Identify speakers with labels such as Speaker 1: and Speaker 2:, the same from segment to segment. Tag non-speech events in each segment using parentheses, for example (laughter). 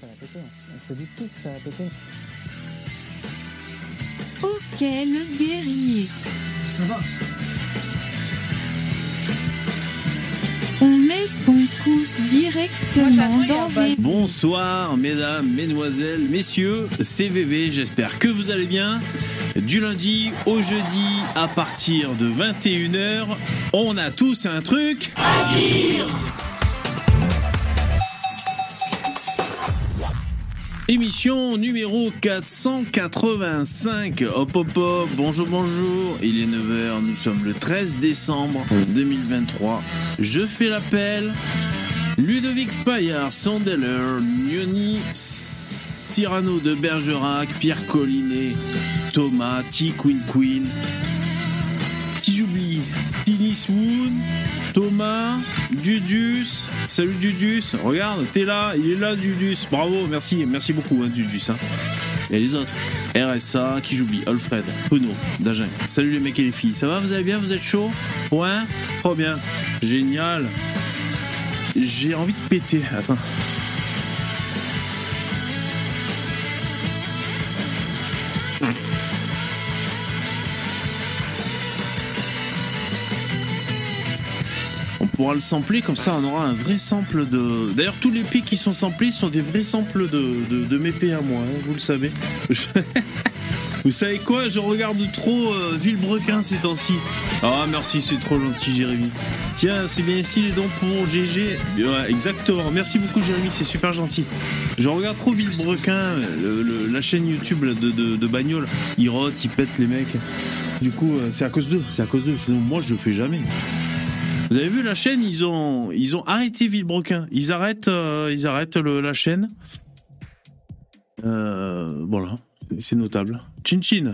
Speaker 1: ça va péter. On se dit tous que ça va péter.
Speaker 2: Ok, le guerrier.
Speaker 3: Ça va
Speaker 2: On met son pouce directement
Speaker 4: Moi, j'avoue, il y a
Speaker 2: dans
Speaker 4: un
Speaker 2: V.
Speaker 5: Bonsoir mesdames, mesdemoiselles, messieurs, c'est VV, j'espère que vous allez bien. Du lundi au jeudi à partir de 21h, on a tous un truc à dire Émission numéro 485. Hop hop hop, bonjour bonjour, il est 9h, nous sommes le 13 décembre 2023. Je fais l'appel. Ludovic Payard, Sandeller, Nioni, Cyrano de Bergerac, Pierre Collinet, Thomas, T. Queen Queen. Qui j'oublie Dennis Wood, Thomas, Dudus. Salut Dudus, regarde, t'es là, il est là Dudus. Bravo, merci, merci beaucoup hein, Dudus. hein. Et les autres RSA, qui j'oublie Alfred, Bruno, Dagen. Salut les mecs et les filles, ça va, vous allez bien, vous êtes chaud Ouais Trop bien. Génial. J'ai envie de péter. Attends. On pourra le sampler, comme ça on aura un vrai sample de. D'ailleurs, tous les pics qui sont samplés sont des vrais samples de, de, de mes P à moi, hein, vous le savez. (laughs) Je- Vous savez quoi Je regarde trop euh, Villebrequin ces temps-ci. Ah, merci, c'est trop gentil, Jérémy. Tiens, c'est bien ici les dons pour GG. Ouais, exactement. Merci beaucoup, Jérémy, c'est super gentil. Je regarde trop Villebrequin, le- le- la chaîne YouTube là, de, de, de Bagnole. Ils rotent, ils pètent les mecs. Du coup, euh, c'est à cause d'eux, c'est à cause d'eux. Sinon, moi, je le fais jamais. Vous avez vu la chaîne Ils ont, ils ont arrêté Villebrequin. Ils arrêtent, euh, ils arrêtent le- la chaîne. Euh, voilà, c'est notable. Chin Chin.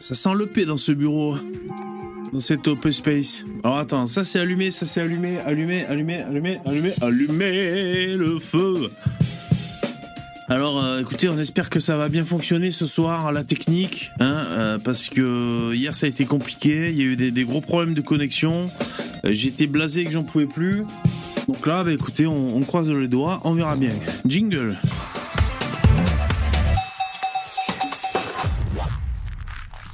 Speaker 5: Ça sent le P dans ce bureau, dans cet open space. Alors attends, ça c'est allumé, ça c'est allumé, allumé, allumé, allumé, allumé, allumé le feu. Alors, euh, écoutez, on espère que ça va bien fonctionner ce soir, la technique, hein, euh, parce que hier ça a été compliqué, il y a eu des, des gros problèmes de connexion, euh, j'étais blasé que j'en pouvais plus. Donc là, bah, écoutez, on, on croise les doigts, on verra bien. Jingle.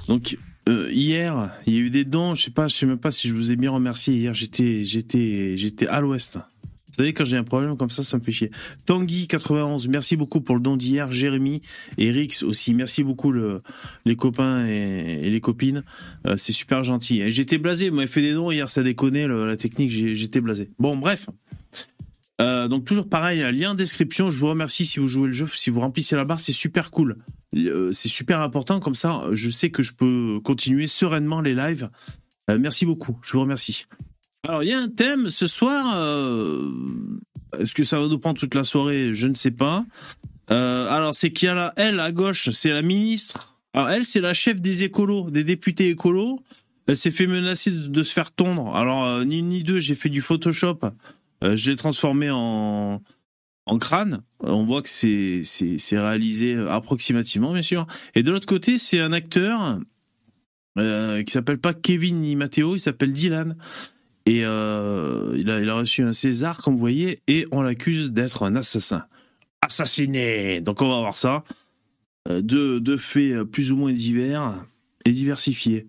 Speaker 5: Donc euh, hier, il y a eu des dons, je sais pas, je sais même pas si je vous ai bien remercié. Hier, j'étais, j'étais, j'étais à l'ouest. Vous savez, quand j'ai un problème comme ça, ça me fait chier. Tanguy91, merci beaucoup pour le don d'hier. Jérémy et Rix aussi, merci beaucoup le- les copains et, et les copines. Euh, c'est super gentil. Et J'étais blasé, vous m'avez fait des dons hier, ça déconnait le- la technique, j'ai- j'étais blasé. Bon, bref. Euh, donc toujours pareil, lien en description, je vous remercie si vous jouez le jeu, si vous remplissez la barre, c'est super cool. Euh, c'est super important, comme ça je sais que je peux continuer sereinement les lives. Euh, merci beaucoup, je vous remercie. Alors il y a un thème ce soir, euh, est-ce que ça va nous prendre toute la soirée Je ne sais pas. Euh, alors c'est qu'il y a la, elle à gauche, c'est la ministre. Alors elle c'est la chef des écolos, des députés écolos. Elle s'est fait menacer de, de se faire tondre. Alors euh, ni une ni deux, j'ai fait du Photoshop. Euh, je l'ai transformé en, en crâne. Euh, On voit que c'est- c'est c'est réalisé approximativement, bien sûr. Et de l'autre côté, c'est un acteur euh, qui s'appelle pas Kevin ni Matteo, il s'appelle Dylan. Et euh, il, a, il a reçu un César, comme vous voyez, et on l'accuse d'être un assassin. Assassiné Donc on va voir ça. Euh, Deux deux faits euh, plus ou moins divers et diversifiés.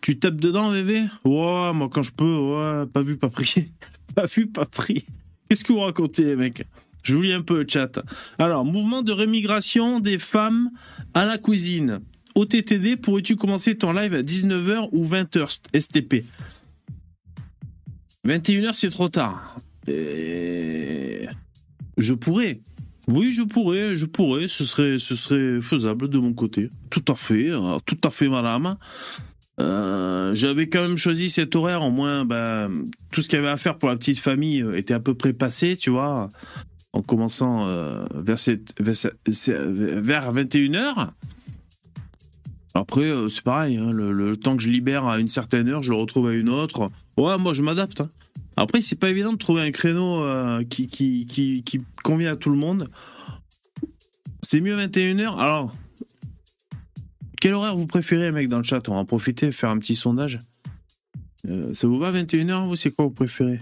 Speaker 5: Tu tapes dedans, VV Ouais, moi quand je peux, ouais, pas vu, pas pris. (laughs) Pas vu, pas pris. Qu'est-ce que vous racontez, les mecs Je vous lis un peu le chat. Alors, mouvement de rémigration des femmes à la cuisine. OTTD, pourrais-tu commencer ton live à 19h ou 20h STP 21h, c'est trop tard. Euh, Et... Je pourrais. Oui, je pourrais, je pourrais. Ce serait, ce serait faisable de mon côté. Tout à fait, euh, tout à fait, madame. Euh, J'avais quand même choisi cet horaire, au moins, ben, tout ce qu'il y avait à faire pour la petite famille euh, était à peu près passé, tu vois, en commençant euh, vers, cette- vers, cette- vers 21h. Après, euh, c'est pareil, hein, le, le temps que je libère à une certaine heure, je le retrouve à une autre. Ouais, moi, je m'adapte. hein. Après, c'est pas évident de trouver un créneau euh, qui, qui, qui, qui convient à tout le monde. C'est mieux 21h. Alors, quel horaire vous préférez, mec, dans le chat On va en profiter, faire un petit sondage. Euh, ça vous va 21h Vous, c'est quoi vous préférez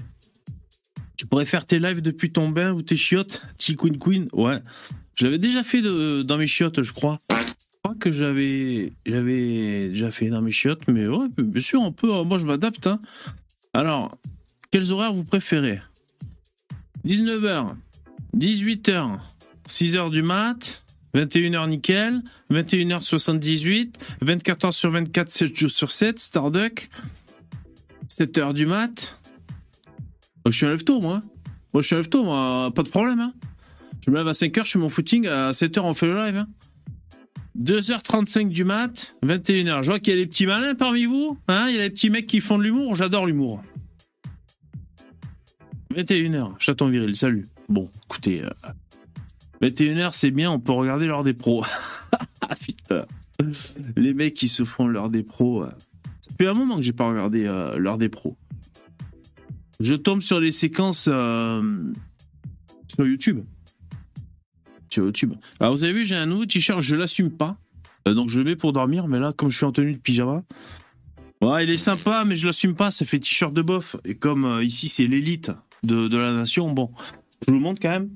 Speaker 5: Tu pourrais faire tes lives depuis ton bain ou tes chiottes, petit Queen Queen. Ouais. Je l'avais déjà fait de- dans mes chiottes, je crois. Je crois que j'avais j'avais déjà fait dans mes chiottes, mais ouais, bien sûr, on peut. Moi, je m'adapte. hein. Alors, quels horaires vous préférez 19h, 18h, 6h du mat, 21h nickel, 21h78, 24h sur 24, 7 jours sur 7, Starduck, 7h du mat. Oh, Je suis un lève-tôt, moi. Moi, je suis un lève-tôt, moi, pas de problème. hein. Je me lève à 5h, je fais mon footing, à 7h, on fait le live. hein. 2h35 du mat, 21h. Je vois qu'il y a des petits malins parmi vous. hein, Il y a des petits mecs qui font de l'humour. J'adore l'humour. 21h, chaton viril, salut. Bon, écoutez, euh, 21h, c'est bien, on peut regarder l'heure des pros. (laughs) Ah, Putain. Les mecs qui se font l'heure des pros. euh, Ça fait un moment que j'ai pas regardé euh, l'heure des pros. Je tombe sur les séquences euh, sur YouTube. Sur YouTube. Alors, vous avez vu, j'ai un nouveau t-shirt, je l'assume pas. Euh, donc, je le mets pour dormir, mais là, comme je suis en tenue de pyjama. Ouais, il est sympa, mais je l'assume pas, ça fait t-shirt de bof. Et comme euh, ici, c'est l'élite de, de la nation, bon, je vous le montre quand même.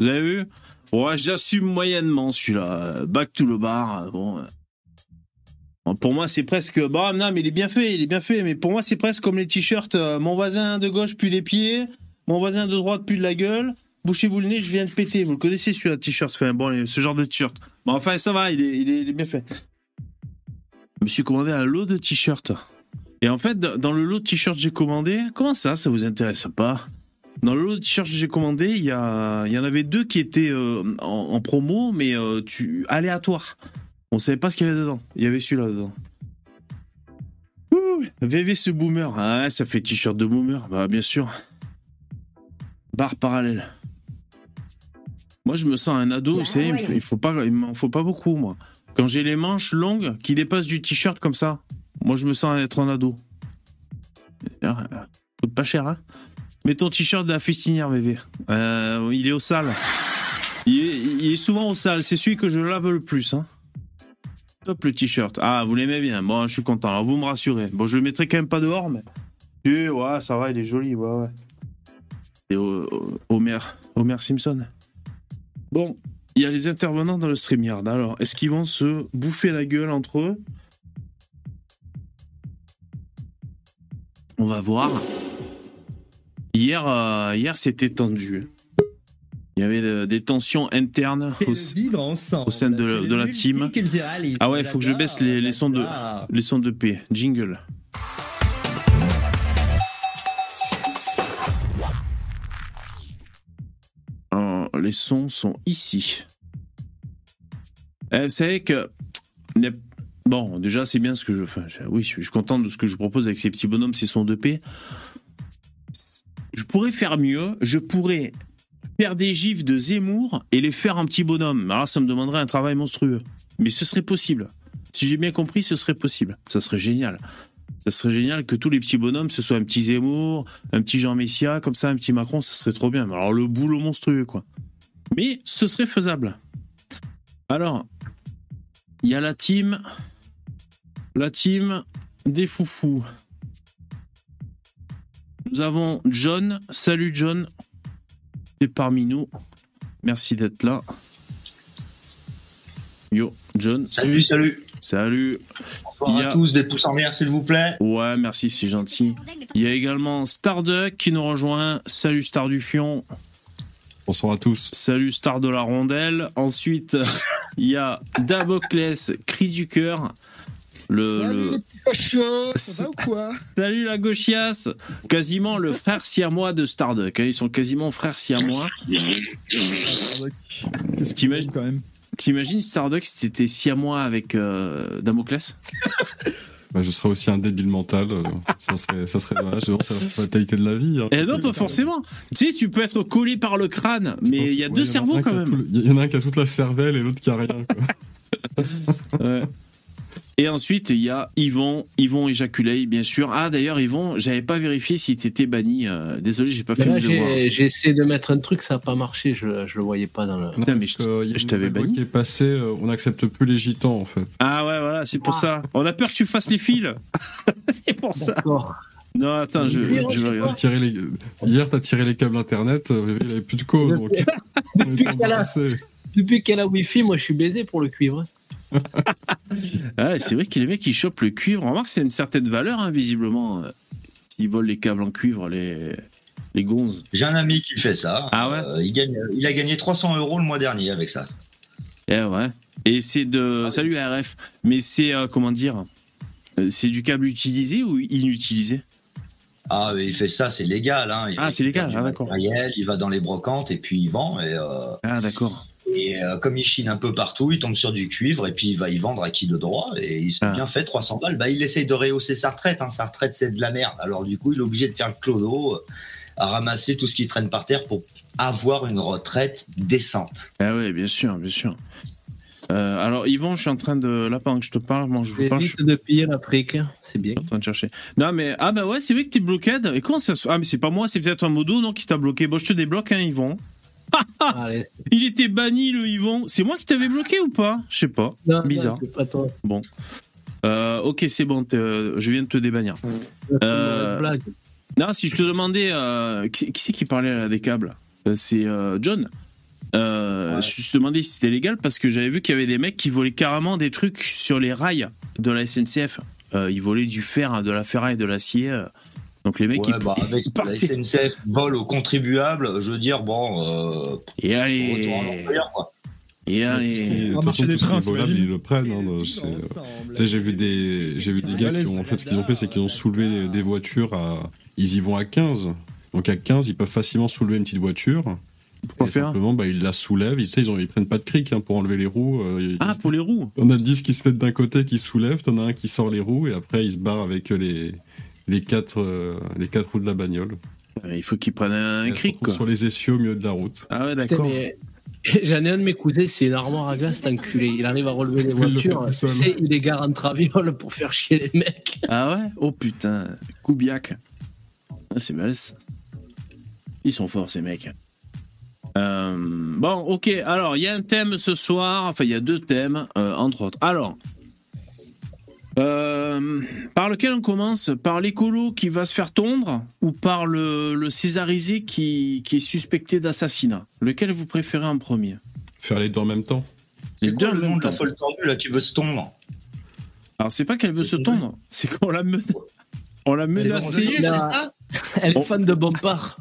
Speaker 5: Vous avez vu Ouais, j'assume moyennement celui-là. Euh, Back to le bar, euh, bon. euh. Bon, Pour moi, c'est presque. Bah, non, mais il est bien fait, il est bien fait. Mais pour moi, c'est presque comme les t-shirts. euh, mon voisin de gauche pue des pieds, mon voisin de droite pue de la gueule. Bouchez-vous le nez, je viens de péter. Vous le connaissez celui-là, t-shirt. Enfin, bon, les- ce genre de t-shirt. Bon, enfin, ça va, il est, il est- il est bien fait. Je me suis commandé un lot de t-shirts. Et en fait, dans dans le lot de t-shirts que j'ai commandé, comment ça, ça vous intéresse pas dans le lot de t-shirts que j'ai commandé, il y, a- il y en avait deux qui étaient euh, en, en promo, mais euh, tu, aléatoire. On savait pas ce qu'il y avait dedans. Il y avait celui-là dedans. Ouh, VV ce boomer. Ah, ça fait t-shirt de boomer, bah bien sûr. Barre parallèle. Moi, je me sens un ado, vous savez, il me faut- il faut pas, il m'en faut pas beaucoup, moi. Quand j'ai les manches longues qui dépassent du t-shirt comme ça, moi, je me sens être un ado. D'ailleurs, euh, coûte pas cher, hein. Mets ton t-shirt de la festinière, bébé. Euh, il est au sale. Il est, il est souvent au sale. C'est celui que je lave le plus. hein. Top le t-shirt. Ah, vous l'aimez bien. Bon, je suis content. Alors, vous me rassurez. Bon, je le mettrai quand même pas dehors, mais. Eh, ouais, ça va, il est joli. Ouais, ouais. C'est au- au- Homer, Homer Simpson. Bon, il y a les intervenants dans le StreamYard. Alors, est-ce qu'ils vont se bouffer la gueule entre eux On va voir. Hier, euh, hier c'était tendu. Il y avait de- des tensions internes.
Speaker 3: C'est
Speaker 5: au-
Speaker 3: le vivre ensemble.
Speaker 5: au sein de la-
Speaker 3: C'est le
Speaker 5: de la team.
Speaker 3: multiculturalisme.
Speaker 5: Ah ouais, faut que je baisse les, les sons de
Speaker 3: D'accord.
Speaker 5: les sons de paix. Jingle. Alors, Oh, les sons sont ici. Eh, vous savez que les- bon, déjà c'est bien ce que je. Enfin, je- oui, je suis je suis content de ce que je propose avec ces petits bonhommes, ces sons de paix. Je pourrais faire mieux. Je pourrais faire des gifs de Zemmour et les faire en petit bonhomme. Alors là, ça me demanderait un travail monstrueux. Mais ce serait possible. Si j'ai bien compris, ce serait possible. Ça serait génial. Ça serait génial que tous les petits bonhommes, ce soit un petit Zemmour, un petit Jean Messia, comme ça, un petit Macron, ce serait trop bien. Mais Alors le boulot monstrueux, quoi. Mais ce serait faisable. Alors, il y a la team. La team des foufous. Nous avons John. Salut John. T'es parmi nous. Merci d'être là. Yo, John.
Speaker 4: Salut, salut.
Speaker 5: Salut.
Speaker 4: Bonsoir
Speaker 5: Il y a-
Speaker 4: à tous, des pouces en l'air, s'il vous plaît.
Speaker 5: Ouais, merci, c'est gentil. Il y a également Starduck qui nous rejoint. Salut Star du Fion.
Speaker 6: Bonsoir à tous.
Speaker 5: Salut Star de la Rondelle. Ensuite, (laughs) il y a Damoclès, Cri du Cœur. Le,
Speaker 1: Salut
Speaker 5: le-
Speaker 1: les petits fachos,
Speaker 5: ça va
Speaker 1: ça va ou quoi
Speaker 5: Salut la gauchiasse. Quasiment le frère siamois de Starduck. hein. Ils sont quasiment frères siamois.
Speaker 6: Qu'est-ce
Speaker 5: T'imagines-
Speaker 6: qu'il y a quand même
Speaker 5: T'imagines Starduck si t'étais siamois avec euh, Damoclès
Speaker 6: Bah, Je serais aussi un débile mental. euh, ça, serait, ça serait dommage. Non, C'est la fatalité de la vie. hein.
Speaker 5: Eh non, pas forcément. Tu sais, tu peux être collé par le crâne, mais il y a
Speaker 6: Ouais,
Speaker 5: deux
Speaker 6: en un
Speaker 5: cerveaux
Speaker 6: qui
Speaker 5: quand
Speaker 6: a
Speaker 5: même.
Speaker 6: tout le- Il y en a un qui a toute la cervelle et l'autre qui a rien. quoi.
Speaker 5: (laughs) Ouais. Et ensuite, il y a Yvon, Yvon éjaculé, bien sûr. Ah, d'ailleurs, Yvon, j'avais pas vérifié si t'étais banni. euh, désolé, j'ai pas
Speaker 3: Mais
Speaker 5: fait
Speaker 3: là,
Speaker 5: mes devoirs.
Speaker 3: j'ai j'ai essayé de mettre un truc, ça n'a pas marché, je, je le voyais pas dans le.
Speaker 5: Putain, mais
Speaker 6: parce
Speaker 5: je-
Speaker 6: que il y a
Speaker 5: je
Speaker 6: une
Speaker 5: t'avais
Speaker 6: nouvelle loi
Speaker 5: banni.
Speaker 6: qui est
Speaker 3: (laughs)
Speaker 6: passée, euh, on n'accepte plus les gitans, en fait.
Speaker 5: Ah ouais, voilà, c'est pour ça. On a peur que tu fasses les fils. (laughs) c'est pour ça.
Speaker 3: D'accord.
Speaker 5: Non, attends, Ah, je,
Speaker 3: Oui,
Speaker 5: je vais
Speaker 6: T'as
Speaker 5: regarder.
Speaker 6: tiré les... Hier, t'as tiré les câbles Internet, euh, Vévé, il avait plus de co, donc... on
Speaker 3: Depuis
Speaker 6: était
Speaker 3: qu'elle a-
Speaker 6: embarrassés.
Speaker 3: Depuis qu'elle a Wi-Fi, moi je suis baisé pour le cuivre.
Speaker 5: Ah, c'est vrai que les mecs, ils chopent le cuivre. Remarque, c'est une certaine valeur, hein, visiblement. euh, S'ils volent les câbles en cuivre, les, les gonzes.
Speaker 4: J'ai un ami qui fait ça.
Speaker 5: Ah ouais
Speaker 4: Euh, il, gagne, il a gagné 300 euros le mois dernier avec ça.
Speaker 5: Eh ouais. Et c'est de. Euh, Salut ARF. Mais c'est, euh, comment dire Euh, C'est du câble utilisé ou inutilisé
Speaker 4: Ah, mais il fait ça, c'est légal. Hein. Il
Speaker 5: Ah, c'est légal,
Speaker 4: récupère
Speaker 5: ah,
Speaker 4: du
Speaker 5: d'accord.
Speaker 4: matériel, Il va dans les brocantes et puis il vend. Et, euh,
Speaker 5: Ah, d'accord.
Speaker 4: et, euh, comme il chine un peu partout, il tombe sur du cuivre et puis il va y vendre à qui de droit. Et il s'est
Speaker 5: Ah.
Speaker 4: bien fait 300 balles. Bah, il essaye de rehausser sa retraite. Hein. Sa retraite, c'est de la merde. Alors du coup, il est obligé de faire le clodo, euh, à ramasser tout ce qui traîne par terre pour avoir une retraite décente.
Speaker 5: Ah ouais, bien sûr, bien sûr. Euh, alors, Yvon, je suis en train de. Là, pendant que je te parle, moi, je vous parle. je suis-
Speaker 3: J'évite de piller l'Afrique, c'est bien.
Speaker 5: en train de chercher. Non, mais ah bah ouais, c'est vrai que t'es bloqué. Et comment ça se... Ah, mais c'est pas moi, c'est peut-être un modo non qui t'a bloqué. Bon, je te débloque, hein, (laughs) Yvon.
Speaker 3: Allez,
Speaker 5: Il était banni, le Yvon. C'est moi qui t'avais bloqué ou pas Je sais pas.
Speaker 3: non, non,
Speaker 5: Bizarre.
Speaker 3: c'est pas toi.
Speaker 5: Euh, ok, c'est bon, t'es, euh, je viens de te débannir. Euh,
Speaker 3: Blague.
Speaker 5: Non, si je te demandais euh, qui, qui c'est qui parlait là, des câbles Euh, C'est euh, John. Euh,
Speaker 4: Ouais.
Speaker 5: Je te demandais si c'était légal parce que j'avais vu qu'il y avait des mecs qui volaient carrément des trucs sur les rails de la SNCF. Euh, ils volaient du fer, de la ferraille, de l'acier. euh. Donc les mecs,
Speaker 4: Ouais,
Speaker 5: ils,
Speaker 4: bah,
Speaker 5: ils
Speaker 4: avec la
Speaker 5: partaient.
Speaker 4: SNCF vol aux contribuables, je veux dire, bon, euh,
Speaker 5: Et
Speaker 4: retour à
Speaker 5: allez,
Speaker 4: l'employeur, quoi.
Speaker 5: et
Speaker 6: Tout ce
Speaker 4: Ah,
Speaker 6: qui-
Speaker 5: allez.
Speaker 6: De toute façon, tout ce qui est volable, ils le prennent. hein, dans- c'est- Tu sais, j'ai vu des, j'ai vu des gars qui ont, en fait, ce qu'ils ont fait, c'est qu'ils ont soulevé des voitures à, ils y vont à 15. Donc à 15, ils peuvent facilement soulever une petite voiture.
Speaker 5: Pourquoi
Speaker 6: Et
Speaker 5: faire
Speaker 6: Simplement, bah, ils la soulèvent. Ils, tu sais, ils, ont, ils prennent pas de cric hein, pour enlever les roues. euh, ils-
Speaker 5: Ah, pour les
Speaker 4: (laughs)
Speaker 5: roues.
Speaker 6: T'en as 10 qui se mettent d'un côté, qui soulèvent. T'en as un qui sort les roues et après, ils se barrent avec euh, les, les quatre, euh, les quatre roues de la bagnole.
Speaker 5: Euh, Il faut qu'ils prennent un
Speaker 6: Elles se
Speaker 5: cric,
Speaker 6: retrouvent
Speaker 5: quoi.
Speaker 6: Sur les essieux au milieu de la route.
Speaker 5: Ah ouais,
Speaker 3: Putain,
Speaker 5: d'accord.
Speaker 3: mais (laughs) J'en ai un de mes cousins, c'est une armoire à glace, cet enculé. Il arrive à relever les
Speaker 6: Il le fait
Speaker 3: voitures.
Speaker 6: tout
Speaker 3: Tu
Speaker 6: seul.
Speaker 3: sais, il les gare en traviole pour faire chier les mecs.
Speaker 5: Ah ouais Oh putain, Koubiak. Ah, c'est balèze. Ils sont forts, ces mecs. Euh, bon, ok. Alors, il y a un thème ce soir. Enfin, il y a deux thèmes, euh, entre autres. Alors, euh, par lequel on commence Par l'écolo qui va se faire tondre ou par le, le césarisé qui, qui est suspecté d'assassinat Lequel vous préférez en premier
Speaker 6: Faire les deux en même temps.
Speaker 5: Les
Speaker 4: C'est
Speaker 5: deux
Speaker 4: quoi
Speaker 5: en
Speaker 4: le
Speaker 5: même
Speaker 4: nom de la
Speaker 5: temps.
Speaker 4: folle tendue là qui veut se tondre
Speaker 5: Alors, c'est pas qu'elle veut se tondre, c'est qu'on la menace. On l'a menacée
Speaker 4: Vendredi, c'est
Speaker 3: la-
Speaker 4: ça
Speaker 3: Elle est
Speaker 5: Bon.
Speaker 3: fan de Bompard.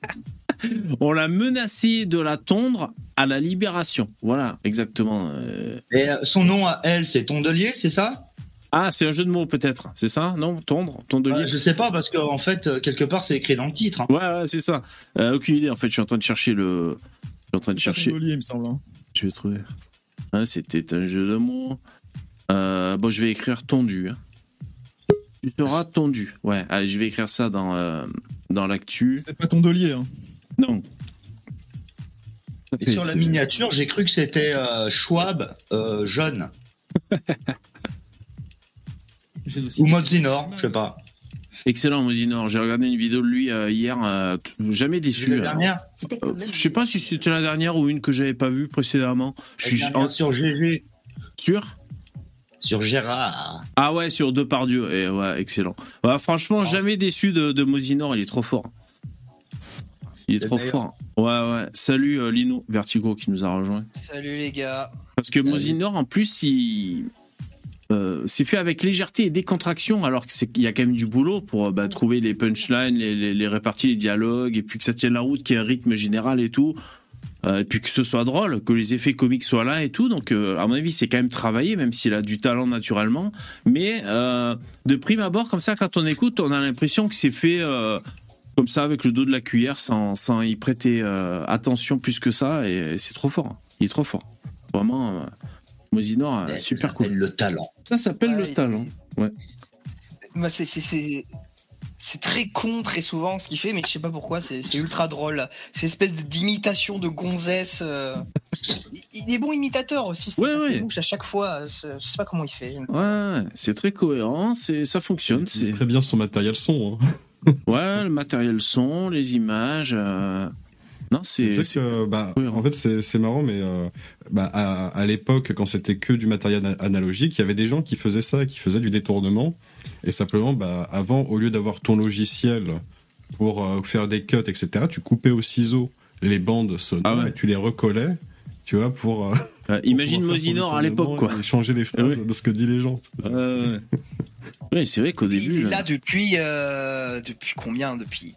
Speaker 5: (laughs) On l'a menacé de la tondre à la libération. Voilà, exactement. euh.
Speaker 4: Et euh, son nom à elle, c'est Tondelier, c'est ça
Speaker 5: Ah, c'est un jeu de mots peut-être, c'est ça Non Tondre Tondelier
Speaker 4: Euh, Je sais pas parce qu'en fait euh, quelque part c'est écrit dans le titre. hein.
Speaker 5: Ouais, ouais, c'est ça. Euh, aucune idée en fait, je suis en train de chercher le. Je suis en train de chercher.
Speaker 1: il me semble. hein.
Speaker 5: Je vais trouver. Hein, C'était un jeu de mots. Euh, bon, je vais écrire tondu. hein. Tu seras tondu. Ouais, allez, je vais écrire ça dans, euh, dans l'actu.
Speaker 1: C'est pas ton dolier. Hein.
Speaker 5: Non.
Speaker 4: Et sur la miniature, j'ai cru que c'était euh, Schwab euh,
Speaker 7: (laughs)
Speaker 4: jeune ou Mozinor, je sais pas.
Speaker 5: Excellent, Mosinor. J'ai regardé une vidéo de lui euh, hier. euh, t- jamais déçu.
Speaker 4: La
Speaker 5: alors.
Speaker 4: dernière,
Speaker 5: Euh, Je sais pas si c'était la dernière ou une que j'avais pas vue précédemment. Je
Speaker 4: la
Speaker 5: suis
Speaker 4: dernière
Speaker 5: en-
Speaker 4: sur GG,
Speaker 5: sûr.
Speaker 4: sur Gérard.
Speaker 5: Ah ouais, sur Depardieu. Et ouais, excellent. Ouais,
Speaker 4: Ah.
Speaker 5: franchement, jamais déçu de, de Mosinor. Il est trop fort. Il est
Speaker 4: C'est
Speaker 5: trop
Speaker 4: le
Speaker 5: fort. Ouais, ouais. Salut euh, Lino Vertigo qui nous a rejoint.
Speaker 7: Salut les gars.
Speaker 5: Parce que Mosinor, en plus, il. euh, c'est fait avec légèreté et décontraction, alors que c'est- qu'il y a quand même du boulot pour euh, bah, trouver les punchlines, les, les, les réparties, les dialogues, et puis que ça tienne la route, qu'il y ait un rythme général et tout, Euh, et puis que ce soit drôle, que les effets comiques soient là et tout. Donc, euh, à mon avis, c'est quand même travaillé, même s'il a du talent naturellement. Mais euh, de prime abord, comme ça, quand on écoute, on a l'impression que c'est fait euh, comme ça, avec le dos de la cuillère, sans, sans y prêter euh, attention plus que ça, et, c'est trop fort. Il est trop fort. Vraiment, euh, Mosinor, euh,
Speaker 4: Mais
Speaker 5: super
Speaker 4: ça
Speaker 5: cool.
Speaker 4: s'appelle Le talent.
Speaker 5: Ça s'appelle
Speaker 7: Ouais,
Speaker 5: le
Speaker 7: il-
Speaker 5: talent.
Speaker 7: Moi, c'est- c'est- c'est c'est très con très souvent ce qu'il fait, mais je sais pas pourquoi, c'est c'est ultra drôle. Cette espèce de- d'imitation de gonzesse. euh, Il- Il est bon imitateur aussi.
Speaker 5: Ouais,
Speaker 7: ça fait
Speaker 5: ouais.
Speaker 7: bouche à chaque fois. c'est- Je sais pas comment il fait.
Speaker 5: Ouais, c'est très cohérent, c'est ça fonctionne.
Speaker 6: C'est
Speaker 5: C'est
Speaker 6: très bien son matériel son. hein. (laughs)
Speaker 5: ouais, le matériel son, les images. euh, Non, c'est
Speaker 6: Tu sais
Speaker 5: c'est-
Speaker 6: que, bah,
Speaker 5: Oui,
Speaker 6: en fait, c'est c'est marrant, mais euh, bah, à, à l'époque, quand c'était que du matériel ana- analogique, il y avait des gens qui faisaient ça, qui faisaient du détournement. Et simplement, bah, avant, au lieu d'avoir ton logiciel pour euh, faire des cuts, etc., tu coupais au ciseau les bandes sonores
Speaker 5: Ah ouais.
Speaker 6: et tu les recollais, tu vois,
Speaker 5: (laughs)
Speaker 6: pour. euh,
Speaker 5: euh, imagine
Speaker 6: pour pouvoir faire son
Speaker 5: Mosinor à l'époque, quoi. Ah
Speaker 6: détournement et Changer les phrases
Speaker 5: Ouais.
Speaker 6: de ce que disent les gens. (laughs)
Speaker 5: Euh, ouais, c'est vrai qu'au
Speaker 7: Il
Speaker 5: début.
Speaker 7: est là
Speaker 5: euh,
Speaker 7: depuis, euh, depuis combien Depuis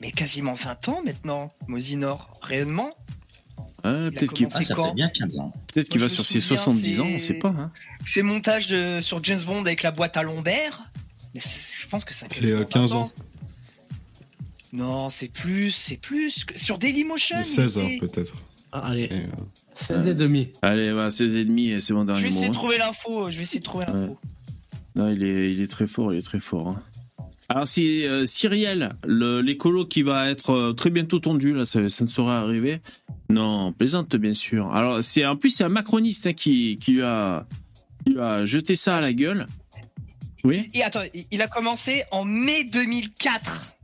Speaker 7: mais quasiment 20 ans maintenant. Mosinor, réellement
Speaker 5: ouais,
Speaker 7: il a
Speaker 5: peut-être qu'il
Speaker 7: commencé-
Speaker 4: Ah, ça
Speaker 7: quand
Speaker 4: fait bien 15 ans.
Speaker 5: peut-être qu'il
Speaker 7: Moi,
Speaker 5: va
Speaker 7: je
Speaker 5: sur
Speaker 7: me
Speaker 5: ses
Speaker 7: souviens,
Speaker 5: 70 ans,
Speaker 7: c'est-
Speaker 5: on sait pas. hein.
Speaker 7: Ses montages de, sur James Bond avec la boîte à lombaires. Mais c'est- je pense que ça. a
Speaker 6: C'est,
Speaker 7: quasiment
Speaker 6: euh, 15
Speaker 7: 20
Speaker 6: ans.
Speaker 7: Non, c'est plus, c'est plus. que- Sur Dailymotion.
Speaker 6: Les
Speaker 7: il
Speaker 6: 16 heures,
Speaker 7: était-
Speaker 6: peut-être.
Speaker 3: Ah, allez,
Speaker 6: Et, euh,
Speaker 3: 16 et demi.
Speaker 5: Allez, bah, 16 et demi, et c'est mon
Speaker 7: Je vais
Speaker 5: dernier
Speaker 7: essayer
Speaker 5: mot.
Speaker 7: de
Speaker 5: hein.
Speaker 7: trouver l'info. Je vais essayer de trouver l'info.
Speaker 5: Non, il est, il est très fort, il est très fort. hein. Alors si euh, Cyriel, le- l'écolo qui va être euh, très bientôt tondu, là, ça, ça ne sera arrivé. Non, plaisante bien sûr. Alors c'est en plus c'est un macroniste hein, qui, qui lui a, qui lui a jeté ça à la gueule. Oui,
Speaker 7: Et attends, il- il a commencé en mai 2004.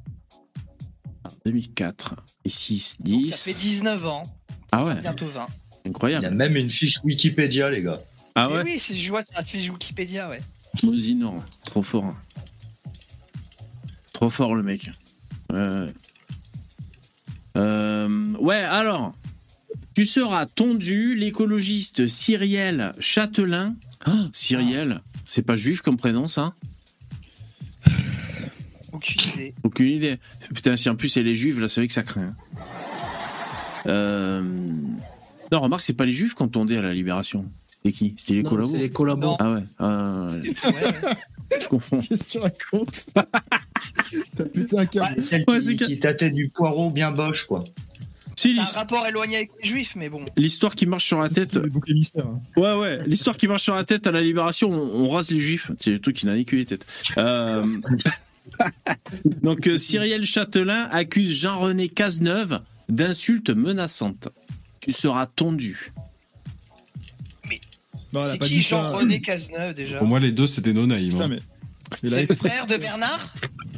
Speaker 5: 2004 et 6,
Speaker 7: Donc ça fait
Speaker 5: 10.
Speaker 7: 19 ans,
Speaker 5: Ah ouais,
Speaker 7: bientôt
Speaker 4: Il y
Speaker 7: 20.
Speaker 4: a
Speaker 5: incroyable.
Speaker 4: même une fiche Wikipédia, les gars.
Speaker 5: Ah
Speaker 7: Mais
Speaker 5: ouais,
Speaker 7: oui, si je vois sur la fiche Wikipédia, ouais.
Speaker 5: Mosinor, trop fort. hein. Trop fort le mec. Ouais, ouais. Euh, ouais, alors, tu seras tondu, l'écologiste Cyriel Châtelain. Ah, Cyriel, c'est pas juif comme prénom ça
Speaker 7: Aucune idée.
Speaker 5: Aucune idée. Putain, si en plus elle est juive, là c'est vrai que ça craint. hein. Euh, Non, remarque, c'est pas les juifs qu'on tondait à la Libération. C'était qui C'était les
Speaker 3: Non,
Speaker 5: collabos
Speaker 3: C'est les collabos.
Speaker 7: Non.
Speaker 5: Ah ouais, ah, ouais, ouais,
Speaker 7: Ouais, (laughs) ouais.
Speaker 5: je confonds.
Speaker 1: Qu'est-ce que tu racontes T'as putain un câble.
Speaker 4: Celle
Speaker 5: Ouais, c'est
Speaker 4: qui,
Speaker 5: que-
Speaker 4: qui tâtait du poireau bien boche, quoi.
Speaker 5: Si,
Speaker 7: C'est un
Speaker 5: l'histoire-
Speaker 7: rapport éloigné avec les juifs, mais bon.
Speaker 5: l'histoire qui marche sur la tête,
Speaker 1: Des boucs émissaires, hein.
Speaker 5: Ouais, ouais, l'histoire qui marche sur la tête à la libération, on, on rase les juifs. C'est le truc qui n'a ni cul les têtes. Euh, (laughs) Donc, euh, Cyrielle Châtelain accuse Jean-René Cazeneuve d'insultes menaçantes. Tu seras tondu.
Speaker 6: Bah,
Speaker 1: Non, elle a
Speaker 7: c'est
Speaker 1: pas
Speaker 7: qui
Speaker 1: dit ça.
Speaker 7: Jean-René Cazeneuve déjà
Speaker 6: Pour moi, les deux, c'était no name.
Speaker 1: Putain,
Speaker 6: hein.
Speaker 1: mais. mais là,
Speaker 7: C'est le frère de Bernard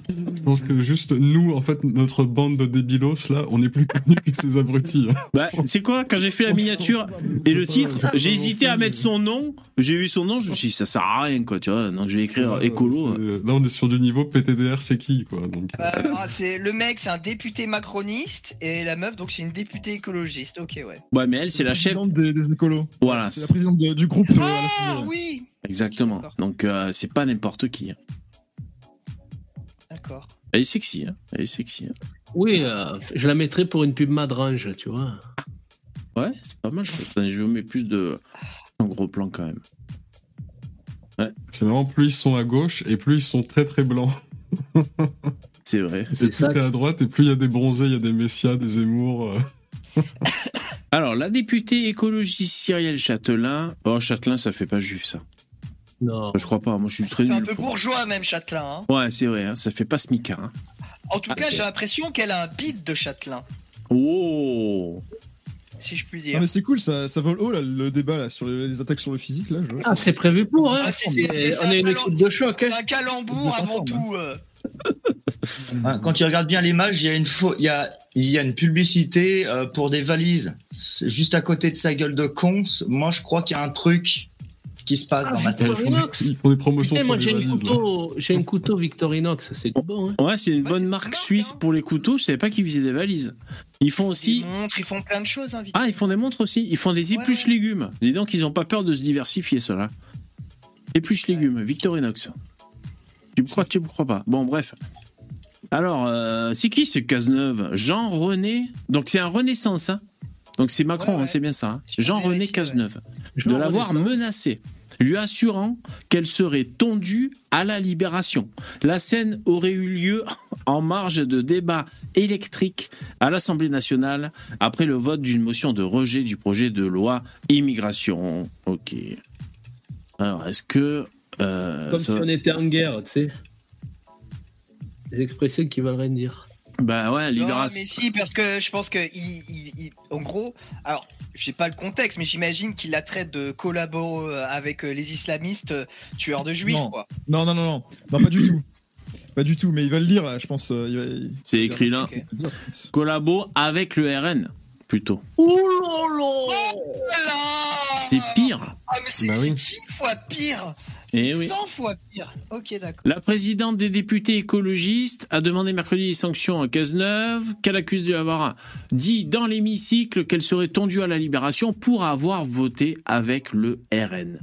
Speaker 6: Je pense que juste nous, en fait, notre bande de débilos, là, on est plus connus que ces abrutis. hein.
Speaker 5: Bah, c'est quoi Quand j'ai fait la miniature et le titre, j'ai hésité à mettre son nom. J'ai eu son nom, je me suis dit, ça sert à rien, quoi, tu vois. Donc, je vais écrire écolo.
Speaker 3: hein.
Speaker 6: C'est- Là, on est sur du niveau PTDR, c'est qui, quoi. Donc, euh,
Speaker 7: Bah, ah, c'est Le mec, c'est un député macroniste, et la meuf, donc c'est une députée écologiste. Ok, ouais.
Speaker 5: Ouais, mais elle, c'est la chef.
Speaker 1: présidente des, des écolos.
Speaker 5: Voilà,
Speaker 1: C'est la présidente de- du groupe. euh, à
Speaker 7: Ah
Speaker 1: l'Assemblée.
Speaker 7: oui
Speaker 5: exactement. Donc, euh, c'est pas n'importe qui. hein.
Speaker 7: D'accord.
Speaker 5: Elle est sexy, hein. Elle est sexy. hein.
Speaker 3: Oui, euh, je la mettrais pour une pub Madrange, tu vois.
Speaker 5: Ouais, c'est pas mal. ça. Attendez, je vous mets plus de. En gros plan quand même.
Speaker 6: c'est vraiment plus ils sont à gauche et plus ils sont très très blancs.
Speaker 5: C'est
Speaker 7: (laughs)
Speaker 5: vrai.
Speaker 6: Et
Speaker 3: C'est
Speaker 6: plus
Speaker 3: ça.
Speaker 6: t'es à droite et plus il y a des bronzés, il y a des messias, des euh. émours.
Speaker 5: Alors, la députée écologiste Cyrielle Châtelain. Oh, Châtelain, ça fait pas juif, ça.
Speaker 3: Non.
Speaker 5: Je crois pas. Moi, je suis très
Speaker 7: C'est un
Speaker 5: nul.
Speaker 7: peu
Speaker 5: pour-
Speaker 7: bourgeois, même, Châtelain. hein.
Speaker 5: Ouais, c'est vrai. hein, ça fait pas smicard. hein.
Speaker 7: En tout
Speaker 5: Ah,
Speaker 7: cas,
Speaker 5: ok.
Speaker 7: j'ai l'impression qu'elle a un bide de Châtelain,
Speaker 5: Oh
Speaker 7: si je puis
Speaker 1: Non,
Speaker 7: dire.
Speaker 1: mais c'est cool, ça, ça vole haut là, le débat là, sur les, les attaques sur le physique. Là, je...
Speaker 3: Ah, c'est prévu pour, hein.
Speaker 7: Ah, c'est- c'est- c'est
Speaker 3: on
Speaker 7: un
Speaker 3: est une
Speaker 7: balance.
Speaker 3: équipe de choc, hein.
Speaker 7: C'est un
Speaker 1: Vous
Speaker 7: calembour
Speaker 1: êtes en
Speaker 7: avant
Speaker 1: forme,
Speaker 7: tout. euh.
Speaker 4: Hein, Quand tu regardes bien l'image, il y a une faux- il y a, il y a une publicité euh, pour des valises. C'est Juste à côté de sa gueule de con, moi je crois qu'il y a un truc qui se
Speaker 7: Ah,
Speaker 4: passe dans ma tête.
Speaker 6: Ils font, des, ils font des promotions
Speaker 3: Putain,
Speaker 6: sur
Speaker 3: moi
Speaker 6: les hein.
Speaker 3: j'ai un
Speaker 6: valises, là.
Speaker 3: couteau, j'ai un couteau Victorinox, c'est du bon. Hein.
Speaker 5: Ouais, c'est une
Speaker 7: Ouais,
Speaker 5: bonne
Speaker 7: c'est
Speaker 5: marque
Speaker 7: une marque,
Speaker 5: suisse
Speaker 7: hein.
Speaker 5: pour les couteaux. Je savais pas qu'ils faisaient des valises. Ils font
Speaker 7: Ils
Speaker 5: aussi.
Speaker 7: montrent, ils font plein de choses. hein, vite.
Speaker 5: Ah, ils font des montres aussi. Ils font des
Speaker 7: Ouais,
Speaker 5: épluches
Speaker 7: ouais.
Speaker 5: légumes. Dis donc, ils ont pas peur de se diversifier, ceux-là. Épluches légumes, Victorinox. Tu me crois, tu me crois pas. Bon, bref. Alors, euh, c'est qui ce Cazeneuve Jean-René. Donc, c'est un Renaissance, hein Donc, c'est Macron,
Speaker 7: Ouais,
Speaker 5: hein,
Speaker 7: ouais.
Speaker 5: c'est bien ça. hein.
Speaker 7: Je vais
Speaker 5: Jean-René
Speaker 7: vérifier,
Speaker 5: Cazeneuve.
Speaker 3: Je
Speaker 5: De
Speaker 3: me
Speaker 5: l'avoir
Speaker 3: remets ça.
Speaker 5: menacée, lui assurant qu'elle serait tondue à la libération. La scène aurait eu lieu (laughs) en marge de débats électriques à l'Assemblée nationale après le vote d'une motion de rejet du projet de loi immigration. Ok. Alors, est-ce que. euh,
Speaker 3: Comme
Speaker 5: ça
Speaker 3: si
Speaker 5: va-
Speaker 3: on était en guerre, tu sais. Des expressions qui veulent rien dire.
Speaker 5: Bah ouais,
Speaker 7: Non,
Speaker 5: Lideras.
Speaker 7: mais si, parce que je pense que, il, il- il- en gros, alors, je sais pas le contexte, mais j'imagine qu'il la traite de collabo avec euh, les islamistes euh, tueurs de juifs,
Speaker 1: Non.
Speaker 7: quoi.
Speaker 1: Non, non, non, non, non, pas du tout. Pas du tout, mais il va le lire là, je pense. euh, il va- il-
Speaker 5: C'est écrit là.
Speaker 7: Ok.
Speaker 1: il va dire.
Speaker 5: Collabo avec le RN, plutôt.
Speaker 7: Voilà
Speaker 5: C'est pire.
Speaker 7: Ah, Oh mais c'est
Speaker 6: Bah oui.
Speaker 7: c'est 10 fois pire
Speaker 5: Eh oui.
Speaker 7: 100 fois pire Ok, d'accord.
Speaker 5: La présidente des députés écologistes a demandé mercredi des sanctions à Cazeneuve, qu'elle accuse de avoir dit dans l'hémicycle qu'elle serait tendue à la libération pour avoir voté avec le RN.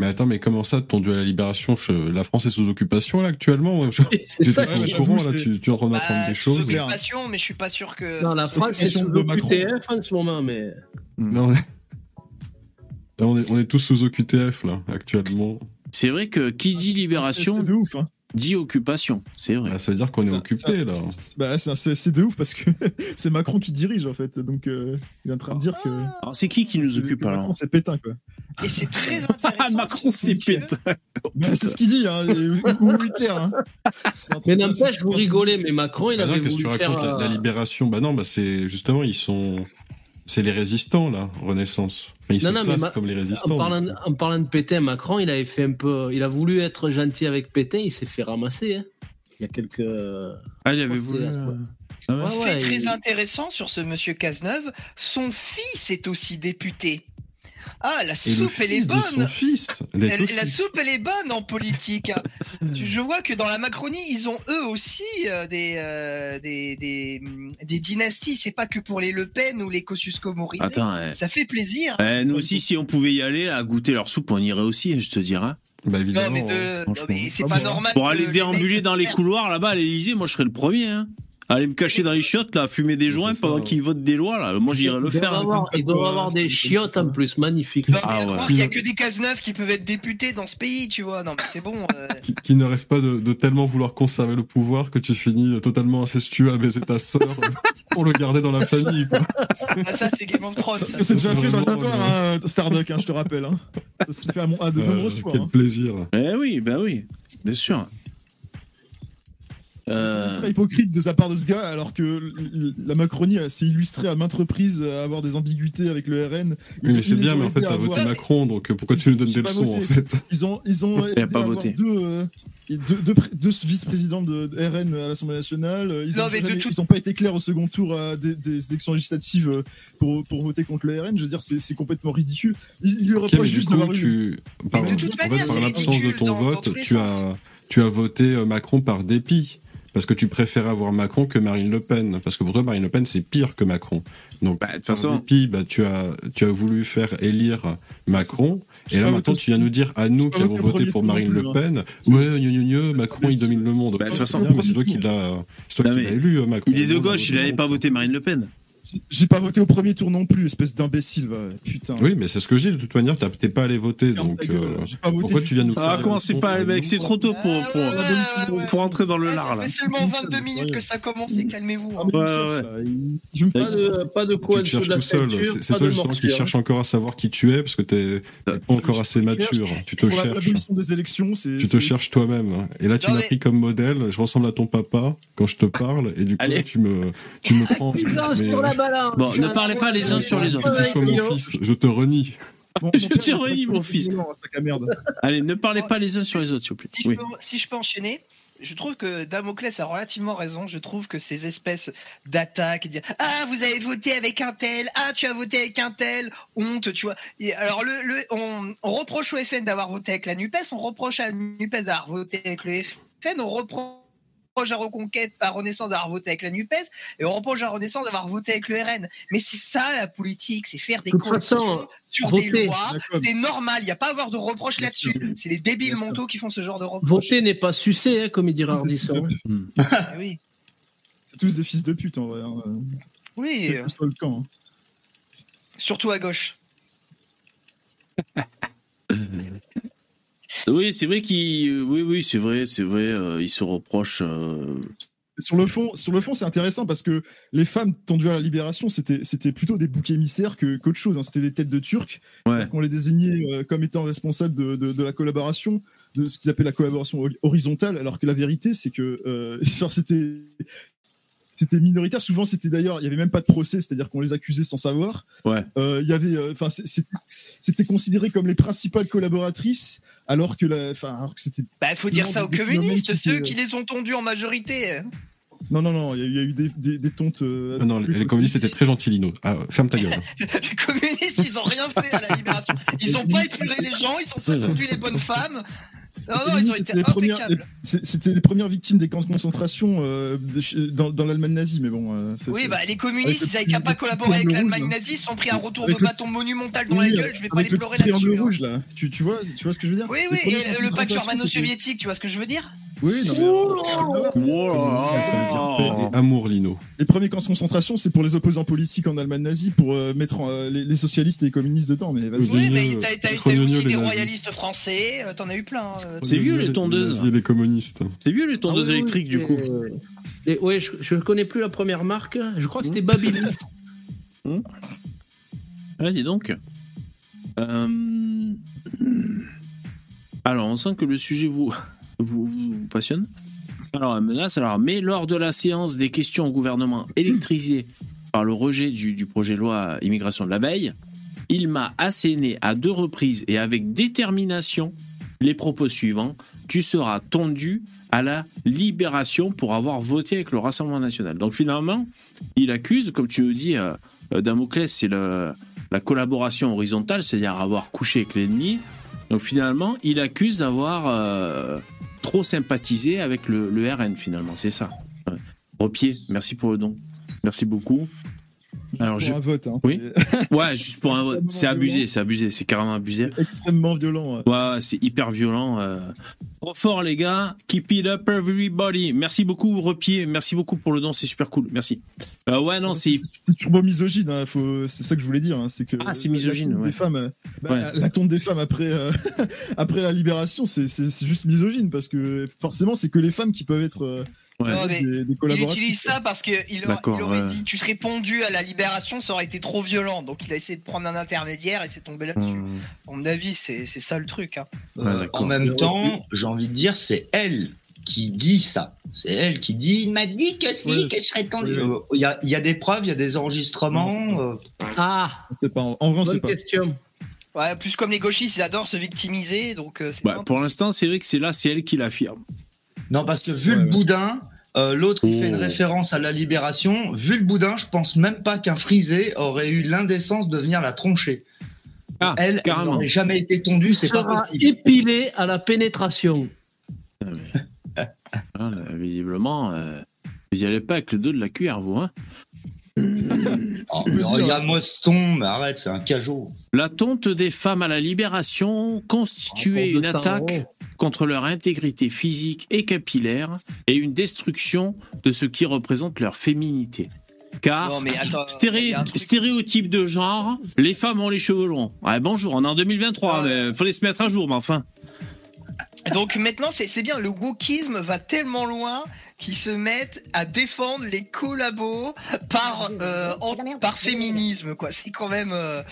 Speaker 6: Mais attends, mais comment ça, ton duel à la libération je- La France est sous occupation là actuellement Je-
Speaker 3: (laughs) C'est ça.
Speaker 1: Ouais,
Speaker 6: je
Speaker 1: mais
Speaker 3: qui-
Speaker 6: comprends,
Speaker 1: j'avoue,
Speaker 6: là,
Speaker 1: c'est-
Speaker 6: tu, tu en train d'apprendre
Speaker 7: Bah,
Speaker 6: des
Speaker 7: sous
Speaker 6: choses.
Speaker 1: clair.
Speaker 7: occupation, mais je suis pas sûr que.
Speaker 3: Non, la
Speaker 7: ça-
Speaker 3: France est sous
Speaker 1: de Macron.
Speaker 3: l'OQTF en ce moment, mais.
Speaker 6: Non, on est- Là, on, est, on est tous sous OQTF là, actuellement.
Speaker 5: C'est vrai que qui dit
Speaker 1: C'est
Speaker 5: libération
Speaker 1: de ouf, hein.
Speaker 5: dit occupation. C'est vrai.
Speaker 6: Bah, ça veut dire qu'on est
Speaker 1: Ça-
Speaker 6: occupé
Speaker 1: ça-
Speaker 6: là.
Speaker 1: c'est- Bah, c'est- c'est c'est de ouf parce que (laughs) c'est Macron qui dirige en fait, donc euh, il est en train de dire que.
Speaker 7: Ah.
Speaker 5: Alors c'est qui qui nous occupe
Speaker 1: que Macron,
Speaker 5: alors
Speaker 1: c'est pétain quoi.
Speaker 7: Et
Speaker 5: (laughs)
Speaker 7: c'est très intéressant.
Speaker 5: Ah, Macron
Speaker 7: ce
Speaker 5: c'est
Speaker 7: que-
Speaker 5: pétain.
Speaker 1: Bah, c'est ce qu'il dit, hein, et- ou ou Hitler. Hein. C'est un truc-
Speaker 3: Mais
Speaker 1: ça,
Speaker 3: n'empêche,
Speaker 1: c'est-
Speaker 3: Bah, vous rigolez, mais Macron, il
Speaker 6: Bah non,
Speaker 3: avait
Speaker 6: qu'est-ce que tu
Speaker 3: voulu faire.
Speaker 6: racontes la, la
Speaker 3: euh,
Speaker 6: libération Bah non, bah c'est justement, ils sont. C'est les résistants là, Renaissance. Enfin, ils
Speaker 3: Non,
Speaker 6: se
Speaker 3: non, mais
Speaker 6: placent
Speaker 3: ma-
Speaker 6: comme les
Speaker 3: En
Speaker 6: résistants.
Speaker 3: parlant, en parlant de Pétain, Macron, il avait fait un peu. Il a voulu être gentil avec Pétain, il s'est fait ramasser. hein. Il y a quelques. Ouais,
Speaker 5: Ah, il avait voulu.
Speaker 3: Ouais, ouais.
Speaker 5: Ah ouais.
Speaker 7: Fait très
Speaker 3: il-
Speaker 7: intéressant sur ce monsieur Cazeneuve, son fils est aussi député. Ah, la
Speaker 6: Et le
Speaker 7: soupe, elle
Speaker 6: fils
Speaker 7: est
Speaker 6: de son
Speaker 7: bonne
Speaker 6: fils. elle est
Speaker 7: Elle- La
Speaker 6: aussi-
Speaker 7: soupe, elle est bonne en
Speaker 3: (laughs)
Speaker 7: politique. hein. Tu- Je vois que dans la Macronie, ils ont eux aussi euh, des, euh, des, des, hum, des dynasties. C'est pas que pour les Le Pen ou les Kosciusko-Morizet.
Speaker 5: Attends. eh.
Speaker 7: Ça fait plaisir.
Speaker 5: (laughs) Eh, nous aussi, si on pouvait y aller, à goûter leur soupe, on irait aussi, hein, je te dirais.
Speaker 6: Bah
Speaker 7: Non,
Speaker 6: évidemment.
Speaker 7: mais, de- non,
Speaker 5: franchement.
Speaker 7: mais c'est
Speaker 1: Ah
Speaker 7: pas
Speaker 1: bon.
Speaker 7: normal.
Speaker 5: Pour
Speaker 7: que
Speaker 5: aller
Speaker 7: les
Speaker 5: déambuler
Speaker 7: mecs-
Speaker 5: dans
Speaker 7: (laughs)
Speaker 5: les couloirs là-bas à l'Elysée, moi je serais le premier. Hein. Aller me cacher dans les chiottes là, fumer des
Speaker 6: C'est
Speaker 5: joints
Speaker 6: ça,
Speaker 5: pendant
Speaker 6: ouais.
Speaker 5: qu'ils votent des lois là, moi j'irais le
Speaker 3: il doit
Speaker 5: faire. hein.
Speaker 3: avoir- Il doit
Speaker 1: Ouais,
Speaker 3: avoir
Speaker 1: c'est-
Speaker 3: des
Speaker 1: c'est-
Speaker 3: chiottes en plus, magnifique.
Speaker 7: Non, mais
Speaker 5: Ah
Speaker 7: à
Speaker 5: ouais.
Speaker 7: croire qu'il y a que des Cazeneuve qui peuvent être députés dans ce pays, tu vois. Non, mais c'est bon.
Speaker 6: (laughs)
Speaker 7: euh,
Speaker 6: Qui, qui ne rêve pas de, de tellement vouloir conserver le pouvoir que tu finis euh, totalement incestueux à baiser
Speaker 3: (laughs)
Speaker 6: ta sœur pour le garder dans la famille. quoi.
Speaker 7: ah, ça, c'est Game of Thrones.
Speaker 1: Ça,
Speaker 7: ça.
Speaker 1: ça, c'est déjà fait dans
Speaker 6: Vraiment,
Speaker 1: l'histoire, hein, Starduck, hein, je te rappelle. Hein. Ça s'est fait à, mon- à de
Speaker 6: Euh,
Speaker 1: nombreuses fois.
Speaker 6: quel
Speaker 1: hein.
Speaker 6: plaisir.
Speaker 5: Eh oui, bah oui, bien sûr.
Speaker 1: C'est
Speaker 5: Euh,
Speaker 1: très hypocrite de sa part de ce gars, alors que l- la Macronie elle, s'est illustrée à maintes reprises à avoir des ambiguïtés avec le RN.
Speaker 6: Oui, mais
Speaker 1: ont-
Speaker 6: c'est
Speaker 1: ils
Speaker 6: bien,
Speaker 1: ont
Speaker 6: mais en
Speaker 1: aidé
Speaker 6: fait,
Speaker 1: à
Speaker 6: t'as
Speaker 1: avoir-
Speaker 6: voté Macron, donc euh, pourquoi tu nous donnes
Speaker 1: J'ai
Speaker 6: des
Speaker 1: pas
Speaker 6: leçons,
Speaker 1: voté.
Speaker 6: en fait
Speaker 1: Ils ont, ils ont aidé à
Speaker 5: pas
Speaker 1: avoir
Speaker 5: voté.
Speaker 1: deux, euh, et deux, deux pré- deux vice-présidents de de RN à l'Assemblée nationale. euh, Ils
Speaker 7: Non,
Speaker 1: n'ont
Speaker 7: mais de tout-
Speaker 1: pas été clairs au second tour euh, des, des élections législatives euh, pour, pour voter contre le RN. Je veux dire, c'est c'est complètement ridicule. Il, il lui
Speaker 6: Ok, mais
Speaker 1: reproche
Speaker 6: du
Speaker 1: juste
Speaker 6: coup,
Speaker 1: d'avoir eu-
Speaker 6: tu... Par,
Speaker 7: de toute
Speaker 6: en fait,
Speaker 7: manière,
Speaker 6: par
Speaker 7: c'est
Speaker 6: l'absence de
Speaker 7: ridicule
Speaker 6: ton
Speaker 7: dans- dans
Speaker 6: vote,
Speaker 7: tous les
Speaker 6: tu as,
Speaker 7: sens.
Speaker 6: tu as voté euh, Macron par dépit, parce que tu préfères avoir Macron que Marine Le Pen, parce que pour toi, Marine Le Pen, c'est pire que Macron. Donc,
Speaker 5: bah, de toute
Speaker 6: par
Speaker 5: façon,
Speaker 6: dépit, bah, tu, as, tu as voulu faire élire Macron,
Speaker 1: J'ai
Speaker 6: et là
Speaker 1: pas
Speaker 6: maintenant,
Speaker 1: voté-
Speaker 6: tu viens nous dire à nous
Speaker 1: pas
Speaker 6: qui avons
Speaker 1: voté au
Speaker 6: voté
Speaker 1: premier
Speaker 6: pour
Speaker 1: tour
Speaker 6: Marine
Speaker 1: non
Speaker 6: Le
Speaker 1: plus,
Speaker 6: Pen, ouais, gneu, gneu, gneu, Macron, il domine le monde.
Speaker 5: Bah, de toute
Speaker 6: C'est
Speaker 5: façon-
Speaker 6: bien, mais c'est toi qui l'as c'est toi
Speaker 5: Non,
Speaker 6: qui
Speaker 5: mais
Speaker 6: l'as élu, euh, Macron.
Speaker 5: il est de
Speaker 6: Non,
Speaker 5: gauche, il
Speaker 6: non,
Speaker 5: n'avait
Speaker 6: non.
Speaker 5: pas voté Marine Le Pen.
Speaker 1: J'ai- J'ai pas voté au premier tour non plus, espèce d'imbécile. va, Putain.
Speaker 6: Oui, mais c'est ce que je dis, de toute manière, t'as- t'es pas allé voter,
Speaker 1: Ferme ta
Speaker 6: donc...
Speaker 1: gueule,
Speaker 6: euh,
Speaker 1: j'ai pas voté
Speaker 6: Pourquoi
Speaker 1: du
Speaker 6: tu viens
Speaker 1: tout.
Speaker 6: nous faire
Speaker 5: Ah,
Speaker 6: des
Speaker 5: commencez
Speaker 6: leçons
Speaker 5: pas,
Speaker 6: pour
Speaker 5: les mecs,
Speaker 6: nous,
Speaker 5: c'est trop tôt pour,
Speaker 7: Ah,
Speaker 5: pour,
Speaker 7: ouais, ouais, ouais.
Speaker 5: pour entrer dans le
Speaker 7: Ah,
Speaker 5: lard
Speaker 7: ça
Speaker 5: là.
Speaker 7: fait seulement 22 minutes que ça commence et calmez-vous. hein.
Speaker 1: Ah, mais il me
Speaker 5: Ouais,
Speaker 1: cherche, là, il- il me fait-
Speaker 3: Pas de, pas de
Speaker 6: Tu
Speaker 3: quoi
Speaker 6: te cherches
Speaker 3: de la
Speaker 6: tout seul.
Speaker 3: ceinture,
Speaker 6: C'est c'est
Speaker 3: pas
Speaker 6: toi
Speaker 3: de
Speaker 6: justement qui
Speaker 3: morsure.
Speaker 1: hein.
Speaker 6: cherche encore à savoir qui tu es parce que t'es t'es pas encore assez mature. Tu te
Speaker 1: Pour la-
Speaker 6: cherches.
Speaker 1: l'abolition des élections, c'est.
Speaker 6: Tu te
Speaker 1: c'est-
Speaker 6: cherches toi-même. Et là, tu
Speaker 7: Non,
Speaker 6: m'as
Speaker 7: mais-
Speaker 6: pris comme modèle. Je ressemble à ton papa quand je te parle. Et du coup,
Speaker 5: Allez.
Speaker 6: tu me, tu me prends.
Speaker 3: Plus
Speaker 6: Mais,
Speaker 3: grand sur la hein. balance.
Speaker 5: Bon, ne parlez pas les uns sur les autres.
Speaker 6: hein. que tu sois mon fils, je te renie.
Speaker 1: Bon,
Speaker 5: Je
Speaker 1: mon
Speaker 5: te
Speaker 1: père,
Speaker 5: redis,
Speaker 1: il-
Speaker 5: mon fils.
Speaker 1: Non, sac à merde.
Speaker 5: Allez, ne parlez pas les uns sur les autres, s'il vous plaît.
Speaker 7: Si je,
Speaker 5: Oui.
Speaker 7: peux, si je peux enchaîner, je trouve que Damoclès a relativement raison. Je trouve que ces espèces d'attaques, dire Ah, vous avez voté avec un tel, Ah, tu as voté avec un tel, honte, tu vois. Et alors, le, le- on, on reproche au FN d'avoir voté avec la NUPES, on reproche à la NUPES d'avoir voté avec le FN, on reproche à Reconquête, à Renaissance d'avoir voté avec la NUPES, et on reproche à Renaissance d'avoir voté avec le RN. Mais c'est ça la politique, c'est faire des
Speaker 3: De toute façon,
Speaker 7: coalitions sur
Speaker 3: voter,
Speaker 7: des lois,
Speaker 1: d'accord.
Speaker 7: c'est normal, il n'y a pas à avoir de reproches
Speaker 1: Bien sûr.
Speaker 7: là-dessus. C'est les débiles
Speaker 1: Bien sûr.
Speaker 7: mentaux qui font ce genre
Speaker 1: Oh,
Speaker 7: de
Speaker 1: bah,
Speaker 7: reproches.
Speaker 3: Voter n'est pas sucer, hein, comme il dirait Ardisson. hein.
Speaker 5: Hmm.
Speaker 7: Eh Oui,
Speaker 1: C'est tous des fils de pute en vrai. hein.
Speaker 7: oui
Speaker 1: C'est
Speaker 7: euh,
Speaker 1: tous dans le camp. hein.
Speaker 7: surtout à gauche.
Speaker 5: Oui, c'est vrai qu'il. euh, Oui, oui, c'est vrai, c'est vrai. euh, il se reproche. euh,
Speaker 1: Sur le fond, sur le fond, c'est intéressant parce que les femmes tendues à la libération, c'était c'était plutôt des boucs émissaires que qu'autre chose. hein. C'était des têtes de Turcs.
Speaker 5: Ouais.
Speaker 1: On les désignait euh, comme étant responsables de, de- de la collaboration, de (laughs) ce qu'ils appellent la collaboration hori- horizontale, alors que la vérité, c'est que euh, genre, c'était c'était minoritaire. Souvent, c'était d'ailleurs, il n'y avait même pas de procès, c'est-à-dire qu'on les accusait sans savoir.
Speaker 5: Ouais.
Speaker 1: Euh, il y avait, euh, enfin, c'est- c'était- c'était considéré comme les principales collaboratrices, alors que, la, enfin, alors que c'était.
Speaker 7: Bah, faut dire
Speaker 1: Non,
Speaker 7: ça
Speaker 1: des-
Speaker 7: aux
Speaker 1: des
Speaker 7: communistes,
Speaker 1: phénomènes qui
Speaker 7: ceux
Speaker 1: se-
Speaker 7: qui les ont tondus en majorité. (laughs)
Speaker 1: Non, non, non, il y a eu- il y, a eu des, des, des tontes. euh,
Speaker 6: Ah non, les, les communistes étaient très gentils, Lino. Ah,
Speaker 1: (laughs)
Speaker 6: ferme ta gueule.
Speaker 7: Les communistes, ils ont rien fait à la libération. Ils ont pas épuré les gens, ils ont pas conduit les bonnes femmes. Non, Ah non, ils ont
Speaker 1: communistes,
Speaker 7: été
Speaker 1: c'était les premières-
Speaker 7: impeccables.
Speaker 1: les- c'est- C'était les premières victimes des camps de concentration euh, de chez- dans, dans l'Allemagne nazie, mais bon. euh, ça-
Speaker 7: Oui,
Speaker 1: ça-
Speaker 7: bah les communistes,
Speaker 1: Avec
Speaker 7: ils
Speaker 1: le
Speaker 7: avaient qu'à
Speaker 1: petit-
Speaker 7: pas
Speaker 1: le petit
Speaker 7: collaborer avec
Speaker 1: triangle
Speaker 7: l'Allemagne
Speaker 1: rouge, là.
Speaker 7: nazie sans pris un retour de
Speaker 1: Avec le-
Speaker 7: bâton monumental dans la
Speaker 1: Oui,
Speaker 7: gueule, je vais pas les
Speaker 1: avec le
Speaker 7: pleurer
Speaker 1: petit triangle
Speaker 7: là-dessus. hein.
Speaker 1: rouge là, tu, tu vois, tu vois ce que je veux dire
Speaker 7: Oui,
Speaker 1: Les
Speaker 7: oui,
Speaker 1: premières
Speaker 7: et le
Speaker 1: camps de
Speaker 7: pacte
Speaker 1: concentration, c'était-
Speaker 7: germano-soviétique, tu vois ce que je veux dire
Speaker 1: Oui, non, mais, euh,
Speaker 5: Wow.
Speaker 6: Ça veut dire paix et amour, Lino.
Speaker 1: Les premiers camps de concentration, c'est pour les opposants politiques en Allemagne nazie, pour euh, mettre euh, les, les socialistes et les communistes dedans. Mais vas-y. euh,
Speaker 7: Oui,
Speaker 6: Mieux,
Speaker 7: mais t'as t'as-
Speaker 6: c'est
Speaker 7: t'as eu
Speaker 6: mieux,
Speaker 7: aussi
Speaker 6: les
Speaker 7: des
Speaker 6: nazis.
Speaker 7: royalistes français, euh, t'en as eu plein. euh,
Speaker 5: C'est vieux, les
Speaker 6: nazis-
Speaker 5: tondeuses.
Speaker 6: nazis et les communistes.
Speaker 5: C'est vieux les tondeuses
Speaker 3: Ah oui, oui,
Speaker 5: électriques du
Speaker 3: c'est- euh,
Speaker 5: coup.
Speaker 3: les- ouais, je, je connais plus la première marque. Je crois que
Speaker 1: Hmm.
Speaker 3: c'était
Speaker 1: (laughs)
Speaker 3: Babyliss.
Speaker 5: Ah, dis donc. Euh, Alors, on sent que le sujet vous, vous, vous passionne. Alors, la menace, alors, mais lors de la séance des questions au gouvernement électrisé par le rejet du, du projet de loi immigration de la veille, il m'a asséné à deux reprises et avec détermination les propos suivants. Tu seras tendu à la libération pour avoir voté avec le Rassemblement national. Donc finalement, il accuse, comme tu le dis, euh, euh, Damoclès, c'est le, la collaboration horizontale, c'est-à-dire avoir couché avec l'ennemi. Donc finalement, il accuse d'avoir euh, trop sympathisé avec le, le RN, finalement, c'est ça. Ouais. Repied, merci pour le don. Merci beaucoup. Alors,
Speaker 1: pour
Speaker 5: je...
Speaker 1: un vote, hein,
Speaker 5: Oui. (laughs)
Speaker 1: c'est
Speaker 5: ouais, juste
Speaker 7: (laughs)
Speaker 5: pour un... C'est abusé, c'est abusé, c'est carrément abusé.
Speaker 1: extrêmement violent. hein. ouais.
Speaker 5: Ouais, ouais, c'est hyper violent. euh. Trop fort, les gars. Keep it up, everybody. Merci beaucoup, Repied. Merci beaucoup pour le don, c'est super cool. Merci. Euh, ouais, non, c'est.
Speaker 1: C'est turbo misogyne, hein, faut- c'est ça que je voulais dire. hein, c'est que
Speaker 5: Ah, c'est
Speaker 1: la-
Speaker 5: misogyne,
Speaker 1: La tombe
Speaker 5: ouais.
Speaker 1: des femmes, euh, bah,
Speaker 5: Ouais.
Speaker 1: la- la tombe des femmes après euh, (laughs) après la libération, c'est c'est- c'est juste misogyne parce que forcément, c'est que les femmes qui peuvent être euh,
Speaker 5: Ouais.
Speaker 7: Non, mais
Speaker 1: des, des
Speaker 7: Il
Speaker 1: collaboratrices.
Speaker 7: utilise ça parce qu'il il aura-
Speaker 5: D'accord,
Speaker 7: il aurait
Speaker 5: ouais. Bah,
Speaker 7: dit tu serais pondu à la libération, ça aurait été trop violent. Donc il a essayé de prendre un intermédiaire et c'est tombé là-dessus.
Speaker 5: Hum,
Speaker 7: À mon avis, c'est c'est ça le truc. hein.
Speaker 1: Euh,
Speaker 5: ouais,
Speaker 4: Euh, En
Speaker 5: d'accord.
Speaker 4: même temps, j'ai envie de dire, c'est elle qui dit ça. C'est elle qui dit, il m'a dit que si,
Speaker 1: Ouais,
Speaker 4: que je serais tendu.
Speaker 1: ouais, ouais.
Speaker 4: Euh, Il y, a, il y a des preuves, il y a des enregistrements. euh,
Speaker 3: Ah,
Speaker 1: C'est pas- en vrai, on sait
Speaker 3: bonne
Speaker 1: pas.
Speaker 3: question.
Speaker 7: Ouais, plus comme les gauchistes, ils adorent se victimiser. Donc euh, c'est
Speaker 5: Ouais,
Speaker 7: pas-
Speaker 5: pour l'instant, c'est vrai que c'est là, c'est elle qui l'affirme.
Speaker 4: Non, parce que vu
Speaker 1: Ouais,
Speaker 4: le
Speaker 1: ouais.
Speaker 4: boudin, euh, l'autre il fait
Speaker 5: Oh.
Speaker 4: une référence à la libération, vu le boudin, je pense même pas qu'un frisé aurait eu l'indécence de venir la troncher.
Speaker 5: Ah,
Speaker 4: elle, elle
Speaker 5: carrément.
Speaker 4: n'aurait jamais été tondue, c'est pas
Speaker 3: Sera
Speaker 4: possible.
Speaker 3: épilé à la pénétration.
Speaker 5: Ah, là, visiblement, euh, vous y allez pas avec le dos de la cuillère, vous. Hein
Speaker 4: Oh,
Speaker 1: tu veux
Speaker 4: mais
Speaker 1: dire.
Speaker 4: regarde Moston, mais arrête, c'est un cajot.
Speaker 5: la tonte des femmes à la libération constituait
Speaker 3: Encore
Speaker 5: une
Speaker 3: 200
Speaker 5: attaque
Speaker 3: euros.
Speaker 5: contre leur intégrité physique et capillaire et une destruction de ce qui représente leur féminité. Car
Speaker 7: Non, mais attends, il y
Speaker 5: Stéré-
Speaker 7: a un truc-
Speaker 5: stéréotype de genre, les femmes ont les cheveux longs. Ouais, bonjour, on est en 2023,
Speaker 7: Ah ouais.
Speaker 5: mais fallait se mettre à jour, mais enfin.
Speaker 7: Donc maintenant, c'est c'est bien, le wokisme va tellement loin qu'ils se mettent à défendre les collabos par, euh, en- par féminisme. quoi. C'est quand même euh,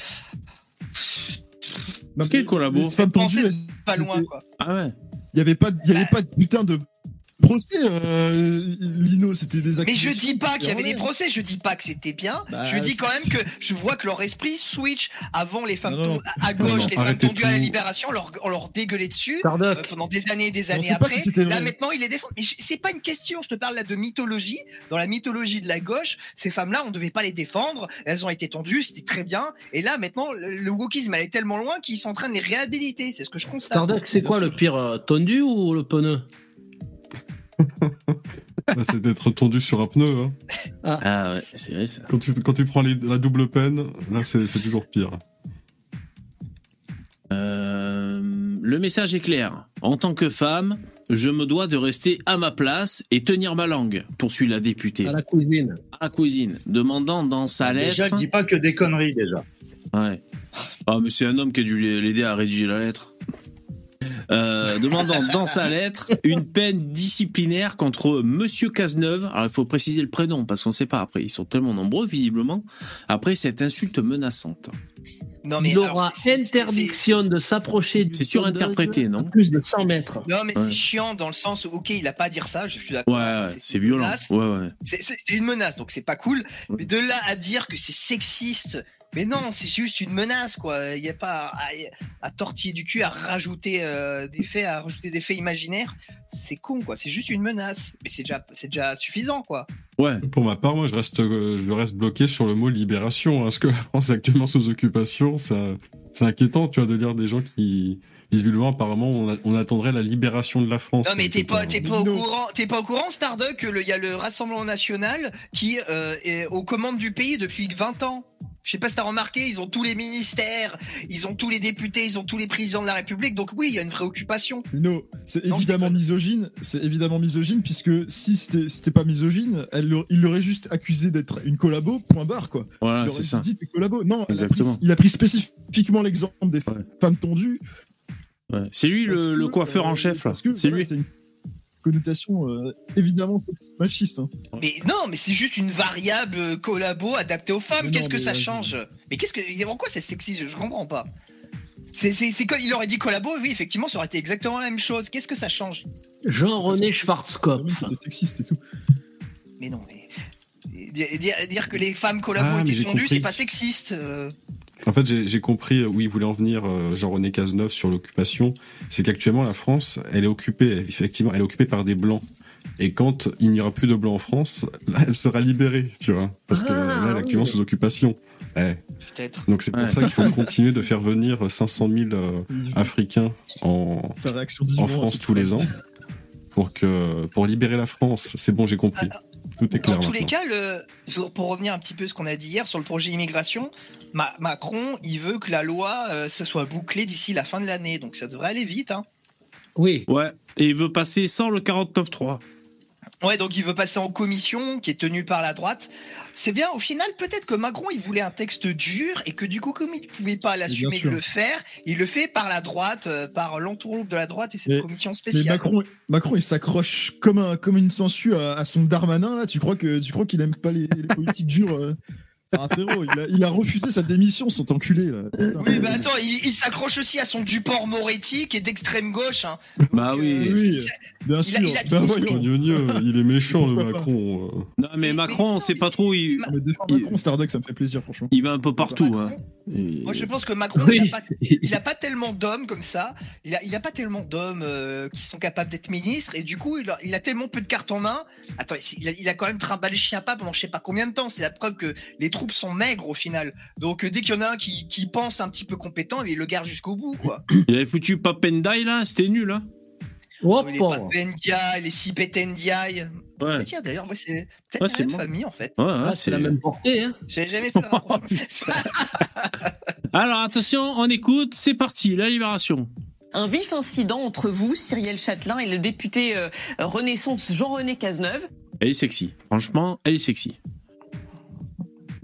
Speaker 1: Non,
Speaker 5: Quel
Speaker 1: mais-
Speaker 5: collabo
Speaker 1: les femmes tendues,
Speaker 7: pensée
Speaker 1: elles-
Speaker 7: pas loin. quoi. Bah.
Speaker 5: Ah ouais.
Speaker 1: Il n'y avait pas, il y avait pas de putain de procès, euh, Lino. C'était des
Speaker 7: Mais je
Speaker 1: accusations.
Speaker 7: dis pas qu'il y avait
Speaker 1: Ouais.
Speaker 7: des procès, je dis pas que c'était bien.
Speaker 1: Bah,
Speaker 7: je dis quand même
Speaker 1: c'est-
Speaker 7: que je vois que leur esprit switch avant les femmes
Speaker 1: Non, non.
Speaker 7: ton- à
Speaker 6: Non,
Speaker 7: gauche,
Speaker 6: non,
Speaker 7: les femmes
Speaker 6: arrêtez
Speaker 7: tendues à la
Speaker 6: tout.
Speaker 7: libération, leur- on leur dégueulait dessus. euh,
Speaker 3: Tardoc.
Speaker 7: pendant des années et des
Speaker 1: On
Speaker 7: années
Speaker 1: sait pas
Speaker 7: après,
Speaker 1: si c'était
Speaker 7: là
Speaker 1: vrai.
Speaker 7: maintenant ils les défendent. Mais je- c'est pas une question, je te parle là de mythologie. Dans la mythologie de la gauche, ces femmes-là, on devait pas les défendre, elles ont été tendues, c'était très bien. Et là maintenant, le le wokisme allait tellement loin qu'ils sont en train de les réhabiliter, c'est ce que je constate.
Speaker 3: Tardoc, c'est quoi le pire euh, Tendu ou le pneu
Speaker 6: Bah, c'est d'être tondu sur un pneu. hein.
Speaker 5: (laughs) Ah ouais, c'est vrai ça.
Speaker 6: Quand, tu, quand tu prends les- la double peine, là, c'est c'est toujours pire.
Speaker 5: Euh, le message est clair. En tant que femme, je me dois de rester à ma place et tenir ma langue, poursuit la députée.
Speaker 3: À la cuisine.
Speaker 5: À la cousine, demandant dans sa
Speaker 4: Ah, Déjà,
Speaker 5: lettre. hein.
Speaker 4: dis pas que des conneries, déjà.
Speaker 5: Ouais. Ah, mais c'est un homme qui a dû l'aider à rédiger la lettre. euh, demandant dans sa lettre une peine disciplinaire contre Monsieur Cazeneuve. Alors, il faut préciser le prénom parce qu'on ne sait pas. Après, ils sont tellement nombreux, visiblement. Après cette insulte menaçante.
Speaker 7: Non,
Speaker 3: Il
Speaker 7: alors,
Speaker 3: aura
Speaker 7: c'est- c'est-
Speaker 3: interdiction de s'approcher du.
Speaker 5: C'est
Speaker 3: sondage
Speaker 5: surinterprété, non
Speaker 3: à Plus de 100 mètres.
Speaker 7: c'est- Non, mais
Speaker 5: Ouais.
Speaker 7: c'est chiant dans le sens où, ok, il a pas à dire ça, je suis
Speaker 5: Ouais,
Speaker 7: d'accord.
Speaker 5: ouais,
Speaker 7: une
Speaker 5: c'est violent.
Speaker 7: menace.
Speaker 5: Ouais, ouais.
Speaker 7: C'est c'est- c'est une menace, donc c'est pas cool. Mais de là à dire que c'est sexiste, mais non, c'est juste une menace, quoi. Il n'y a pas à, à tortiller du cul, à rajouter euh, des faits, à rajouter des faits imaginaires. C'est con, quoi. C'est juste une menace. Mais c'est déjà, c'est déjà suffisant, quoi.
Speaker 5: Ouais.
Speaker 6: Pour ma part, moi, je reste, euh, je reste bloqué sur le mot libération. hein. Ce que (laughs) la France est actuellement sous occupation, ça, c'est inquiétant, tu vois, de lire des gens qui, visiblement, apparemment, on, a- on attendrait la libération de la France.
Speaker 7: Non, mais t'es
Speaker 6: quelque
Speaker 7: pas,
Speaker 6: part.
Speaker 7: t'es pas au
Speaker 1: Non.
Speaker 7: courant, t'es pas au courant, Starduck, que le- il y a le Rassemblement National qui euh, est aux commandes du pays depuis 20 ans. Je sais pas si t'as remarqué, ils ont tous les ministères, ils ont tous les députés, ils ont tous les présidents de la République. Donc oui, il y a une préoccupation.
Speaker 1: Lino, c'est
Speaker 7: Non, je
Speaker 1: évidemment
Speaker 7: déconne.
Speaker 1: misogyne, c'est évidemment misogyne, puisque si c'était c'était pas misogyne, elle, le- il l'aurait juste accusé d'être une collabo, point barre, quoi.
Speaker 5: Voilà,
Speaker 1: il
Speaker 5: c'est
Speaker 1: aurait
Speaker 5: ça.
Speaker 1: juste dit t'es collabo. Non, elle a pris-
Speaker 5: Exactement.
Speaker 1: il a pris spécifiquement l'exemple des
Speaker 5: Ouais.
Speaker 1: femmes tondues.
Speaker 5: Ouais. C'est lui
Speaker 1: parce
Speaker 5: le, le
Speaker 1: que,
Speaker 5: coiffeur
Speaker 1: euh,
Speaker 5: en chef, là.
Speaker 1: parce que,
Speaker 5: C'est
Speaker 1: voilà,
Speaker 5: lui.
Speaker 1: une connotation euh, évidemment machiste. hein.
Speaker 7: Mais non, mais c'est juste une variable collabo adaptée aux femmes.
Speaker 1: Mais
Speaker 7: Qu'est-ce
Speaker 1: non,
Speaker 7: que
Speaker 1: mais
Speaker 7: ça
Speaker 1: vas-y.
Speaker 7: change Mais qu'est-ce que en quoi c'est sexiste Je comprends pas. C'est c'est c'est comme il aurait dit collabo, oui effectivement, ça aurait été exactement la même chose. Qu'est-ce que ça change
Speaker 3: Jean-René
Speaker 1: Parce que-
Speaker 3: Schwarzkopf.
Speaker 1: C'était sexiste et tout.
Speaker 7: Mais non, mais dire, dire- dire que les femmes collabo
Speaker 6: Ah, mais
Speaker 7: étaient
Speaker 6: j'ai
Speaker 7: tendues,
Speaker 6: compris.
Speaker 7: c'est pas sexiste. euh.
Speaker 6: En fait, j'ai j'ai compris où il voulait en venir, euh, Jean-René Cazeneuve, sur l'occupation. C'est qu'actuellement, la France, elle est occupée, effectivement, elle est occupée par des Blancs. Et quand il n'y aura plus de Blancs en France, là, elle sera libérée, tu vois. Parce que
Speaker 3: Ah,
Speaker 6: là, elle est
Speaker 3: oui.
Speaker 6: actuellement sous occupation. Eh.
Speaker 7: Peut-être.
Speaker 6: Donc c'est pour
Speaker 5: Ouais.
Speaker 6: ça qu'il faut (laughs) continuer de faire venir 500 000 euh, Africains en,
Speaker 1: Ta réaction
Speaker 6: en France tous les ans pour, que, pour libérer la France. C'est bon, j'ai compris. Tout est
Speaker 7: Dans
Speaker 6: clair
Speaker 7: tous les
Speaker 6: maintenant.
Speaker 7: cas, le- pour, pour revenir un petit peu à ce qu'on a dit hier sur le projet immigration, Ma- Macron, il veut que la loi euh, se soit bouclée d'ici la fin de l'année, donc ça devrait aller vite. Hein.
Speaker 3: Oui.
Speaker 5: Ouais. Et il veut passer sans le 49.3.
Speaker 7: Ouais, donc il veut passer en commission, qui est tenue par la droite. C'est bien, au final, peut-être que Macron, il voulait un texte dur et que du coup, comme il ne pouvait pas l'assumer de
Speaker 1: sûr.
Speaker 7: le faire, il le fait par la droite, euh, par l'entourloupe de la droite et cette
Speaker 1: Mais-
Speaker 7: commission
Speaker 1: Mais
Speaker 7: spéciale.
Speaker 1: Macron, Macron, il s'accroche comme, un, comme une sangsue à, à son Darmanin, là. Tu crois que tu crois qu'il aime pas les, les politiques dures euh Enfin, frérot, il a, il a refusé sa démission, son enculé, là. Putain.
Speaker 7: Oui, mais Eh ben, attends, il, il s'accroche aussi à son Duport Moretti, qui est d'extrême gauche. hein.
Speaker 5: Bah
Speaker 7: Euh,
Speaker 5: oui.
Speaker 1: oui.
Speaker 7: c'est-
Speaker 1: Bien
Speaker 7: il a-
Speaker 1: sûr.
Speaker 7: il a
Speaker 1: Bah
Speaker 7: dit-
Speaker 1: voyons.
Speaker 6: Oh, gneu, gneu, il est méchant, le
Speaker 1: Pourquoi pas
Speaker 6: Macron. euh.
Speaker 5: Non, mais
Speaker 7: Mais-
Speaker 5: Macron,
Speaker 7: mais-
Speaker 5: on sait pas trop. Il,
Speaker 1: Mais défendre Macron, Starduck, ça me fait plaisir, franchement.
Speaker 5: il va un peu partout. Hein.
Speaker 7: Macron,
Speaker 5: Et-
Speaker 7: Moi, je pense que Macron,
Speaker 3: Oui.
Speaker 7: il n'a pas, il a pas tellement d'hommes comme ça. Il n'a il a pas tellement d'hommes euh, qui sont capables d'être ministres. Et du coup, il a, il a tellement peu de cartes en main. Attends, il a, il a quand même trimballé Chiapa pendant je sais pas combien de temps. C'est la preuve que les troupes sont maigres au final. Donc, euh, dès qu'il y en a un qui, qui pense un petit peu compétent, il le garde jusqu'au bout. quoi.
Speaker 5: Il avait foutu Papendai, là. C'était nul, hein.
Speaker 3: Hop,
Speaker 7: il est pas Bendia, il est Sipetendiaï.
Speaker 5: Ouais.
Speaker 7: Tiens, d'ailleurs, ouais, c'est peut-être
Speaker 5: Ouais,
Speaker 7: la
Speaker 5: c'est
Speaker 7: même
Speaker 5: bon.
Speaker 7: famille en fait.
Speaker 5: Ouais, hein, ouais,
Speaker 3: Ah, c'est la même portée. Hein.
Speaker 7: J'avais
Speaker 3: (laughs)
Speaker 7: jamais fait la
Speaker 5: (laughs) Alors attention, on écoute, c'est parti, la libération.
Speaker 8: Un vif incident entre vous, Cyrielle Châtelain, et le député euh, Renaissance Jean-René Cazeneuve.
Speaker 5: Elle est sexy, franchement, elle est sexy.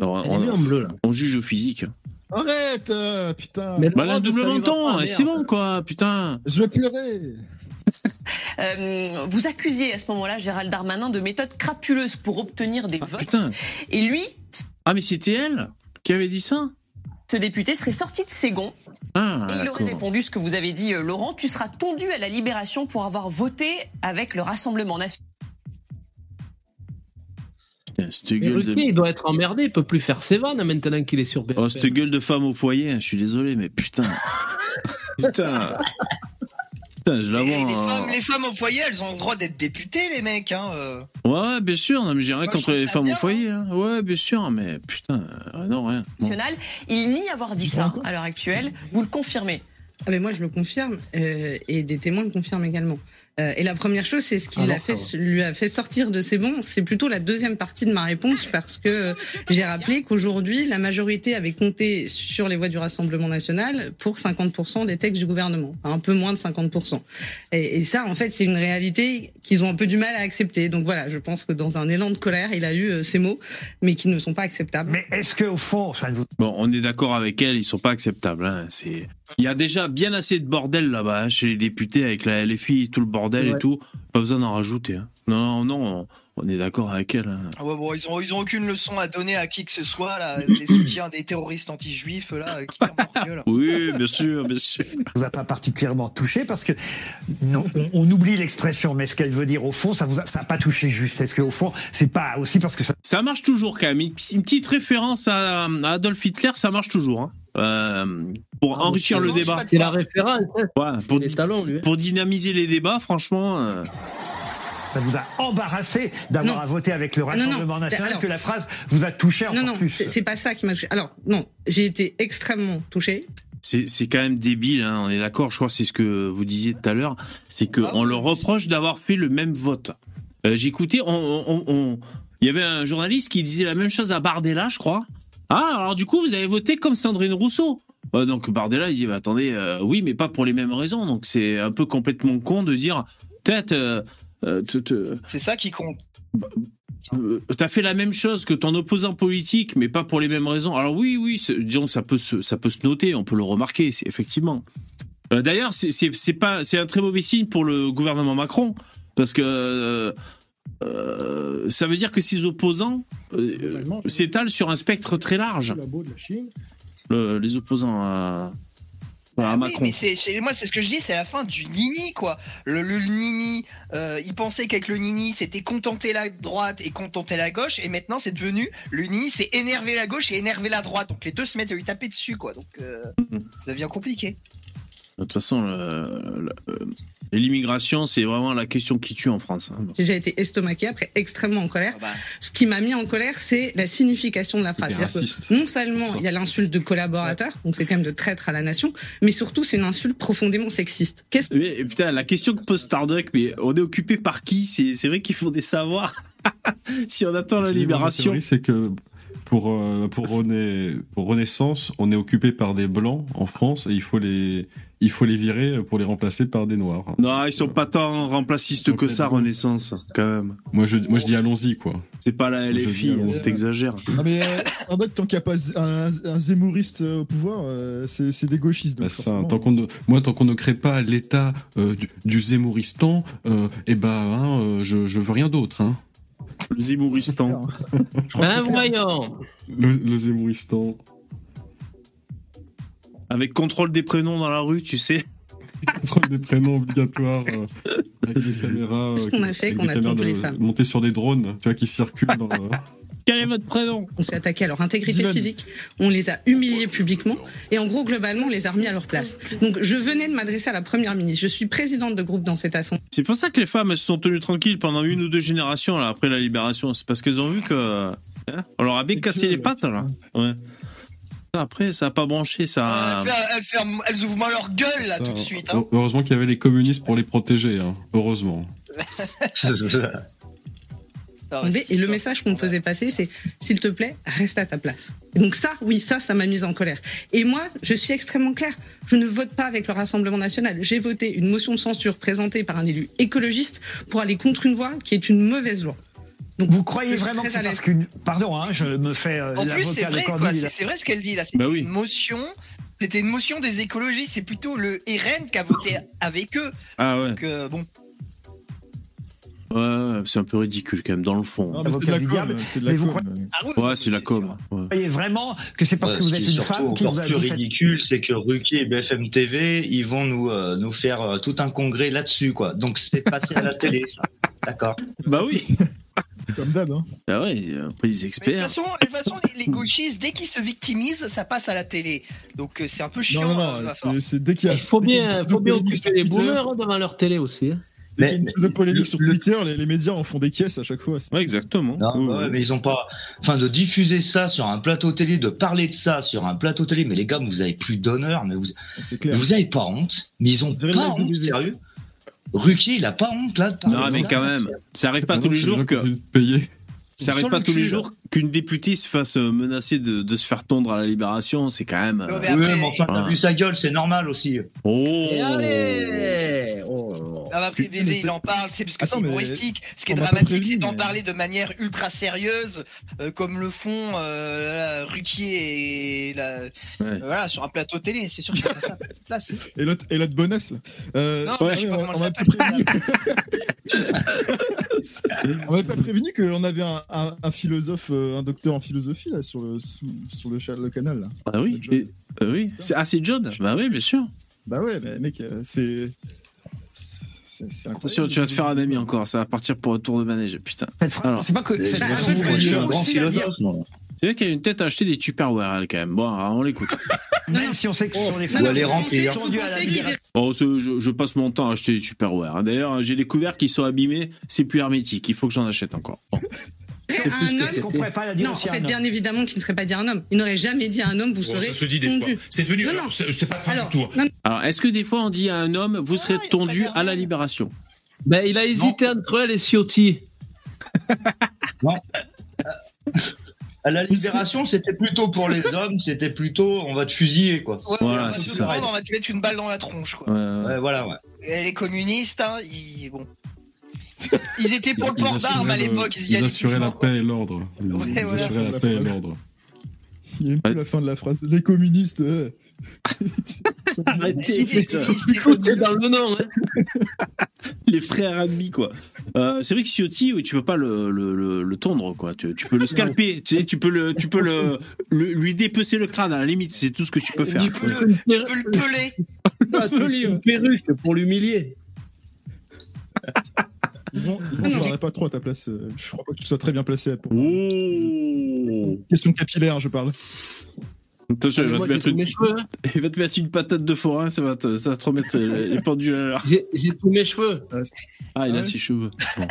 Speaker 5: Non,
Speaker 3: Elle est
Speaker 5: on,
Speaker 3: bien en bleu là.
Speaker 5: on juge au physique. hein.
Speaker 1: Arrête euh, Putain
Speaker 3: Mais le
Speaker 5: Bah là,
Speaker 3: rose,
Speaker 5: double
Speaker 3: ça lui va pas,
Speaker 5: menton,
Speaker 3: merde.
Speaker 5: c'est bon quoi, putain.
Speaker 1: Je vais pleurer
Speaker 8: Euh, vous accusiez à ce moment-là Gérald Darmanin de méthodes crapuleuses pour obtenir des
Speaker 5: Ah,
Speaker 8: votes.
Speaker 5: putain.
Speaker 8: Et lui,
Speaker 5: Ah mais c'était elle qui avait dit ça
Speaker 8: ce député, serait sorti de ses gonds
Speaker 5: Ah,
Speaker 8: et il aurait
Speaker 5: d'accord.
Speaker 8: répondu ce que vous avez dit, euh, Laurent. Tu seras tondu à la libération pour avoir voté avec le Rassemblement national.
Speaker 5: Putain, cette
Speaker 3: Mais
Speaker 5: gueule
Speaker 3: Ruquier,
Speaker 5: de...
Speaker 3: il doit être emmerdé, il peut plus faire ses vannes hein, maintenant qu'il est sur Hein, BFM.
Speaker 5: Oh, cette gueule de femme au foyer, je suis désolé, mais putain. putain. Putain, je la vois.
Speaker 7: Et les,
Speaker 5: hein.
Speaker 7: femmes, les femmes au foyer, elles ont le droit d'être députées, les mecs. Hein, euh.
Speaker 5: Ouais, ouais, bien sûr, non, mais j'ai rien
Speaker 7: Moi, je
Speaker 5: contre
Speaker 7: trouve
Speaker 5: les
Speaker 7: ça
Speaker 5: femmes
Speaker 7: bien,
Speaker 5: au foyer. hein. Ouais, bien sûr, mais putain, euh, non, rien. Bon.
Speaker 8: Il nie avoir dit
Speaker 1: Ils sont
Speaker 8: ça
Speaker 1: encore-
Speaker 8: à l'heure actuelle. Vous le confirmez.
Speaker 9: Ah, mais moi, je le confirme, euh, et des témoins le confirment également. Euh, et la première chose, c'est ce qui
Speaker 3: Ah
Speaker 9: l'a
Speaker 3: bon,
Speaker 9: fait,
Speaker 3: ça
Speaker 9: lui a fait sortir de ses bons. C'est plutôt la deuxième partie de ma réponse parce que euh, j'ai rappelé qu'aujourd'hui, la majorité avait compté sur les voix du Rassemblement national pour 50% des textes du gouvernement, Enfin, un peu moins de 50%. Et, et ça, en fait, c'est une réalité qu'ils ont un peu du mal à accepter. Donc voilà, je pense que dans un élan de colère, il a eu euh, ces mots, mais qui ne sont pas acceptables.
Speaker 10: Mais est-ce qu'au fond, ça ne vous
Speaker 5: Bon, on est d'accord avec elle, ils sont pas acceptables. hein, C'est Il y a déjà bien assez de bordel là-bas, hein, chez les députés, avec la LFI, tout le bordel et
Speaker 3: Ouais.
Speaker 5: tout. Pas besoin d'en rajouter. hein. Non, non, non, on, on est d'accord avec elle. hein.
Speaker 7: Ah ouais, bon, ils ont, ils ont aucune leçon à donner à qui que ce soit, là, les soutiens des terroristes anti-juifs, là, euh, qui ferment leur gueule.
Speaker 5: Oui, bien sûr, bien sûr.
Speaker 10: vous a pas particulièrement touché parce que non, on, on oublie l'expression, mais ce qu'elle veut dire au fond, ça vous a, ça a pas touché juste. Est-ce qu'au fond, c'est pas aussi parce que ça
Speaker 5: Ça marche toujours quand même. Une, p- une petite référence à, à Adolf Hitler, ça marche toujours. hein. Euh, pour
Speaker 3: Ah,
Speaker 5: enrichir le
Speaker 7: non, je
Speaker 5: débat.
Speaker 7: suis
Speaker 3: C'est la référence, hein.
Speaker 5: Voilà, pour,
Speaker 3: les talons, lui. hein.
Speaker 5: pour dynamiser les débats, franchement. euh,
Speaker 10: Ça vous a embarrassé d'avoir
Speaker 9: Non.
Speaker 10: à voter avec le
Speaker 9: Ah, non, non.
Speaker 10: Rassemblement national,
Speaker 9: Alors-
Speaker 10: que la phrase vous a touché encore
Speaker 9: Non, non,
Speaker 10: plus.
Speaker 9: c'est c'est pas ça qui m'a touché. Alors, non, j'ai été extrêmement touchée.
Speaker 5: C'est c'est quand même débile, hein, on est d'accord, je crois que c'est ce que vous disiez tout à l'heure, c'est
Speaker 7: Ah
Speaker 5: qu'on
Speaker 7: oui.
Speaker 5: leur reproche d'avoir fait le même vote. Euh, J'écoutais, on, on- on- il y avait un journaliste qui disait la même chose à Bardella, je crois. Ah, alors du coup, vous avez voté comme Sandrine Rousseau. Euh, donc Bardella, il dit, bah, attendez, euh, oui, mais pas pour les mêmes raisons. Donc c'est un peu complètement con de dire, peut-être, euh, euh, te- te-
Speaker 7: C'est ça qui compte.
Speaker 5: euh, T'as fait la même chose que ton opposant politique, mais pas pour les mêmes raisons. Alors oui, oui, c'est- disons ça peut se, ça peut se noter, on peut le remarquer, c'est effectivement. Euh, D'ailleurs, c'est- c'est c'est pas, c'est un très mauvais signe pour le gouvernement Macron, parce que euh, euh, ça veut dire que ses opposants euh, euh, s'étalent sur un spectre très large. Le- les opposants à, à
Speaker 7: Ah Oui,
Speaker 5: Macron.
Speaker 7: mais c'est, chez moi, c'est ce que je dis, c'est la fin du nini, quoi. Le, le nini, euh, ils pensaient qu'avec le nini, c'était contenter la droite et contenter la gauche, et maintenant, c'est devenu le nini, c'est énerver la gauche et énerver la droite. Donc les deux se mettent à lui taper dessus, quoi. Donc
Speaker 5: (laughs)
Speaker 7: euh, ça devient compliqué.
Speaker 5: De toute façon, le- le- l'immigration, c'est vraiment la question qui tue en France. hein.
Speaker 9: J'ai déjà été estomacée, après extrêmement en colère.
Speaker 7: Ah bah, Eh
Speaker 9: Ce qui m'a mis en colère, c'est la signification de la phrase.
Speaker 6: Hyper
Speaker 9: C'est-à-dire que
Speaker 6: raciste.
Speaker 9: non seulement il y a l'insulte de collaborateur, donc c'est quand même de traître à la nation, mais surtout c'est une insulte profondément sexiste. Qu'est-ce
Speaker 5: Mais, Eh putain, la question que pose Starduck, mais on est occupé par qui C'est c'est vrai qu'il faut des savoirs. (laughs) si on attend la
Speaker 6: J'ai lu dans ma
Speaker 5: libération.
Speaker 6: théorie, C'est que pour, euh, pour, René, pour Renaissance, on est occupé par des blancs en France et il faut les, il faut les virer pour les remplacer par des noirs.
Speaker 5: Non, ils sont pas tant remplacistes que ça, Renaissance, quand même.
Speaker 6: Moi je, moi, je dis allons-y, quoi.
Speaker 5: C'est pas la LFI,
Speaker 6: dis,
Speaker 5: hein,
Speaker 6: euh,
Speaker 5: t'exagères.
Speaker 1: Ah, mais euh, Stardock, tant qu'il n'y a pas z- un, un zémouriste euh, au pouvoir, euh, c'est c'est des gauchistes. donc
Speaker 6: Bah, ça,
Speaker 1: forcément.
Speaker 6: tant qu'on ne, moi, tant qu'on ne crée pas l'État euh, du, du Zémouristan, euh, eh ben, hein, euh, je, je veux rien d'autre. Hein.
Speaker 5: Le Zimouristan.
Speaker 3: Ben voyons.
Speaker 6: Le, le Zémouristan.
Speaker 5: Avec contrôle des prénoms dans la rue, tu sais.
Speaker 6: Contrôle des prénoms obligatoires euh, avec des caméras.
Speaker 9: Qu'est-ce
Speaker 6: euh,
Speaker 9: qu'on a fait
Speaker 6: avec
Speaker 9: qu'on
Speaker 6: des
Speaker 9: attend
Speaker 6: caméras
Speaker 9: tous
Speaker 6: de-
Speaker 9: les femmes
Speaker 6: Montées sur des drones, tu vois, qui circulent dans.
Speaker 7: (laughs)
Speaker 6: euh,
Speaker 5: Quel est votre prénom
Speaker 9: On s'est attaqué à leur intégrité
Speaker 1: Dylan.
Speaker 9: physique, on les a humiliés publiquement et en gros, globalement, on les a remis à leur place. Donc, je venais de m'adresser à la première ministre. Je suis présidente de groupe dans cette assemblée.
Speaker 5: C'est pour ça que les femmes elles se sont tenues tranquilles pendant une ou deux générations là, après la libération. C'est parce qu'elles ont vu que. hein, on leur a bien cassé les pattes, là. Ouais. Après, ça a pas branché, ça. a-
Speaker 7: elles, ferment- elles ferment- euh, elles ouvrent moins leur gueule, là,
Speaker 6: ça.
Speaker 7: tout
Speaker 5: oh,
Speaker 7: de suite. hein.
Speaker 6: Heu- Heureusement qu'il y avait les communistes pour les protéger, hein.
Speaker 7: (laughs)
Speaker 6: heureusement.
Speaker 7: Ah,
Speaker 9: Et
Speaker 7: c'est
Speaker 9: le message qu'on me faisait passer, c'est s'il te plaît, reste à ta place. Et donc, ça, oui, ça, ça m'a mise en colère. Et moi, je suis extrêmement claire. Je ne vote pas avec le Rassemblement national. J'ai voté une motion de censure présentée par un élu écologiste pour aller contre une voie qui est une mauvaise loi. Donc,
Speaker 10: Vous croyez
Speaker 9: je suis
Speaker 10: vraiment
Speaker 9: très
Speaker 10: que c'est
Speaker 9: à l'aise.
Speaker 10: parce qu'une. Pardon, hein, je me fais euh,
Speaker 7: En plus, c'est
Speaker 10: l'avocat de
Speaker 7: vrai, quoi.
Speaker 10: Cordy.
Speaker 7: C'est- c'est vrai ce qu'elle dit là. C'était
Speaker 5: Bah oui.
Speaker 7: une motion. C'était une motion des écologistes. C'est plutôt le RN qui a voté avec eux.
Speaker 5: Ah ouais.
Speaker 7: Donc, euh, bon,
Speaker 5: Ouais, c'est un peu ridicule quand même, dans le
Speaker 1: Non,
Speaker 5: fond.
Speaker 1: mais c'est de la
Speaker 10: Avocat du
Speaker 1: com.
Speaker 10: diable.
Speaker 1: c'est de la
Speaker 10: Mais vous
Speaker 1: com,
Speaker 10: croyez-
Speaker 1: euh.
Speaker 7: ah oui,
Speaker 5: Ouais, c'est la com. hein, ouais.
Speaker 10: Vous croyez vraiment que c'est parce
Speaker 4: Ouais,
Speaker 10: que vous
Speaker 4: ce
Speaker 10: êtes
Speaker 4: qui est
Speaker 10: une
Speaker 4: surtout
Speaker 10: femme qui
Speaker 4: encore
Speaker 10: vous a
Speaker 4: plus
Speaker 10: dit cette-
Speaker 4: ridicule, c'est que Ruquier et BFM TV, ils vont nous, euh, nous faire euh, tout un congrès là-dessus, quoi. Donc c'est passé à la télé, ça. D'accord.
Speaker 5: Bah oui.
Speaker 1: Comme d'hab. Hein.
Speaker 5: Ah ouais, après les
Speaker 7: Mais de toute
Speaker 5: experts.
Speaker 7: façon, de toute façon, les, les gauchistes, dès qu'ils se victimisent, ça passe à la télé. Donc euh, c'est un peu chiant.
Speaker 1: Non, non,
Speaker 7: hein,
Speaker 1: non.
Speaker 7: à
Speaker 1: c'est-
Speaker 7: force.
Speaker 1: C'est dès qu'il y a.
Speaker 3: Il faut
Speaker 1: dès qu'il y a
Speaker 3: bien,
Speaker 1: une
Speaker 3: faut bien
Speaker 1: pseudo-polémique sur
Speaker 3: occuper les
Speaker 1: Twitter,
Speaker 3: boomers hein, devant leur télé aussi. hein.
Speaker 1: Dès qu'il y a une
Speaker 4: Mais-
Speaker 1: pseudo-polémique
Speaker 4: le-
Speaker 1: sur
Speaker 4: le-
Speaker 1: Twitter, les, les médias en font des caisses à chaque fois. c'est-
Speaker 5: Ouais, exactement.
Speaker 4: Non,
Speaker 5: Ouais,
Speaker 4: ouais,
Speaker 5: ouais.
Speaker 4: mais ils ont pas. Enfin, de diffuser ça sur un plateau télé, de parler de ça sur un plateau télé, mais les gars, vous avez plus d'honneur, mais vous,
Speaker 1: Ah, C'est
Speaker 4: mais
Speaker 1: clair.
Speaker 4: vous avez pas honte. Mais ils ont
Speaker 1: On dirait
Speaker 4: pas
Speaker 1: le live de
Speaker 4: honte,
Speaker 1: baiser.
Speaker 4: sérieux. Ruquier, il a pas honte là de parler
Speaker 5: Non,
Speaker 4: de
Speaker 5: mais
Speaker 4: ça.
Speaker 5: quand même, ça arrive pas
Speaker 6: Maintenant,
Speaker 4: Ah
Speaker 5: tous les
Speaker 6: c'est
Speaker 5: jours
Speaker 6: déjà
Speaker 5: que.
Speaker 6: continue de payer.
Speaker 5: Ça
Speaker 4: Sur
Speaker 5: arrive pas
Speaker 4: le
Speaker 5: tous les
Speaker 4: cul,
Speaker 5: jours qu'une députée se fasse euh, menacer de, de se faire tondre à la libération, c'est quand même.
Speaker 7: Non,
Speaker 5: euh,
Speaker 7: mais
Speaker 4: Oui,
Speaker 7: après- Eh,
Speaker 4: mais enfin, t'as
Speaker 5: Ah.
Speaker 4: vu sa gueule, c'est normal aussi.
Speaker 5: Oh
Speaker 3: Et allez Oh.
Speaker 7: Ah bah après,
Speaker 1: Putain,
Speaker 7: VV,
Speaker 1: mais
Speaker 7: il en parle, c'est parce que
Speaker 1: Attends,
Speaker 7: c'est
Speaker 1: mais
Speaker 7: humoristique. Ce qui est
Speaker 1: on m'a pas
Speaker 7: dramatique,
Speaker 1: prévenu,
Speaker 7: c'est d'en
Speaker 1: mais-
Speaker 7: parler de manière ultra sérieuse, euh, comme le font euh, là, Ruquier et la- euh, voilà, sur un plateau télé. C'est sûr que ça n'a pas de place.
Speaker 1: Et l'autre, et l'autre bonasse. Euh,
Speaker 7: Non,
Speaker 1: ouais,
Speaker 7: mais je sais pas
Speaker 1: on-
Speaker 7: comment
Speaker 1: on
Speaker 7: elle
Speaker 1: m'a pas
Speaker 7: s'appelle.
Speaker 1: prévenu. on m'avait pas prévenu (laughs) qu'on avait un, un- un philosophe, euh, un docteur en philosophie là sur le sur le, cha- le canal. Là.
Speaker 5: Ah oui,
Speaker 1: John.
Speaker 5: et- euh, oui. C'est- Ah, c'est John Bah oui, bien sûr.
Speaker 1: Bah ouais, mais mec, euh, c'est c'est c'est incroyable.
Speaker 5: Attention, tu vas te faire un ami encore, ça va partir pour un tour de manège. Putain.
Speaker 10: Cette phrase,
Speaker 5: Alors.
Speaker 10: c'est pas que. Cette
Speaker 9: Bah,
Speaker 10: phrase,
Speaker 9: après,
Speaker 10: vous
Speaker 9: c'est
Speaker 10: voyez
Speaker 9: dur
Speaker 10: aussi la dire.
Speaker 4: moi.
Speaker 5: C'est vrai qu'elle a une tête à acheter des Tupperware, elle, quand même. Bon, alors, on l'écoute.
Speaker 10: Même si on sait que ce sont des
Speaker 4: Oh. Ou
Speaker 10: femmes.
Speaker 4: elle est
Speaker 10: qui ont
Speaker 4: remplie,
Speaker 10: été
Speaker 4: hein.
Speaker 10: tendues à la libération.
Speaker 5: Bon, ce- je, je passe mon temps à acheter des Tupperware. hein. D'ailleurs, j'ai découvert qu'ils sont abîmés, c'est plus hermétique. Il faut que j'en achète encore. Bon.
Speaker 9: C'est un homme
Speaker 10: Est-ce qu'on pourrait pas la dire
Speaker 9: Non, en
Speaker 10: aussi hein. à
Speaker 9: fait,
Speaker 10: un homme
Speaker 9: bien évidemment qu'il ne serait pas dit à un homme. Il n'aurait jamais dit à un homme, vous serez.
Speaker 11: ça se dit des fois.
Speaker 9: tondu.
Speaker 11: C'est devenu.
Speaker 9: Non, non.
Speaker 11: alors, C'est c'est pas fin
Speaker 9: Alors,
Speaker 11: du hein. tour.
Speaker 9: non, Ah,
Speaker 5: Alors, est-ce que des fois on dit à un homme, vous serez
Speaker 7: il est
Speaker 5: tondu
Speaker 7: pas
Speaker 5: à la libération
Speaker 3: Ben, il a hésité entre elle et Ciotti.
Speaker 4: À la libération, c'était plutôt pour les hommes, c'était plutôt on va te fusiller, quoi.
Speaker 7: Ouais,
Speaker 5: Voilà,
Speaker 7: on va te
Speaker 5: c'est ça.
Speaker 7: prendre, on va te mettre une balle dans la tronche. Quoi.
Speaker 5: Ouais, ouais.
Speaker 4: Ouais, voilà, ouais.
Speaker 7: Et les communistes, hein, ils,
Speaker 5: (laughs)
Speaker 7: bon. ils étaient pour le
Speaker 6: Ils
Speaker 7: port d'armes à
Speaker 6: assuraient le-
Speaker 7: l'époque. Ils, y
Speaker 6: Ils
Speaker 7: allaient
Speaker 6: assuraient
Speaker 7: plus
Speaker 6: la
Speaker 7: fort, quoi.
Speaker 6: paix et l'ordre. Ils
Speaker 7: Ouais,
Speaker 6: ils
Speaker 7: voilà.
Speaker 6: assuraient la paix et l'ordre.
Speaker 1: Il y a même plus
Speaker 5: Ouais.
Speaker 1: la fin de la phrase. Les communistes. euh.
Speaker 3: Ah,
Speaker 5: Arrêtez,
Speaker 1: (laughs)
Speaker 7: Il
Speaker 5: putain.
Speaker 7: existait
Speaker 3: Faut dire dans le nom, hein.
Speaker 5: Les frères ennemis, quoi. Euh, c'est vrai que Ciotti, oui, tu peux pas le, le, le, le tondre, quoi. Tu, tu peux le scalper, tu, sais, tu peux, le, tu peux le, le- lui dépecer le crâne, à la limite, c'est tout ce que tu peux faire.
Speaker 7: Tu peux le- tu peux le peler.
Speaker 5: (laughs)
Speaker 3: Ah, tu fais une perruque pour l'humilier.
Speaker 1: Ils vont, ils vont
Speaker 9: Non,
Speaker 1: dire,
Speaker 9: mais-
Speaker 1: on a pas trop à ta place. euh, Je crois pas que tu sois très bien placé. Pour...
Speaker 5: Oh
Speaker 1: Question capillaire, je parle.
Speaker 5: Attention, il va,
Speaker 3: Moi,
Speaker 5: te
Speaker 3: j'ai
Speaker 5: mettre
Speaker 3: tous
Speaker 5: une,
Speaker 3: mes cheveux, hein.
Speaker 5: (laughs) il va te mettre une patate de forain, ça va te, ça va te remettre euh, les pendules à l'heure.
Speaker 3: J'ai j'ai tous mes cheveux.
Speaker 5: Ah, il
Speaker 1: Ah
Speaker 5: a
Speaker 1: ouais.
Speaker 5: ses cheveux. Ah,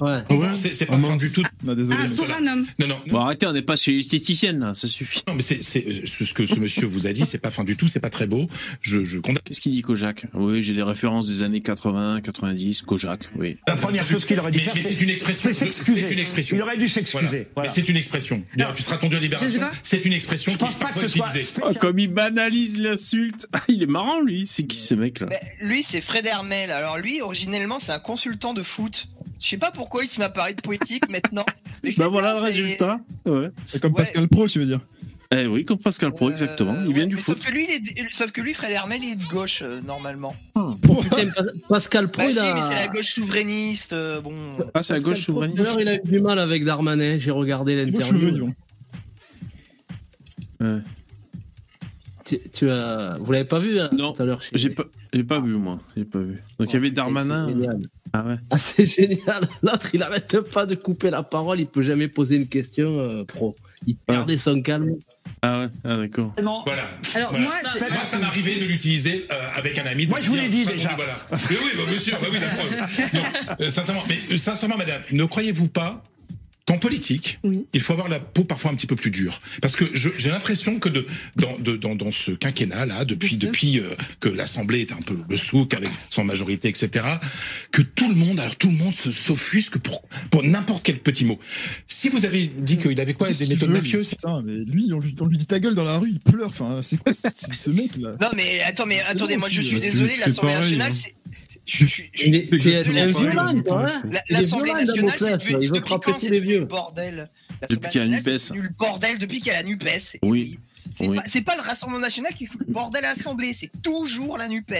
Speaker 3: Ouais.
Speaker 10: Ah
Speaker 11: Non, C'est c'est pas fin du tout.
Speaker 1: Non, désolé.
Speaker 9: Ah, pour un homme.
Speaker 11: Non, non, non.
Speaker 5: Bon, arrêtez, on n'est pas chez l'esthéticienne, là, ça suffit.
Speaker 11: Non, mais c'est c'est- euh, ce ce que ce monsieur vous a dit, c'est pas fin du tout, c'est pas très beau. Je, je condamne.
Speaker 5: Qu'est-ce qu'il dit, Kojak Oui, j'ai des références des années 80, 90, Kojak, oui.
Speaker 10: La première chose qu'il aurait dû
Speaker 11: Mais-
Speaker 10: faire,
Speaker 11: mais c'est une expression.
Speaker 10: c'est s'excuser.
Speaker 11: C'est une expression.
Speaker 10: Il aurait dû
Speaker 11: Voilà.
Speaker 10: s'excuser.
Speaker 11: Mais
Speaker 10: Voilà.
Speaker 11: c'est une expression. D'ailleurs,
Speaker 9: Non.
Speaker 11: tu seras tondu à la
Speaker 9: Je sais
Speaker 11: libération.
Speaker 9: pas.
Speaker 11: C'est une expression
Speaker 10: Je
Speaker 11: qui
Speaker 10: pense
Speaker 11: est
Speaker 10: pas que
Speaker 11: parfois
Speaker 10: ce soit.
Speaker 11: utilisée.
Speaker 5: Ah,
Speaker 10: spécial.
Speaker 5: comme il banalise l'insulte. Ah, il est marrant, lui. C'est qui ce mec, là
Speaker 7: Mais lui, c'est Fred Hermel. Alors lui, originellement, c'est un consultant de foot. Je sais pas pourquoi il se m'a parlé de
Speaker 5: (laughs)
Speaker 7: politique maintenant. Mais je
Speaker 5: Bah
Speaker 7: sais
Speaker 5: voilà
Speaker 7: pas,
Speaker 5: le
Speaker 7: c'est-
Speaker 5: résultat. Ouais.
Speaker 1: C'est Comme
Speaker 7: ouais.
Speaker 1: Pascal Pro, tu veux dire.
Speaker 5: Eh oui, comme Pascal Pro,
Speaker 7: Euh,
Speaker 5: exactement. Il vient
Speaker 7: ouais,
Speaker 5: du
Speaker 7: mais
Speaker 5: foot.
Speaker 7: Sauf que lui, il est... sauf que lui, Fred Hermel, il est de gauche euh, normalement.
Speaker 5: Hmm.
Speaker 3: Putain, Pa- Pascal Pro,
Speaker 7: Bah
Speaker 3: il
Speaker 7: si,
Speaker 3: a.
Speaker 7: mais c'est la gauche souverainiste. euh, bon.
Speaker 5: Ah, c'est la gauche souverainiste.
Speaker 3: D'ailleurs, il a eu du mal avec Darmanin. J'ai regardé
Speaker 1: Les beaux cheveux, ils
Speaker 3: l'interview.
Speaker 1: vont.
Speaker 3: Tu, tu as... Vous l'avez pas vu hein,
Speaker 5: Non,
Speaker 3: tout à l'heure chez-
Speaker 5: J'ai pas, j'ai pas vu, moi. J'ai pas vu. Donc, il y avait Darmanin.
Speaker 3: C'est génial.
Speaker 5: Ah ouais.
Speaker 3: Ah, c'est génial. (laughs) L'autre, il arrête pas de couper la parole. Il peut jamais poser une question euh, pro. Il perdait son calme.
Speaker 5: Ah ouais, ah, d'accord.
Speaker 10: Vraiment.
Speaker 11: Voilà.
Speaker 9: Alors,
Speaker 11: Voilà.
Speaker 9: moi, c'est-
Speaker 11: Moi, ça m'arrivait de l'utiliser euh, avec un ami. de
Speaker 10: Moi, je vous l'ai
Speaker 11: dire,
Speaker 10: dit,
Speaker 11: seras
Speaker 10: déjà.
Speaker 11: tendu, voilà. Mais oui, bah, bien sûr, bah oui, la preuve. Non, euh, sincèrement, mais euh, sincèrement, madame, ne croyez-vous pas qu'en politique,
Speaker 9: Oui.
Speaker 11: il faut avoir la peau parfois un petit peu plus dure Parce que je- j'ai l'impression que de, dans, de- dans, dans ce quinquennat-là, depuis, depuis euh, que l'Assemblée est un peu le souk avec sans majorité, etc., que tout le monde, alors tout le monde se- s'offusque pour, pour n'importe quel petit mot. Si vous avez dit qu'il avait quoi Des
Speaker 1: Qu'est-ce qu'il
Speaker 11: méthodes
Speaker 1: veut,
Speaker 11: mafieuses
Speaker 1: Putain, mais lui on, lui, on lui dit ta gueule dans la rue, il pleure. Enfin, c'est quoi ce, ce mec là
Speaker 7: Non mais attends, mais attendez,
Speaker 1: bon
Speaker 7: moi je
Speaker 1: aussi,
Speaker 7: suis
Speaker 6: euh,
Speaker 5: bah,
Speaker 6: tu-
Speaker 7: désolé.
Speaker 6: tu fais
Speaker 7: L'Assemblée
Speaker 6: pareil,
Speaker 7: nationale,
Speaker 6: hein.
Speaker 7: c'est. je- je- je-
Speaker 3: Il est, il est- il est
Speaker 7: Exactement
Speaker 3: violent, quoi, hein.
Speaker 7: La-
Speaker 3: Il est
Speaker 7: L'Assemblée
Speaker 3: violent, Damoclès,
Speaker 7: nationale, c'est devenu
Speaker 3: il veut
Speaker 7: depuis
Speaker 3: frapper
Speaker 7: quand
Speaker 3: tous
Speaker 7: c'est
Speaker 3: les
Speaker 7: devenu
Speaker 3: vieux.
Speaker 7: le bordel L'Assemblée
Speaker 5: Depuis qu'il y a
Speaker 7: nationale,
Speaker 5: la
Speaker 7: c'est
Speaker 5: NUPES.
Speaker 7: devenu le bordel depuis qu'il y a la Nupes.
Speaker 5: Oui.
Speaker 7: C'est
Speaker 5: Oui.
Speaker 7: pas, c'est pas le Rassemblement national qui fout le bordel à l'Assemblée, c'est toujours la Nupes.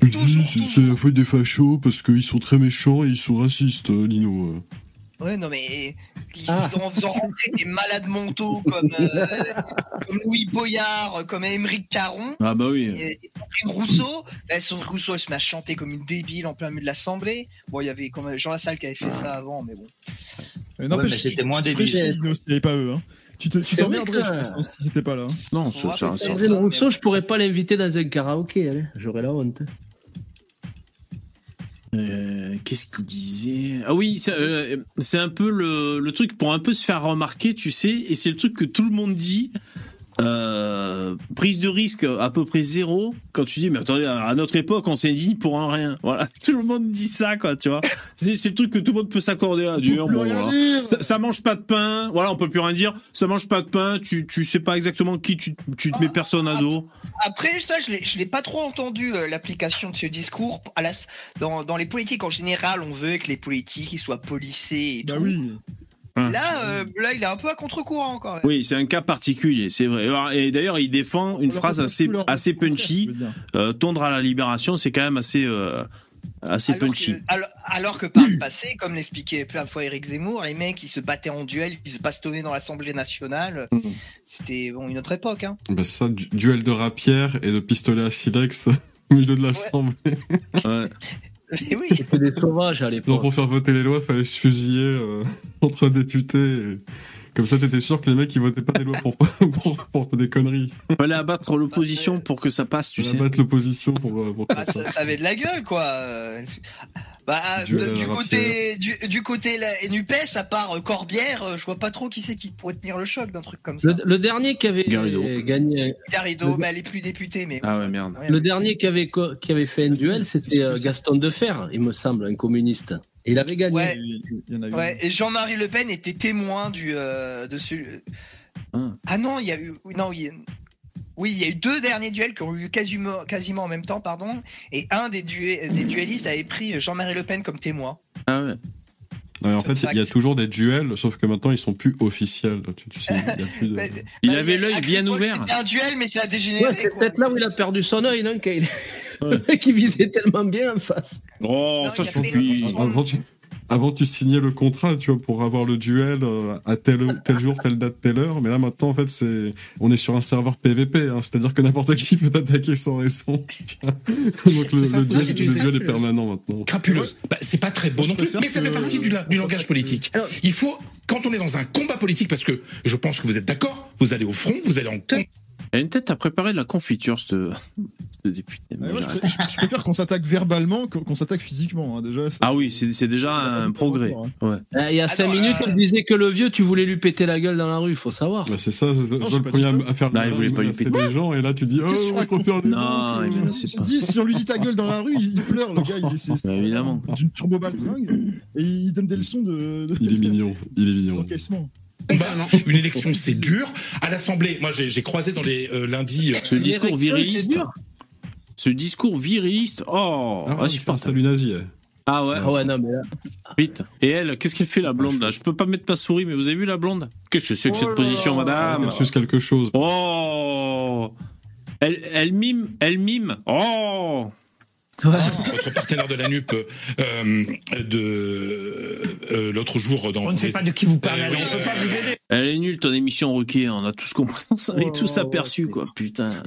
Speaker 6: Oui,
Speaker 7: Toujours,
Speaker 6: c'est-
Speaker 7: toujours.
Speaker 6: C'est la faute des fachos parce qu'ils sont très méchants et ils sont racistes, euh, Lino. euh.
Speaker 7: Ouais, non mais ils
Speaker 3: Ah.
Speaker 7: en faisant rentrer des malades mentaux comme, euh, comme Louis Boyard, comme Émeric Caron.
Speaker 5: Ah bah oui.
Speaker 7: Et et Sandrine Rousseau, bah, Sandrine Rousseau, elle se met à chanter comme une débile en plein milieu de l'Assemblée. Bon, il y avait quand même Jean Lassalle qui avait fait ça avant, mais bon.
Speaker 1: Mais n'empêche,
Speaker 4: mais
Speaker 1: tu-
Speaker 4: c'était moins
Speaker 1: tu te
Speaker 4: débile.
Speaker 1: ferais chier, Lino, s'il n'y avait pas eux. Hein. Tu te- tu
Speaker 3: C'est
Speaker 1: t'emmerderais,
Speaker 3: vrai que-
Speaker 1: je pense, hein, si c'était pas là. hein.
Speaker 5: Non,
Speaker 7: On
Speaker 5: ça,
Speaker 7: rappelle
Speaker 5: ça,
Speaker 7: ça.
Speaker 5: ça-
Speaker 3: Sandrine Rousseau, je pourrais pas l'inviter dans un karaoké. elle. J'aurais la honte.
Speaker 5: Euh, Qu'est-ce qu'il disait Ah oui, ça, euh, c'est un peu le, le truc pour un peu se faire remarquer, tu sais, et c'est le truc que tout le monde dit. euh, prise de risque à peu près zéro quand tu dis mais attendez à à notre époque on s'indigne pour un rien voilà (laughs) tout le monde dit ça quoi tu vois c'est c'est le truc que tout le monde peut s'accorder à dire
Speaker 1: plus
Speaker 5: bon,
Speaker 1: rien
Speaker 5: voilà. ça, ça mange pas de pain voilà on peut plus rien dire ça mange pas de pain tu tu sais pas exactement qui tu, tu te mets personne à dos
Speaker 7: Après ça, je l'ai- je l'ai pas trop entendu euh, l'application de ce discours à la, dans, dans les politiques en général. On veut que les politiques ils soient policés et tout.
Speaker 6: Hum.
Speaker 5: Hein.
Speaker 7: Là, euh, là, il est un peu à contre-courant quand même.
Speaker 5: Oui, c'est un cas particulier, c'est vrai. Alors, Et d'ailleurs, il défend une phrase assez, assez punchy. Euh, tondre à la libération, c'est quand même assez, euh, assez punchy.
Speaker 7: Alors, alors que par le passé, comme l'expliquait plein de fois Eric Zemmour, les mecs ils se battaient en duel, ils se bastonnaient dans l'Assemblée nationale.
Speaker 6: Mhm.
Speaker 7: C'était bon une autre époque. Hein.
Speaker 6: Bah ça, du- duel de rapière et de pistolet à silex (laughs) au milieu de l'Assemblée.
Speaker 7: oui.
Speaker 3: C'était des sauvages à
Speaker 6: Genre
Speaker 3: l'époque.
Speaker 6: pour faire voter les lois, fallait se fusiller euh, (laughs) entre députés. et- Comme ça, t'étais sûr que les mecs ils votaient pas des lois pour, (laughs) pour, pour des conneries.
Speaker 5: Fallait abattre l'opposition pour que ça passe, tu
Speaker 6: sais.
Speaker 5: sais.
Speaker 6: Abattre l'opposition pour, euh, pour que
Speaker 7: Ah,
Speaker 6: ça
Speaker 7: ça,
Speaker 6: passe.
Speaker 7: ça avait de la gueule, quoi. Euh, Bah, ah,
Speaker 6: Duel
Speaker 7: de-
Speaker 6: à la
Speaker 7: du,
Speaker 6: rapière.
Speaker 7: côté, du, du côté la, Nupes, à part euh, Corbière, euh, je vois pas trop qui c'est qui pourrait tenir le choc d'un truc comme ça.
Speaker 3: Le, le dernier qui avait
Speaker 5: Garrido.
Speaker 3: gagné. euh,
Speaker 7: Garrido, mais elle est plus députée, mais.
Speaker 5: Ah ouais, merde.
Speaker 3: Le dernier qui avait, co- qui avait fait un duel, c'était euh, Gaston Defer, il me semble, un communiste. Et il avait gagné.
Speaker 7: Ouais.
Speaker 1: Il y en a eu
Speaker 7: Ouais, et Jean-Marie Le Pen était témoin du euh, de celui.
Speaker 5: Ah.
Speaker 7: Ah non, il y a eu oui, non, il y a- oui, il y a eu deux derniers duels qui ont eu quasiment quasiment en même temps, pardon, et un des duels des duellistes avait pris Jean-Marie Le Pen comme témoin.
Speaker 5: Ah ouais.
Speaker 6: Non, mais en fait, il y a- il y a toujours des duels, sauf que maintenant ils sont plus officiels. Tu, tu sais, il y a plus de-
Speaker 7: Bah,
Speaker 5: Il avait l'œil bien ouvert.
Speaker 7: C'était un duel, mais ça a dégénéré.
Speaker 3: Ouais, c'est
Speaker 7: quoi.
Speaker 3: peut-être là où il a perdu son œil, non Kyle (laughs) Le mec, il visait tellement bien en face.
Speaker 5: Oh,
Speaker 7: Non,
Speaker 5: ça
Speaker 7: il y a
Speaker 5: suffit.
Speaker 7: plein
Speaker 6: Avant, tu, avant, tu signais le contrat, tu vois, pour avoir le duel euh, à tel, tel jour, telle date, telle heure. Mais là, maintenant, en fait, c'est, on est sur un serveur PVP, hein, c'est-à-dire que n'importe qui (laughs) peut t'attaquer sans raison. (laughs) tu vois. Donc
Speaker 11: C'est
Speaker 6: le,
Speaker 11: ça,
Speaker 6: le
Speaker 11: moi, j'ai
Speaker 6: duel, le
Speaker 11: dit ça.
Speaker 6: duel est permanent maintenant.
Speaker 11: Crapuleuse. Bah, c'est pas très beau non plus,
Speaker 1: préfère
Speaker 11: mais ça fait
Speaker 1: que-
Speaker 11: partie du, la- du langage politique.
Speaker 9: Alors-
Speaker 11: Il faut, quand on est dans un combat politique, parce que je pense que vous êtes d'accord, vous allez au front, vous allez en
Speaker 9: Tout-
Speaker 5: Elle a une tête à préparer de la confiture, ce député.
Speaker 1: Ah, moi, je,
Speaker 5: J'arrête.
Speaker 1: pr- je- je préfère qu'on s'attaque verbalement qu'o- qu'on s'attaque physiquement, hein, déjà. c'est-
Speaker 5: Ah oui, c'est c'est déjà un progrès. Ouais.
Speaker 3: Euh, il y a
Speaker 7: Ah
Speaker 3: 5
Speaker 7: non,
Speaker 3: minutes,
Speaker 7: euh,
Speaker 3: il disait que le vieux, tu voulais lui péter la gueule dans la rue, il faut savoir.
Speaker 6: Bah, c'est ça, c'est le
Speaker 1: je
Speaker 6: c'est
Speaker 1: sais
Speaker 6: le
Speaker 1: pas
Speaker 6: premier
Speaker 1: du tout.
Speaker 6: à, à faire
Speaker 5: Non, il
Speaker 6: mal,
Speaker 5: voulait
Speaker 6: il
Speaker 5: pas lui
Speaker 6: menaçait
Speaker 5: péter.
Speaker 6: des gens, et là, tu dis, oh,
Speaker 1: Qu'est-ce que tu
Speaker 6: on contourne les
Speaker 5: Non,
Speaker 6: gens,
Speaker 5: il
Speaker 6: euh,
Speaker 5: menaçait pas.
Speaker 1: Dis, si on lui dit ta gueule dans la rue, il pleure, le gars, il est c'est-
Speaker 5: Bah, évidemment.
Speaker 6: Ah,
Speaker 1: d'une turbo baltringue et il donne des leçons de. de-
Speaker 6: Il est mignon, il est mignon.
Speaker 1: d'encaissement.
Speaker 10: Bah,
Speaker 11: combat. Une élection, c'est dur. À l'Assemblée, moi, j'ai j'ai croisé dans les euh, lundis. euh,
Speaker 5: Ce discours
Speaker 3: L'érection, c'est
Speaker 5: viriliste.
Speaker 3: dur.
Speaker 5: Ce discours viriliste. Oh,
Speaker 6: Ah, ouais, super,
Speaker 5: insupportable.
Speaker 6: salut nazi. eh.
Speaker 5: Ah ouais,
Speaker 3: Ah ouais, non, mais là.
Speaker 5: Vite. Et elle, qu'est-ce qu'elle fait la blonde là Je peux pas mettre ma souris, mais vous avez vu la blonde Qu'est-ce que c'est que cette position, madame
Speaker 6: Versus quelque chose.
Speaker 5: Oh elle, elle mime, elle mime. Oh
Speaker 11: (laughs) votre partenaire de la NUP euh, euh, de euh, l'autre jour dans
Speaker 10: On ne sait pas de qui vous parlez,
Speaker 11: Euh,
Speaker 10: alors
Speaker 11: oui,
Speaker 10: on peut pas
Speaker 11: euh,
Speaker 10: vous aider.
Speaker 5: Elle est nulle ton émission Ruquier, on a tous compris, on avait tous aperçu quoi, putain.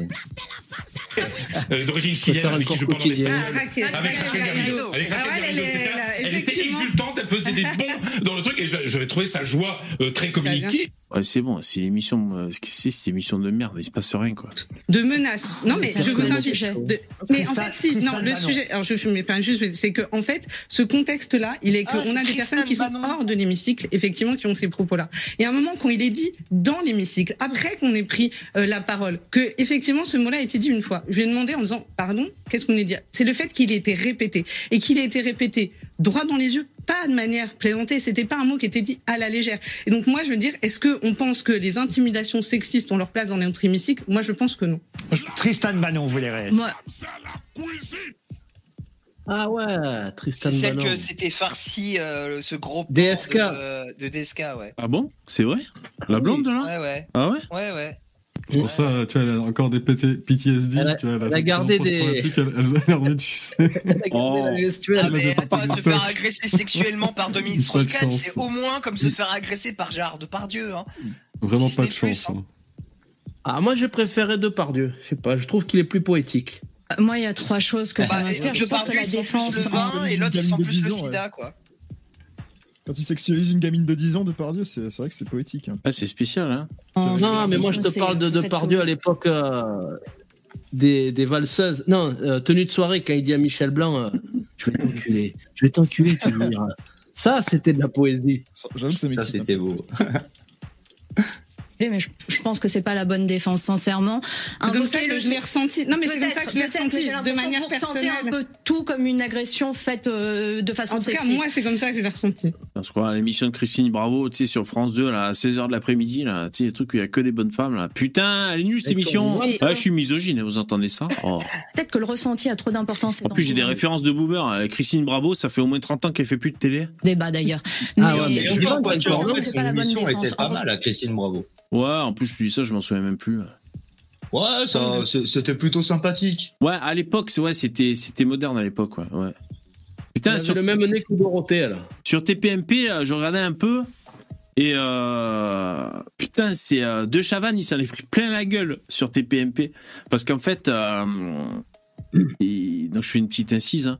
Speaker 11: euh, d'origine
Speaker 3: Je
Speaker 11: chilienne
Speaker 3: peux
Speaker 11: avec qui
Speaker 3: faire
Speaker 11: je
Speaker 3: un
Speaker 11: parle en
Speaker 3: coquillage.
Speaker 11: espagnol.
Speaker 9: Ah, Raquel,
Speaker 11: Avec
Speaker 9: Raquel
Speaker 11: Raquel Garrido,
Speaker 9: Garrido.
Speaker 11: avec
Speaker 9: Ah
Speaker 11: Raquel
Speaker 9: ouais, elle
Speaker 11: Garrido,
Speaker 9: est-
Speaker 11: etc.
Speaker 9: elle a-
Speaker 11: Elle était
Speaker 9: effectivement.
Speaker 11: exultante, elle faisait
Speaker 9: (laughs)
Speaker 11: des bons dans le truc et je- j'avais trouvé sa joie euh, très communiquée.
Speaker 5: Ouais, c'est bon, c'est l'émission, euh, ce que c'est, c'est l'émission de merde, il se passe rien quoi.
Speaker 9: de menaces. Non, mais je vous invite. de- Mais en
Speaker 10: Christa-
Speaker 9: fait, si, non,
Speaker 10: Christine
Speaker 9: le
Speaker 10: Bannon.
Speaker 9: sujet, alors je me pas juste, mais c'est que, en fait, ce contexte-là, il est
Speaker 7: Ah,
Speaker 9: qu'on
Speaker 7: c'est
Speaker 9: a des personnes
Speaker 7: Christine
Speaker 9: qui sont
Speaker 7: Bannon.
Speaker 9: hors de l'hémicycle, effectivement, qui ont ces propos-là. Et à un moment, quand il est dit dans l'hémicycle, après qu'on ait pris euh, la parole, que, effectivement, ce mot-là a été dit une fois, je lui ai demandé en me disant, pardon, qu'est-ce qu'on est dit C'est le fait qu'il ait été répété. Et qu'il ait été répété droit dans les yeux, pas de manière plaisantée. C'était pas un mot qui était dit à la légère. Et donc, moi, je veux dire, est-ce qu'on pense que les intimidations sexistes ont leur place dans notre hémicycle Moi, je pense que non.
Speaker 10: Tristan Bannon, vous les rêvez.
Speaker 2: Moi,
Speaker 3: Ah ouais, Tristan
Speaker 7: C'est celle
Speaker 3: Bannon.
Speaker 7: que c'était farci euh, ce gros plan
Speaker 3: DSK.
Speaker 7: de, de DSK, ouais.
Speaker 5: Ah bon C'est vrai La blonde là
Speaker 7: Ouais, ouais,
Speaker 5: Ah ouais
Speaker 7: ouais, ouais.
Speaker 6: C'est pour ça, tu vois, elle a encore des PT PTSD.
Speaker 3: Elle a-
Speaker 6: tu vois,
Speaker 3: elle a
Speaker 6: syndrome
Speaker 3: gardé des-
Speaker 6: post-traumatique, Elle, elle a dormi dessus. Elle
Speaker 3: (laughs) Elle a gardé la
Speaker 5: Oh.
Speaker 3: gestuelle.
Speaker 7: Ah,
Speaker 6: Elle a
Speaker 7: mais
Speaker 6: des
Speaker 7: attends,
Speaker 6: parties
Speaker 7: se
Speaker 6: de
Speaker 7: faire
Speaker 6: peuple.
Speaker 7: agresser sexuellement
Speaker 5: (laughs)
Speaker 7: par Dominique
Speaker 6: Pas de
Speaker 7: Strauss-Kahn,
Speaker 6: chance.
Speaker 7: c'est au moins comme se faire agresser par Gérard Depardieu. Hein.
Speaker 5: Mm.
Speaker 6: Vraiment
Speaker 7: Si
Speaker 6: pas de
Speaker 7: c'était plus,
Speaker 6: chance.
Speaker 7: hein.
Speaker 6: hein.
Speaker 3: Ah, moi, j'ai préféré Depardieu. Je sais pas, je trouve qu'il est plus poétique.
Speaker 2: Euh, moi, il y a trois choses que ça
Speaker 7: Bah,
Speaker 2: m'inspire.
Speaker 7: et
Speaker 2: Je pense que
Speaker 7: Depardieu,
Speaker 2: la
Speaker 7: ils sont
Speaker 2: défense. euh,
Speaker 7: plus le vin et l'autre, ils sont plus le sida, quoi.
Speaker 1: Quand il sexualise une gamine de 10 ans de Pardieu, c'est c'est vrai que c'est poétique. hein.
Speaker 5: Ah c'est spécial hein.
Speaker 2: en
Speaker 3: Non, mais moi, je
Speaker 2: sexisme,
Speaker 3: te
Speaker 2: c'est-
Speaker 3: parle de
Speaker 2: vous faites
Speaker 3: Depardieu à
Speaker 2: comment
Speaker 3: l'époque euh, des, des valseuses. Non, euh, tenue de soirée, quand il dit à Michel Blanc euh, Je vais t'enculer, je vais t'enculer, tu me diras. Ça, c'était de la poésie.
Speaker 5: hein.
Speaker 1: J'avoue que ça m'excite. un peu.
Speaker 3: beau.
Speaker 2: mais je, je pense que c'est pas la bonne défense, sincèrement.
Speaker 9: C'est comme ça que je l'ai ressenti. Non, mais c'est comme
Speaker 2: Peut-être,
Speaker 9: ça que je l'ai
Speaker 2: peut-être, mais
Speaker 9: ressenti
Speaker 2: j'ai
Speaker 9: de
Speaker 2: l'impression que
Speaker 9: manière
Speaker 2: vous ressentez
Speaker 9: personnelle.
Speaker 2: un peu tout comme une agression faite euh, de façon
Speaker 9: En tout cas,
Speaker 2: sexiste.
Speaker 9: moi, c'est comme ça que je l'ai ressenti.
Speaker 5: On se croit à l'émission de Christine Bravo, tu sais, sur France 2, là, à 16h de l'après-midi, là, tu sais, les trucs où il y a que des bonnes femmes, là. Putain, elle est nulle, cette
Speaker 2: Et
Speaker 5: émission.
Speaker 2: qu'on dit-
Speaker 5: Ah, je suis misogyne, vous entendez ça Oh.
Speaker 2: Peut-être que le ressenti a trop d'importance. ces
Speaker 5: En plus, j'ai des
Speaker 2: temps-ci.
Speaker 5: références de boomer. Euh, Christine Bravo, ça fait au moins 30 ans qu'elle fait plus de télé.
Speaker 2: Débat d'ailleurs.
Speaker 5: Ah ouais, mais
Speaker 2: je
Speaker 5: je
Speaker 2: pense
Speaker 5: pense que
Speaker 2: sincèrement que c'est pas la bonne défense. En revanche,
Speaker 4: Christine Bravo.
Speaker 5: Ouais, en plus, je te dis ça, je m'en souviens même plus.
Speaker 4: Ouais, ça, c'est- c'était plutôt sympathique.
Speaker 5: Ouais, à l'époque, c'est- ouais, c'était c'était moderne à l'époque, ouais. ouais. Putain,
Speaker 3: Elle
Speaker 5: sur,
Speaker 3: avait le même nez que Dorothée, là.
Speaker 5: sur TPMP, euh, je regardais un peu. Et euh, putain, c'est euh, De Chavannes, il s'en est pris plein la gueule sur TPMP. Parce qu'en fait, euh, il- donc je fais une petite incise. hein.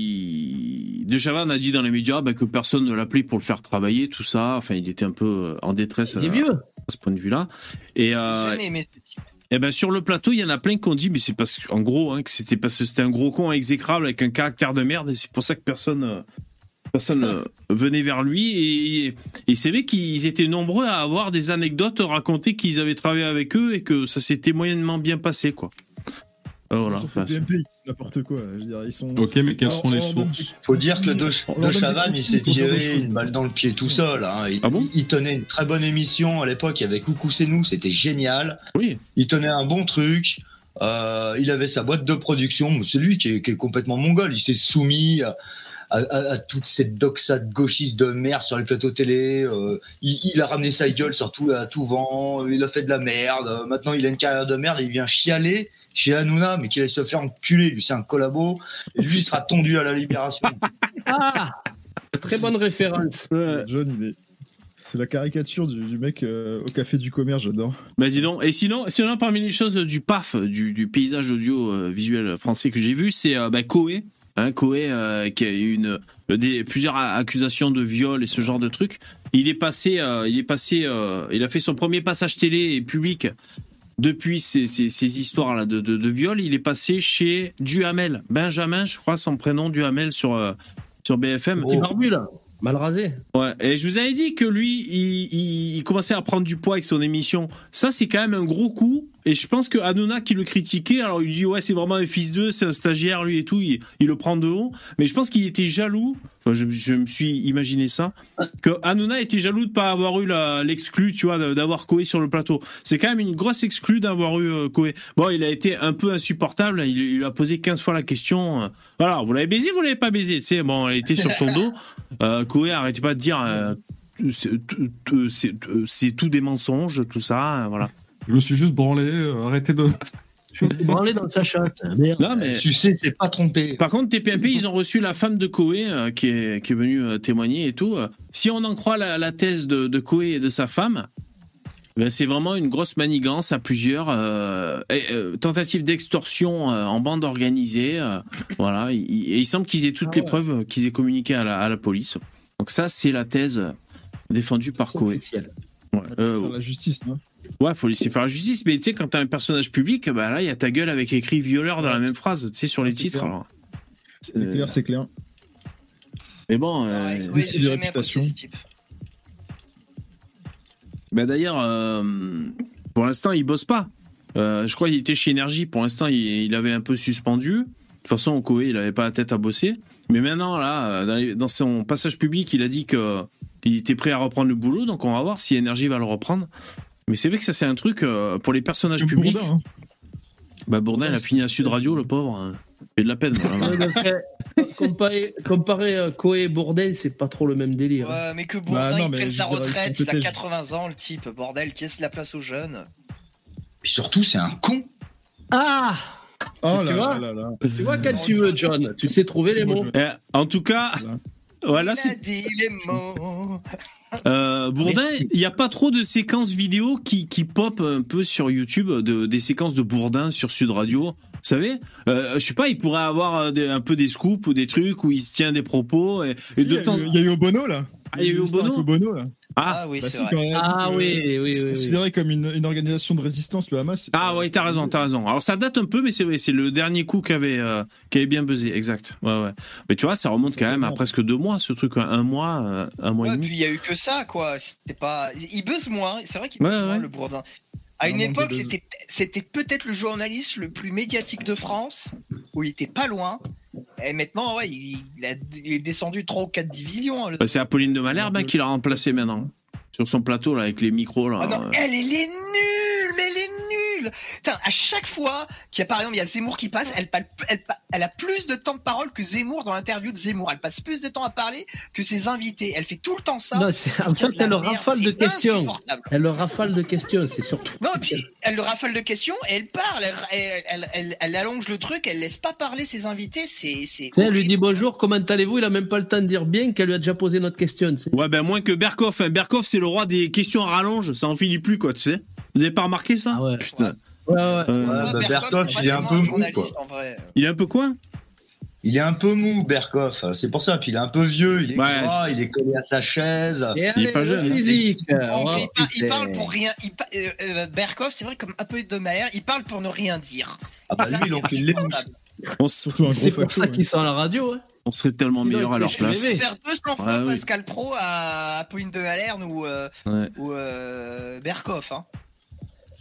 Speaker 5: Il- De Chavannes a dit dans les médias bah, que personne ne l'appelait pour le faire travailler, tout ça. Enfin, il était un peu euh, en détresse
Speaker 3: Il est
Speaker 5: euh,
Speaker 3: vieux.
Speaker 5: à ce point de vue-là. Et, euh,
Speaker 7: Jamais aimé ce
Speaker 5: eh ben sur le plateau, il y en a plein qui ont dit, mais c'est parce que- en gros hein, que c'était parce que c'était un gros con exécrable avec un caractère de merde et c'est pour ça que personne euh, personne euh, venait vers lui et, et c'est vrai qu'ils étaient nombreux à avoir des anecdotes racontées qu'ils avaient travaillé avec eux et que ça s'était moyennement bien passé quoi. Alors, voilà.
Speaker 1: Surtout
Speaker 5: Enfin, c'est-
Speaker 1: BMP, ils disent n'importe quoi. Je veux dire, ils sont...
Speaker 5: Ok, mais quelles
Speaker 1: Alors,
Speaker 5: sont les
Speaker 1: on leur donne
Speaker 5: sources
Speaker 1: des
Speaker 4: Faut dire que
Speaker 1: consignes,
Speaker 4: De,
Speaker 1: on
Speaker 4: de
Speaker 1: leur donne des
Speaker 4: Chavannes, il
Speaker 1: consignes
Speaker 4: s'est
Speaker 1: pour ce genre de
Speaker 4: tiré
Speaker 1: choses.
Speaker 4: une balle dans le pied tout seul. hein. Il, il tenait une très bonne émission à l'époque. Il y avait Coucou c'est nous, c'était génial.
Speaker 5: Oui.
Speaker 4: Il tenait un bon truc. Euh, il avait sa boîte de production. Mais C'est lui qui est, qui est complètement mongol. Il s'est soumis à, à- à- à toute cette doxade gauchiste de merde sur les plateaux télé. Euh, il, il a ramené sa gueule sur tout, à tout vent. Il a fait de la merde. Euh, Maintenant, il a une carrière de merde. Il vient chialer chez Hanouna, mais qu'il allait se faire enculer. Lui, c'est un collabo. Et lui, il sera tondu à la libération.
Speaker 3: Très bonne référence.
Speaker 1: John, il est- C'est la caricature du, du mec euh, au café du commerce, j'adore.
Speaker 5: Bah dis donc, et sinon, sinon parmi les choses du PAF, du, du paysage audiovisuel français que j'ai vu, c'est euh, bah, Coé, hein, Coé euh, qui a eu une, euh, des, plusieurs a- accusations de viol et ce genre de trucs. Il est passé, euh, il est passé, euh, il a fait son premier passage télé et public depuis ces, ces- ces histoires-là de, de, de viol. Il est passé chez Duhamel, Benjamin, je crois son prénom, Duhamel sur, euh, sur BFM.
Speaker 3: Petit barbu, là. Oh. Mal rasé.
Speaker 5: Ouais, et je vous avais dit que lui, il, il- il commençait à prendre du poids avec son émission. Ça, c'est quand même un gros coup. Et je pense que Hanouna qui le critiquait, alors il dit ouais, c'est vraiment un fils d'eux, c'est un stagiaire, lui et tout, il, il le prend de haut. Mais je pense qu'il était jaloux, enfin, je, je me suis imaginé ça, que Hanouna était jaloux de pas avoir eu la- l'exclu, tu vois, de- d'avoir Koé sur le plateau. C'est quand même une grosse exclue d'avoir eu euh, Koé. Bon, il a été un peu insupportable, il, il lui a posé 15 fois la question. euh, voilà, vous l'avez baisé, vous l'avez pas baisé, tu sais, bon, elle était sur son dos. Euh, Koé arrêtez pas de dire euh, c'est tout- tout- c'est- c'est tout des mensonges, tout ça, euh, voilà.
Speaker 6: Je me suis juste branlé, euh, arrêtez de.
Speaker 3: Branlé dans sa chatte.
Speaker 5: Non, mais...
Speaker 4: Sucer, Euh, c'est pas tromper.
Speaker 5: Par contre, TPMP, ils ont reçu la femme de Koé euh, qui, est, qui est venue euh, témoigner et tout. Euh, Si on en croit la, la thèse de, de Koé et de sa femme, ben, c'est vraiment une grosse manigance à plusieurs euh, et, euh, tentatives d'extorsion euh, en bande organisée. euh, voilà, Il- il- et il semble qu'ils aient
Speaker 1: Ah
Speaker 5: toutes les preuves euh, qu'ils aient communiquées à la, à la police. Donc ça, c'est la thèse euh, défendue par Koé. Ouais, euh,
Speaker 1: Faire la justice, hein. non
Speaker 5: Ouais, faut laisser faire la justice, mais tu sais, quand t'as un personnage public, bah là, il y a ta gueule avec écrit violeur dans la même phrase, tu sais, sur les titres.
Speaker 1: clair.
Speaker 5: alors.
Speaker 1: C'est
Speaker 5: Euh,
Speaker 1: clair, c'est clair.
Speaker 5: Mais bon. euh,
Speaker 1: oui, j'ai jamais apprécié ce
Speaker 7: type.
Speaker 5: bah d'ailleurs, euh, pour l'instant, il bosse pas. Euh, je crois qu'il était chez Énergie. Pour l'instant, il, il avait un peu suspendu. De toute façon, Koé, il avait pas la tête à bosser. Mais maintenant, là, euh, dans, les- dans son passage public, il a dit que il était prêt à reprendre le boulot. Donc, on va voir si Énergie va le reprendre. Mais c'est vrai que ça, c'est un truc euh, pour les personnages publics.
Speaker 1: Bourdin, hein.
Speaker 5: Bah, Bourdin, il a fini à Sud Radio, le pauvre. hein. Ça fait de la
Speaker 3: (laughs)
Speaker 5: peine. vraiment.
Speaker 3: Ouais, d'après, Comparé, comparé euh, Coé et Bourdin, c'est pas trop le même délire.
Speaker 7: Ouais, mais que Bourdin,
Speaker 3: Bah non,
Speaker 7: il
Speaker 3: mais
Speaker 7: prenne
Speaker 3: je
Speaker 7: sa
Speaker 3: dirais, ils sont
Speaker 7: retraite, il a
Speaker 3: peut-être-
Speaker 7: 80 ans, le type, bordel, qui laisse la place aux jeunes.
Speaker 4: Puis surtout, c'est un con.
Speaker 3: Ah
Speaker 1: Oh
Speaker 3: Tu
Speaker 1: là
Speaker 3: vois
Speaker 1: là là là.
Speaker 3: Tu vois, quand tu veux, John, tu sais trouver les mots.
Speaker 5: Eh, en tout cas, voilà,
Speaker 7: Il a
Speaker 5: c'est.
Speaker 7: dit les mots.
Speaker 5: Euh, Bourdin, il n'y a pas trop de séquences vidéo qui, qui pop un peu sur YouTube, de, des séquences de Bourdin sur Sud Radio. Vous savez, euh, je sais pas, il pourrait avoir euh, des- un peu des scoops ou des trucs où il se tient des propos et, et
Speaker 1: Il y
Speaker 5: de
Speaker 1: a
Speaker 5: temps.
Speaker 1: eu- il y a eu Obono là.
Speaker 5: Ah, il y a eu
Speaker 1: une histoire
Speaker 5: Obono
Speaker 1: avec Obono là.
Speaker 5: Ah,
Speaker 7: oui,
Speaker 1: Bah
Speaker 7: c'est
Speaker 1: si,
Speaker 7: vrai.
Speaker 1: quand même,
Speaker 5: Ah
Speaker 1: parce que,
Speaker 5: oui,
Speaker 1: euh,
Speaker 5: oui,
Speaker 1: c'est
Speaker 5: oui,
Speaker 1: Considéré comme une, une organisation de résistance, le Hamas. c'est-
Speaker 5: Ah ouais, t'as raison, t'as raison. Alors ça date un peu, mais c'est vrai, c'est le dernier coup qui avait, euh, qui avait bien buzzé, exact. Ouais, ouais. Mais tu vois, ça remonte quand même à presque deux mois, ce truc, hein. un mois, euh, un mois
Speaker 7: Ouais,
Speaker 5: et demi.
Speaker 7: puis il y a eu que ça, quoi. C'était pas. Il buzz moins. C'est vrai qu'il
Speaker 5: Ouais,
Speaker 7: buzz moins
Speaker 5: ouais.
Speaker 7: le Bourdin. À
Speaker 5: Il
Speaker 7: une
Speaker 5: en manque de
Speaker 7: époque,
Speaker 5: buzz.
Speaker 7: c'était c'était peut-être le journaliste le plus médiatique de France, où il était pas loin. Et maintenant, ouais, il, il a- il est descendu trois ou quatre divisions. hein, le-
Speaker 5: Bah, c'est Apolline de Malherbe hein, qui l'a remplacé maintenant. Sur son plateau, là, avec les micros, là.
Speaker 7: Ah non,
Speaker 5: euh.
Speaker 7: elle, elle est nulle, mais elle est nulle. Putain, à chaque fois qu'il y a par exemple il y a Zemmour qui passe, elle, parle- elle pa- elle a plus de temps de parole que Zemmour dans l'interview de Zemmour. Elle passe plus de temps à parler que ses invités. Elle fait tout le temps ça.
Speaker 3: Non, c'est- en
Speaker 7: Putain,
Speaker 3: fait,
Speaker 7: de la
Speaker 3: elle le
Speaker 7: merde,
Speaker 3: rafale
Speaker 7: c'est
Speaker 3: de questions.
Speaker 7: insupportable.
Speaker 3: Elle le rafale de questions, c'est surtout.
Speaker 7: Non, et puis elle le rafale de questions et elle parle, elle, elle- elle- elle- elle allonge le truc, elle laisse pas parler ses invités, c'est. c'est-
Speaker 3: Tu sais, Elle lui dit bonjour, comment allez-vous Il a même pas le temps de dire bien qu'elle lui a déjà posé notre question. tu sais.
Speaker 5: Ouais, ben moins que Berkoff. hein. Berkoff, c'est le roi des questions à rallonge. Ça en finit plus, quoi, tu sais. Vous avez pas remarqué ça Putain.
Speaker 3: Ah Ouais, ouais.
Speaker 5: Euh,
Speaker 4: bah, Berkoff,
Speaker 7: c'est pas
Speaker 4: il est un
Speaker 7: tellement
Speaker 4: peu mou,
Speaker 7: journaliste,
Speaker 4: quoi.
Speaker 7: en vrai.
Speaker 5: Il est un peu quoi
Speaker 4: Il est un peu mou, Berkoff. C'est pour ça. Puis il est un peu vieux. Il est
Speaker 5: Ouais,
Speaker 4: gras, il est collé à sa chaise.
Speaker 3: Et allez, le
Speaker 4: hein.
Speaker 3: physique.
Speaker 7: Donc,
Speaker 3: Oh,
Speaker 7: il, par- il
Speaker 3: putain.
Speaker 7: parle pour rien. Il pa- euh, euh, Berkoff, c'est vrai, comme un peu de manière, il parle pour ne rien dire.
Speaker 4: Ah bah
Speaker 7: Ça,
Speaker 4: lui,
Speaker 7: c'est
Speaker 4: donc, il est
Speaker 7: insupportable.
Speaker 5: On se-
Speaker 3: C'est pour ça qu'ils sont à la radio. hein.
Speaker 5: On serait tellement
Speaker 3: Sinon,
Speaker 5: meilleurs
Speaker 3: ils
Speaker 5: à leur
Speaker 3: seraient
Speaker 5: place.
Speaker 3: crevés.
Speaker 7: Faire 200 fois
Speaker 5: Ouais, oui.
Speaker 7: Pascal Pro à Apolline de Halerne ou, euh,
Speaker 5: Ouais.
Speaker 7: ou euh, Berkoff. hein.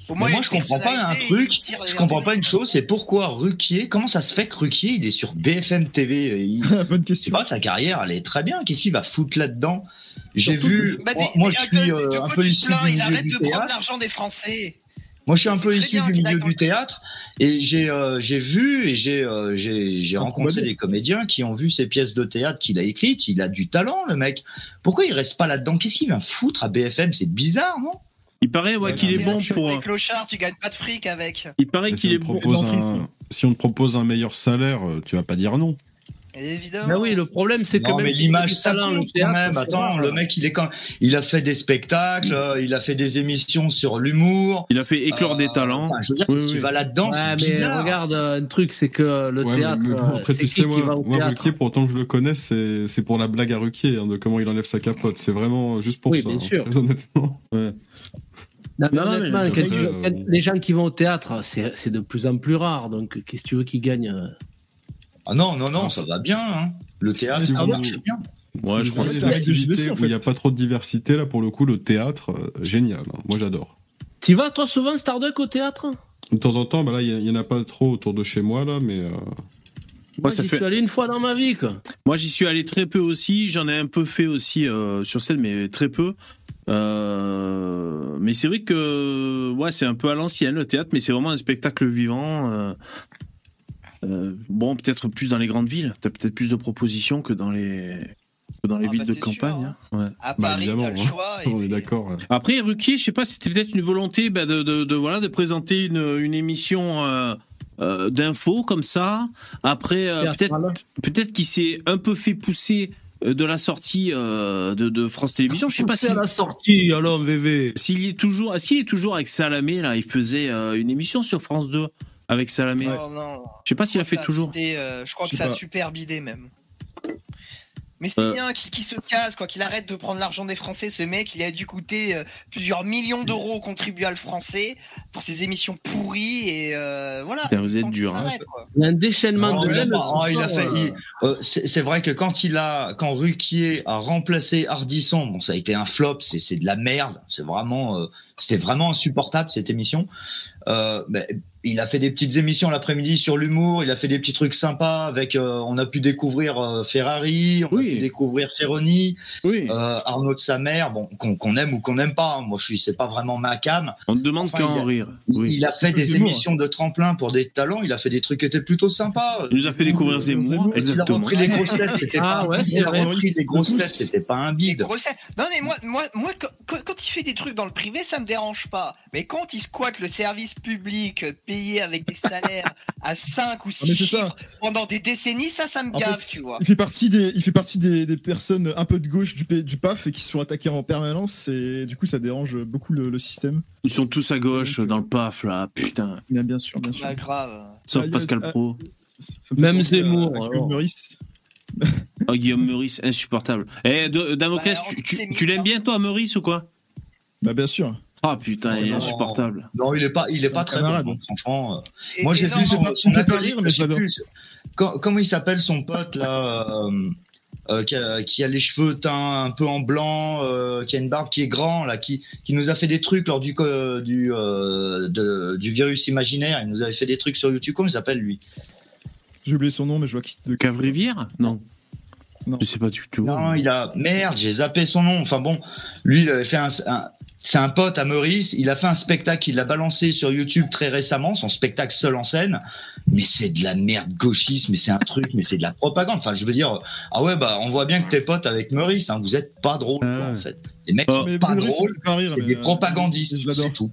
Speaker 7: Au
Speaker 4: Mais moi,
Speaker 7: il y
Speaker 4: je
Speaker 7: a une
Speaker 4: comprends pas un
Speaker 7: personnalité,
Speaker 4: truc.
Speaker 7: il tire les
Speaker 4: Je comprends pas une chose, c'est pourquoi Ruquier. Comment ça se fait que Ruquier, il est sur BFM TV euh, il-
Speaker 1: (laughs) Bonne
Speaker 4: Je
Speaker 1: question.
Speaker 4: sais pas, sa carrière, elle est très bien. Qu'est-ce qu'il va foutre là-dedans J'ai
Speaker 1: Surtout
Speaker 4: vu.
Speaker 1: que-
Speaker 7: Bah,
Speaker 4: moi,
Speaker 7: dis-
Speaker 4: moi,
Speaker 7: mais
Speaker 4: je
Speaker 7: attends,
Speaker 4: suis
Speaker 7: de
Speaker 4: euh,
Speaker 7: quoi
Speaker 4: un
Speaker 7: tu
Speaker 4: peu
Speaker 7: te
Speaker 4: issu
Speaker 7: plains
Speaker 4: du
Speaker 7: Il
Speaker 4: milieu
Speaker 7: arrête
Speaker 4: du
Speaker 7: de prendre
Speaker 4: théâtre.
Speaker 7: l'argent des Français.
Speaker 4: Moi, je suis un
Speaker 7: C'est
Speaker 4: peu
Speaker 7: très
Speaker 4: issu
Speaker 7: bien
Speaker 4: du
Speaker 7: qu'il
Speaker 4: milieu
Speaker 7: aille dans
Speaker 4: du
Speaker 7: le-
Speaker 4: théâtre et j'ai euh, j'ai vu et j'ai euh, j'ai j'ai
Speaker 1: Ah,
Speaker 4: rencontré
Speaker 1: bah,
Speaker 4: des comédiens qui ont vu ces pièces de théâtre qu'il a écrites. Il a du talent, le mec. Pourquoi il reste pas là-dedans Qu'est-ce qu'il vient foutre à BFM C'est bizarre, non
Speaker 5: Il paraît ouais, qu'il est bon pour.
Speaker 7: Les clochards, tu gagnes pas de fric avec.
Speaker 5: Il paraît
Speaker 6: Et
Speaker 5: qu'il
Speaker 6: si,
Speaker 5: est
Speaker 6: on te
Speaker 5: bon
Speaker 6: propose
Speaker 5: dentriste.
Speaker 6: un-
Speaker 3: hein.
Speaker 6: si on te propose un meilleur salaire, euh, tu vas pas dire non.
Speaker 7: Évidemment.
Speaker 3: Bah oui, le problème, c'est que
Speaker 4: Non,
Speaker 3: même
Speaker 4: mais
Speaker 3: s'il y a
Speaker 4: l'image,
Speaker 3: du
Speaker 4: ça
Speaker 3: talent,
Speaker 4: compte
Speaker 3: théâtre,
Speaker 4: quand même.
Speaker 3: c'est
Speaker 4: Attends,
Speaker 3: pas-
Speaker 4: le mec, il est quand il a fait des spectacles, euh, il a fait des émissions sur l'humour.
Speaker 5: Il a fait éclore des
Speaker 4: Euh,
Speaker 5: talents.
Speaker 4: Enfin, je veux dire,
Speaker 5: Oui,
Speaker 4: qu'est-ce qui
Speaker 5: oui.
Speaker 4: va là-dedans
Speaker 3: Ouais,
Speaker 4: C'est
Speaker 3: mais
Speaker 4: bizarre.
Speaker 3: regarde, euh, un truc, c'est que le
Speaker 6: Ouais, mais-
Speaker 3: théâtre,
Speaker 6: mais bon,
Speaker 3: euh,
Speaker 6: après,
Speaker 3: c'est
Speaker 6: tu
Speaker 3: qui
Speaker 6: sais,
Speaker 3: qui
Speaker 6: moi,
Speaker 3: va au
Speaker 6: moi
Speaker 3: théâtre hein.
Speaker 6: Ruquier, pour autant que je le connaisse, c'est c'est pour la blague à Ruquier, hein, de comment il enlève sa capote. C'est vraiment juste pour
Speaker 3: Oui,
Speaker 6: ça.
Speaker 3: bien
Speaker 6: hein,
Speaker 3: sûr.
Speaker 6: très honnêtement.
Speaker 3: Non, mais
Speaker 5: Non, non, mais
Speaker 3: honnêtement,
Speaker 5: le
Speaker 3: quand
Speaker 6: théâtre,
Speaker 3: tu-
Speaker 6: euh,
Speaker 3: les gens qui vont au théâtre, c'est c'est de plus en plus rare. Donc, qu'est-ce que tu veux qu'ils gagnent euh
Speaker 4: Ah non, non, non,
Speaker 6: Alors,
Speaker 4: ça
Speaker 6: si-
Speaker 4: va bien. hein. Le
Speaker 6: si-
Speaker 4: théâtre,
Speaker 6: si
Speaker 4: ça
Speaker 6: vous-
Speaker 4: marche bien.
Speaker 5: Ouais, je
Speaker 6: Si vous
Speaker 5: crois que
Speaker 6: avez
Speaker 1: c'est
Speaker 6: des
Speaker 1: la JVC,
Speaker 6: activités
Speaker 1: en
Speaker 6: où
Speaker 1: fait.
Speaker 6: il n'y a pas trop de diversité, là, pour le coup, le théâtre, euh, génial. hein. Moi, j'adore.
Speaker 3: Tu vas, toi, souvent, Starduck, au théâtre
Speaker 6: De temps en temps, bah là, il n'y en a pas trop autour de chez moi, là, mais. euh,
Speaker 3: Moi,
Speaker 5: ça
Speaker 3: j'y
Speaker 5: fait-
Speaker 3: suis allé une fois dans ma vie, quoi.
Speaker 5: Moi, j'y suis allé très peu aussi. J'en ai un peu fait aussi euh, sur scène, mais très peu. Euh, mais c'est vrai que ouais, c'est un peu à l'ancienne le théâtre, mais c'est vraiment un spectacle vivant. euh, euh, bon, peut-être plus dans les grandes villes. T'as peut-être plus de propositions que dans les que dans les
Speaker 7: Ah
Speaker 5: villes
Speaker 7: bah,
Speaker 5: de
Speaker 7: c'est sûr,
Speaker 5: campagne.
Speaker 7: hein.
Speaker 5: hein. Ouais.
Speaker 7: À
Speaker 6: Bah,
Speaker 7: Paris,
Speaker 6: évidemment,
Speaker 7: t'as le
Speaker 6: hein.
Speaker 7: choix. et
Speaker 6: on est
Speaker 7: puis-
Speaker 6: d'accord. hein.
Speaker 5: Après, Ruquier, je sais pas, c'était peut-être une volonté bah, de, de, de, voilà, de présenter une, une émission euh, euh, d'info comme ça. Après, euh, peut-être peut-être qu'il s'est un peu fait pousser euh, de la sortie euh, de, de France Télévisions. Je sais pas
Speaker 3: Poussé
Speaker 5: si-
Speaker 3: à la sortie, alors, VV.
Speaker 5: s'il y est toujours. Est-ce qu'il est toujours avec Salamé là Il faisait euh, une émission sur France 2 avec Salamé.
Speaker 7: Non, non,
Speaker 5: Je sais pas s'il a fait
Speaker 7: ça a
Speaker 5: toujours.
Speaker 7: bidé, euh, je crois
Speaker 5: Je
Speaker 7: que
Speaker 5: sais
Speaker 7: ça a
Speaker 5: pas.
Speaker 7: super bidé même. Mais c'est
Speaker 5: Euh.
Speaker 7: bien qu'il qu'il se casse, quoi, qu'il arrête de prendre l'argent des Français. Ce mec, il a dû coûter euh, plusieurs
Speaker 5: Mm.
Speaker 7: millions d'euros aux contribuables français pour ses émissions pourries et euh, voilà.
Speaker 5: Putain, vous
Speaker 7: Il
Speaker 5: êtes
Speaker 7: faut qu'il
Speaker 5: dur, hein.
Speaker 7: s'arrête, quoi.
Speaker 3: Il y a un déchaînement
Speaker 4: Non,
Speaker 3: de
Speaker 4: mais
Speaker 3: haine,
Speaker 4: non,
Speaker 3: de
Speaker 4: Oh, il a
Speaker 3: façon,
Speaker 4: fait-
Speaker 3: euh,
Speaker 4: il- euh, c'est c'est vrai que quand il a, quand Ruquier a remplacé Ardisson, bon, ça a été un flop, c'est c'est de la merde, c'est vraiment, euh, c'était vraiment insupportable cette émission. Euh, mais il a fait des petites émissions l'après-midi sur l'humour, il a fait des petits trucs sympas avec, euh, on a pu découvrir euh, Ferrari, on
Speaker 5: Oui.
Speaker 4: a pu découvrir Ferroni,
Speaker 5: Oui.
Speaker 4: euh, Arnaud de sa mère, bon, qu'on qu'on aime ou qu'on n'aime pas, hein. moi je suis, c'est pas vraiment ma cam.
Speaker 5: On te demande
Speaker 4: enfin,
Speaker 5: qu'à
Speaker 4: il
Speaker 5: en
Speaker 4: a-
Speaker 5: rire.
Speaker 4: Il,
Speaker 5: Oui.
Speaker 4: il a fait des
Speaker 1: Zemmour.
Speaker 4: émissions de tremplin pour des talents, il a fait des trucs qui étaient plutôt sympas.
Speaker 5: Il nous a fait découvrir Zemmour.
Speaker 1: Zemmour,
Speaker 4: Il a
Speaker 5: Exactement.
Speaker 4: repris les grosses têtes, c'était
Speaker 3: Ah
Speaker 4: pas un
Speaker 3: ouais,
Speaker 4: bide.
Speaker 3: c'est
Speaker 4: Il a
Speaker 3: vrai.
Speaker 4: repris les grosses têtes, c'était pas un
Speaker 7: Les
Speaker 4: bide.
Speaker 7: grosses têtes. Non mais moi, moi, moi, quand- quand, quand il fait des trucs dans le privé, ça me dérange pas. Mais quand il squatte le service public euh, payé avec des
Speaker 5: (laughs)
Speaker 7: salaires à 5 ou
Speaker 1: Ah,
Speaker 7: 6
Speaker 1: mais c'est ça.
Speaker 7: chiffres pendant des décennies, ça, ça me
Speaker 1: En
Speaker 7: gave,
Speaker 1: fait,
Speaker 7: tu vois.
Speaker 1: Il fait partie des, il fait partie des, des personnes un peu de gauche du, P- du PAF et qui se font attaquer en permanence et du coup ça dérange beaucoup le, le système.
Speaker 5: Ils sont tous à gauche dans le paf là. Putain.
Speaker 1: Bien, bien sûr, bien sûr.
Speaker 4: Bah,
Speaker 7: Pas grave.
Speaker 5: Sauf
Speaker 3: Bah,
Speaker 1: Ah, il y a-
Speaker 5: Pascal
Speaker 1: ah,
Speaker 5: Pro.
Speaker 1: Ça me fait
Speaker 3: Même
Speaker 1: penser à-
Speaker 3: Zemmour,
Speaker 1: à Claude
Speaker 3: alors.
Speaker 1: Meurice.
Speaker 5: Oh, Guillaume Meurice, insupportable. Eh, de- Damoclès,
Speaker 1: Bah, on
Speaker 5: tu, tu-
Speaker 1: s'est mis
Speaker 5: tu l'aimes bien, toi, Meurice, ou quoi
Speaker 1: Bah, bien sûr.
Speaker 5: Ah, putain, il est
Speaker 4: Non,
Speaker 5: insupportable.
Speaker 4: Non, il est pas, il est
Speaker 1: C'est
Speaker 4: pas
Speaker 1: un
Speaker 4: très
Speaker 1: camarade.
Speaker 4: bon, franchement. euh,
Speaker 1: Et-
Speaker 4: Moi,
Speaker 1: et
Speaker 4: j'ai
Speaker 1: non,
Speaker 4: vu
Speaker 1: on
Speaker 4: son,
Speaker 1: peut-
Speaker 4: son
Speaker 1: on peut pas
Speaker 4: acolyte,
Speaker 1: rire, mais
Speaker 4: je sais
Speaker 1: j'adore.
Speaker 4: plus. Com- Comment il s'appelle son pote là euh, euh, qui, a, qui a les cheveux teints un peu en blanc, euh, qui a une barbe, qui est grand là, qui, qui nous a fait des trucs lors du co- euh, du, euh, de- du virus imaginaire. Il nous avait fait des trucs sur YouTube. Comment il s'appelle lui
Speaker 1: J'ai oublié son nom, mais je vois qui. De...
Speaker 5: Cavrivière Non.
Speaker 1: Non.
Speaker 5: Je sais pas du tout.
Speaker 4: Non, il a merde, j'ai zappé son nom. Enfin bon, lui, il avait fait un. un- c'est un pote à Maurice, il a fait un spectacle, il l'a balancé sur YouTube très récemment, son spectacle seul en scène, mais c'est de la merde gauchiste, mais c'est un truc, mais c'est de la propagande. Enfin, je veux dire, ah ouais, bah on voit bien que t'es pote avec Maurice, hein, vous êtes pas drôle, en fait. Les mecs
Speaker 5: Ah.
Speaker 4: sont
Speaker 5: Mais
Speaker 4: pas
Speaker 5: Maurice,
Speaker 4: drôles,
Speaker 5: ça fait pas rire,
Speaker 4: c'est
Speaker 5: mais,
Speaker 4: des
Speaker 5: euh,
Speaker 4: propagandistes,
Speaker 5: je l'adore.
Speaker 4: c'est tout.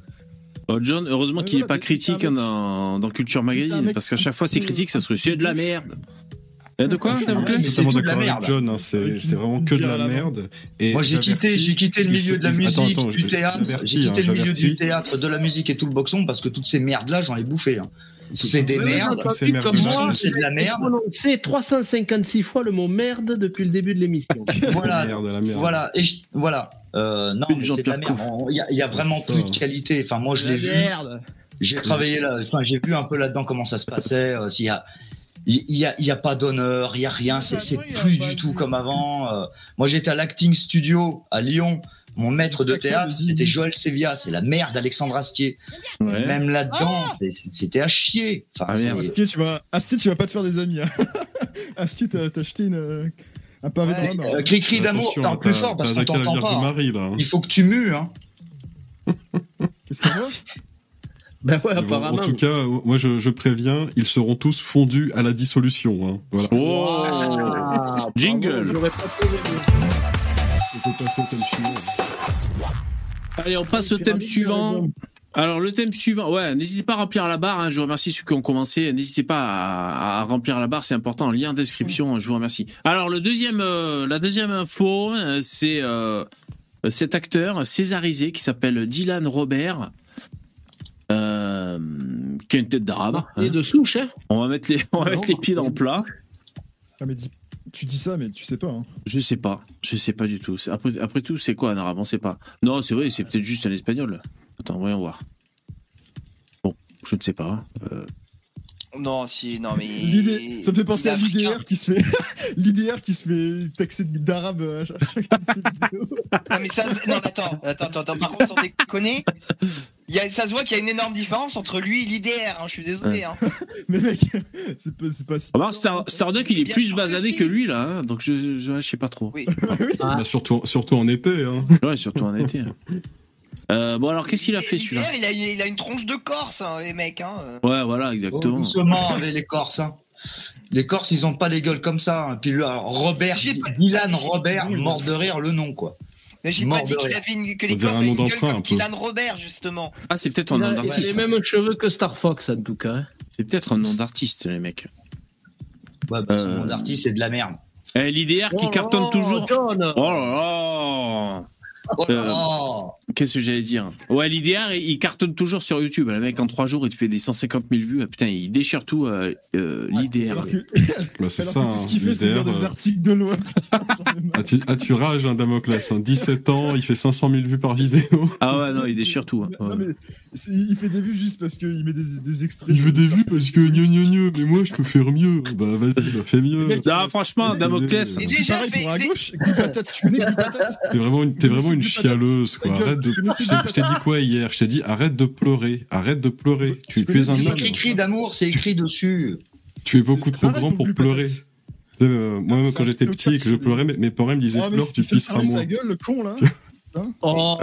Speaker 5: Oh, John,
Speaker 6: Ah,
Speaker 5: heureusement qu'il n'est pas critique hein, dans, dans Culture Magazine, parce qu'à chaque fois, c'est critique, ça se trouve, c'est de la merde. Eh, de quoi,
Speaker 6: Je suis
Speaker 5: Damoclès
Speaker 6: totalement d'accord avec John, hein, c'est c'est vraiment que de la merde. Et
Speaker 4: Moi, j'ai quitté,
Speaker 6: j'avertis,
Speaker 4: j'ai quitté le
Speaker 6: il
Speaker 4: milieu
Speaker 6: se-
Speaker 4: de la
Speaker 6: il-
Speaker 4: musique,
Speaker 6: attends, attends,
Speaker 4: du
Speaker 6: je-
Speaker 4: théâtre,
Speaker 6: j'avertis,
Speaker 4: j'ai
Speaker 6: hein,
Speaker 4: quitté le milieu
Speaker 6: j'avertis.
Speaker 4: du théâtre, de la musique et tout le boxon parce que toutes ces merdes-là, j'en ai bouffé. hein. C'est des
Speaker 3: Vous savez,
Speaker 4: merdes,
Speaker 3: quand
Speaker 4: c'est
Speaker 3: tu, comme moi,
Speaker 4: de la merde.
Speaker 3: C'est 356 fois le mot merde depuis le début de l'émission.
Speaker 4: (laughs) Voilà, voilà, et je- voilà. Euh, non, mais c'est de la merde. On- Il y, a- il y a vraiment
Speaker 3: C'est ça.
Speaker 4: plus de qualité. Enfin, moi, je
Speaker 3: La
Speaker 4: l'ai vu.
Speaker 3: merde.
Speaker 4: J'ai travaillé là. Enfin, j'ai vu un peu là-dedans comment ça se passait. euh, S'il y a, il il y a, il y a pas d'honneur, Bah il y a rien. C'est c'est plus du tout comme avant. euh. moi, j'étais à l'acting studio à Lyon. Mon maître de théâtre, c'était Joël Sevilla. C'est la merde, Alexandre Astier.
Speaker 5: Ouais.
Speaker 4: Même là-dedans, c'est- c'était à chier. Enfin,
Speaker 6: Ah,
Speaker 4: c'est-
Speaker 1: Ah, Astier, tu vas, Astier, tu vas pas te faire des amis. hein. (laughs) Astier, t'as t'as acheté une, euh, un pavé hein.
Speaker 4: Ouais,
Speaker 1: dans la
Speaker 4: euh,
Speaker 1: mort.
Speaker 4: Cri-cri d'amour,
Speaker 6: Attention,
Speaker 4: parle plus
Speaker 6: t'as-
Speaker 4: fort parce
Speaker 6: t'as
Speaker 4: qu'on
Speaker 6: attaqué la
Speaker 4: t'entend
Speaker 6: Vierge
Speaker 4: pas.
Speaker 6: Marie, là, hein.
Speaker 4: Il faut que tu mues.
Speaker 6: (laughs)
Speaker 4: Hein.
Speaker 1: Qu'est-ce qu'il y a
Speaker 3: Ben ouais,
Speaker 6: Mais bon,
Speaker 3: apparemment.
Speaker 6: en tout cas, euh, moi je, je préviens, ils seront tous fondus à la dissolution. hein. Voilà.
Speaker 5: Oh.
Speaker 3: Ah, bravo, j'aurais pas trouvé mieux.
Speaker 5: Allez, on passe au thème suivant. Alors, le thème suivant, ouais, n'hésitez pas à remplir la barre. hein. je vous remercie ceux qui ont commencé. N'hésitez pas à, à remplir la barre, c'est important. Lien en description, hein, je vous remercie. Alors, le deuxième, euh, la deuxième info, euh, c'est euh, cet acteur césarisé qui s'appelle Dylan Robert, euh, qui a une tête d'arabe.
Speaker 3: Et
Speaker 5: hein.
Speaker 3: de souche, hein.
Speaker 5: On va mettre les, on va
Speaker 3: Non.
Speaker 5: mettre les pieds dans le plat.
Speaker 1: Ah, mais dis- tu dis ça, mais tu sais pas. hein.
Speaker 5: Je sais pas, je sais pas du tout. C'est- Après, après tout, c'est quoi un arabe On sait pas. Non, c'est vrai, c'est peut-être juste un espagnol. Attends, voyons voir. Bon, je ne sais pas. Euh,
Speaker 7: Non, si, non, mais.
Speaker 1: (laughs) L'idée- Ça me fait penser à
Speaker 7: l'Africain.
Speaker 1: l'IDR qui se fait, (laughs) l'IDR qui se fait taxer d'arabe euh, à chaque à
Speaker 6: Ah,
Speaker 1: chaque de ses vidéos.
Speaker 7: Non, mais ça se- Non, attends, attends, attends, attends. Par contre, sans déconner, il y a... ça se voit qu'il y a une énorme différence entre lui et l'IDR. hein, Je suis désolé.
Speaker 5: Ouais.
Speaker 1: (laughs)
Speaker 7: Hein.
Speaker 1: Mais mec, c'est pas, c'est pas si.
Speaker 5: Remarque, Ah bah, Star, Starduck, il est
Speaker 7: Bien
Speaker 5: plus
Speaker 7: sûr que
Speaker 5: basadé
Speaker 7: si.
Speaker 5: que lui, là. hein, donc, je, je, je sais pas
Speaker 1: (laughs)
Speaker 5: trop.
Speaker 7: Oui.
Speaker 6: Bah, surtout, surtout en été. hein.
Speaker 5: Ouais, surtout en été. hein. Euh, bon, alors, qu'est-ce qu'il a fait, celui-là
Speaker 7: L'IDR, il a, il a une tronche de Corse, hein, les mecs. Hein. euh.
Speaker 5: Ouais, voilà,
Speaker 4: Oh,
Speaker 5: exactement.
Speaker 4: doucement avec les Corses. hein. Les Corses, ils ont pas des gueules comme ça. hein. Puis lui, alors, Robert,
Speaker 7: J'ai pas-
Speaker 4: Dylan
Speaker 7: j'ai-
Speaker 4: Robert, mort de rire, le nom, quoi.
Speaker 7: Mais j'ai
Speaker 4: Mort
Speaker 7: pas dit
Speaker 4: de
Speaker 7: qu'il
Speaker 4: rire.
Speaker 7: avait une... que
Speaker 5: On
Speaker 7: les
Speaker 5: dirait
Speaker 7: Corses
Speaker 5: un
Speaker 7: avaient
Speaker 5: nom
Speaker 7: une gueule
Speaker 5: d'emprunt, un
Speaker 7: comme
Speaker 5: peu.
Speaker 7: Dylan Robert, justement.
Speaker 5: Ah, c'est peut-être un
Speaker 3: Il
Speaker 5: nom
Speaker 3: a, il a les
Speaker 5: d'artiste.
Speaker 3: mêmes cheveux que Star Fox, en tout cas. hein.
Speaker 5: C'est peut-être un nom d'artiste, les mecs. Euh.
Speaker 4: Ouais, bah, son nom d'artiste, c'est de la merde.
Speaker 5: Eh, L'IDR qui
Speaker 3: Oh
Speaker 5: cartonne
Speaker 3: là,
Speaker 5: toujours.
Speaker 3: John.
Speaker 5: Oh là là
Speaker 4: Oh là
Speaker 5: Euh,
Speaker 4: là
Speaker 5: Qu'est-ce que j'allais dire Ouais, l'IDR, il il cartonne toujours sur YouTube. Le mec, en trois jours, il te fait des 150 000 vues. Ah, putain, il déchire tout euh, euh, l'IDR.
Speaker 1: Alors que,
Speaker 6: Bah, c'est
Speaker 1: alors
Speaker 6: ça.
Speaker 1: que tout ce
Speaker 6: hein,
Speaker 1: qu'il fait, c'est lire
Speaker 6: l'IDR,
Speaker 1: des
Speaker 6: euh,
Speaker 1: articles de loi.
Speaker 6: Ah, tu, ah, tu rages, hein, Damoclès. hein. 17 ans, il fait 500 000 vues par vidéo.
Speaker 5: Ah ouais, non, il déchire tout. hein.
Speaker 1: Non, mais c'est- il fait des vues juste parce qu'il met des, des extraits.
Speaker 6: Il veut des vues parce que gneu gneu gneu, mais moi je peux faire mieux. Bah vas-y, bah, fais mieux.
Speaker 1: Mec,
Speaker 5: Ah, franchement, Damoclès.
Speaker 7: Et
Speaker 6: C'est
Speaker 7: déjà,
Speaker 1: Pareil
Speaker 7: fait-
Speaker 1: pour à
Speaker 7: dé-
Speaker 1: gauche, Guy Patate, tu connais Guy Patate
Speaker 6: (laughs) T'es vraiment une, t'es vraiment une
Speaker 1: Connaissez des patates.
Speaker 6: chialeuse, quoi.
Speaker 1: Ta gueule,
Speaker 6: Arrête de.
Speaker 1: tu connaissez
Speaker 6: Je
Speaker 1: des
Speaker 6: t'ai- je t'ai dit quoi hier Je t'ai dit arrête de pleurer, arrête de pleurer. Tu, tu es un
Speaker 4: C'est
Speaker 6: homme.
Speaker 4: écrit cri d'amour, c'est écrit dessus.
Speaker 6: Tu es beaucoup trop
Speaker 1: Arrête
Speaker 6: grand
Speaker 1: de
Speaker 6: pour
Speaker 1: plus
Speaker 6: pleurer.
Speaker 1: patate.
Speaker 6: Tu sais, euh, Moi,
Speaker 1: Ah,
Speaker 6: même
Speaker 1: ça,
Speaker 6: quand j'étais
Speaker 1: le
Speaker 6: petit et que je
Speaker 1: quartier.
Speaker 6: pleurais, mes, mes parents me disaient
Speaker 1: Ah, mais
Speaker 6: pleure, tu
Speaker 1: il fait
Speaker 6: pisseras
Speaker 1: fermer
Speaker 6: moins.
Speaker 1: sa gueule, le con, là.
Speaker 6: (laughs)
Speaker 3: Oh,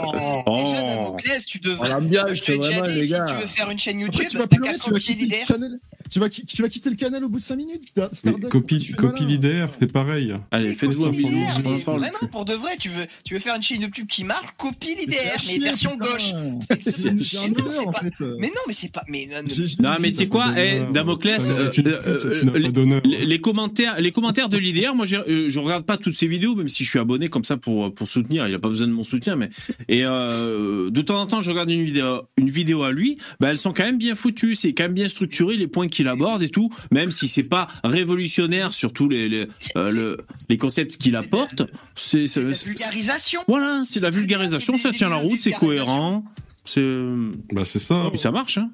Speaker 7: Déjà, Damoclès, tu
Speaker 3: oh,
Speaker 7: devrais.
Speaker 3: l'ambiance,
Speaker 7: Je t'ai
Speaker 3: vraiment,
Speaker 7: déjà dit,
Speaker 3: les
Speaker 7: si
Speaker 3: gars.
Speaker 7: tu veux faire une chaîne
Speaker 1: Après,
Speaker 7: YouTube,
Speaker 1: tu vas
Speaker 7: t'as
Speaker 1: pleurer,
Speaker 7: qu'à
Speaker 1: tu vas
Speaker 7: copier
Speaker 1: quitter le
Speaker 7: l'IDR.
Speaker 1: channel. Tu vas, qui- tu vas quitter le canal au bout de 5 minutes, Star-
Speaker 6: Mais
Speaker 1: Starduck. Tu
Speaker 6: copie,
Speaker 1: fais
Speaker 6: copie
Speaker 1: malin.
Speaker 6: l'IDR, c'est pareil.
Speaker 5: Allez,
Speaker 7: Mais
Speaker 5: faites-vous un
Speaker 7: copie
Speaker 5: bisou.
Speaker 7: l'IDR,
Speaker 5: On
Speaker 7: mais
Speaker 5: va parler.
Speaker 7: Vraiment, pour de vrai, tu veux, tu veux faire une chaîne YouTube qui marche, copie
Speaker 1: Mais c'est à
Speaker 7: l'IDR, mais
Speaker 1: chier,
Speaker 7: version
Speaker 1: putain.
Speaker 7: gauche.
Speaker 1: C'est
Speaker 7: C'est-
Speaker 1: un
Speaker 7: non,
Speaker 1: honneur,
Speaker 7: c'est
Speaker 1: en
Speaker 7: pas-
Speaker 1: fait. euh.
Speaker 7: Mais non, mais c'est pas. Mais non,
Speaker 1: J'ai- j'ai
Speaker 5: Non,
Speaker 1: une
Speaker 5: mais
Speaker 1: vie,
Speaker 5: tu sais quoi,
Speaker 1: Starduck.
Speaker 5: eh, Damoclès,
Speaker 6: Ah non,
Speaker 5: euh,
Speaker 6: tu- tu-
Speaker 5: euh,
Speaker 6: tu- tu n'as pas
Speaker 5: les-
Speaker 6: d'honneur.
Speaker 5: les, les commentaires, les commentaires de l'IDR, moi, j'ai- euh, je regarde pas toutes ces vidéos, même si je suis abonné comme ça pour pour soutenir. Il a pas besoin de mon soutien, mais et euh, de temps en temps, je regarde une vidéo, une vidéo à lui. Bah, elles sont quand même bien foutues, c'est quand même bien structuré les points qu'il qu'il aborde et tout, même si c'est pas révolutionnaire sur tous les, les, euh, le- les concepts qu'il apporte, c'est c'est-
Speaker 7: vulgarisation.
Speaker 5: Voilà, c'est la vulgarisation, ça tient la route, c'est cohérent. C'est
Speaker 6: bah c'est ça.
Speaker 5: Et ça marche hein.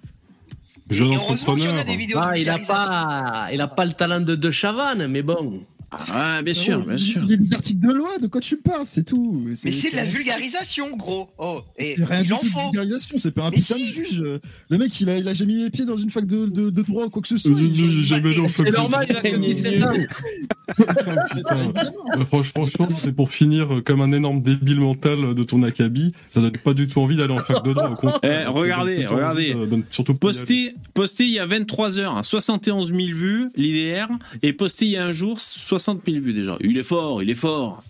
Speaker 6: Jeune
Speaker 5: entrepreneur.
Speaker 3: Ah, il a pas, il a pas le talent de De Chavannes, mais bon.
Speaker 5: Ah, bien
Speaker 1: sûr, bien sûr. Il y a des articles de loi, de quoi tu parles, c'est tout.
Speaker 7: Mais c'est de la vulgarisation, gros. Oh, et
Speaker 1: C'est rien
Speaker 7: il
Speaker 1: du
Speaker 7: en
Speaker 1: tout de
Speaker 7: faut.
Speaker 1: vulgarisation, c'est pas un
Speaker 7: Mais
Speaker 1: putain
Speaker 7: si.
Speaker 1: de juge. Le mec, il a, il a jamais mis les pieds dans une fac de, de, de droit ou quoi que ce soit.
Speaker 6: Euh,
Speaker 1: Il-
Speaker 6: j'ai jamais été en fac C'est de normal,
Speaker 3: droit. il a fait 17 ans.
Speaker 6: Euh, franch- Franchement, c'est pour finir euh, comme un énorme débile mental euh, de ton acabit. Ça donne pas du tout envie d'aller en fac de droit. Au contraire,
Speaker 5: Eh, regardez,
Speaker 6: Ça donne plutôt
Speaker 5: regardez.
Speaker 6: envie de- donne surtout pas d'y
Speaker 5: Posté, posté il y a 23 heures, hein, 71 000 vues, l'IDR, et posté il y a un jour, 60 000 vues déjà. Il est fort, il est fort.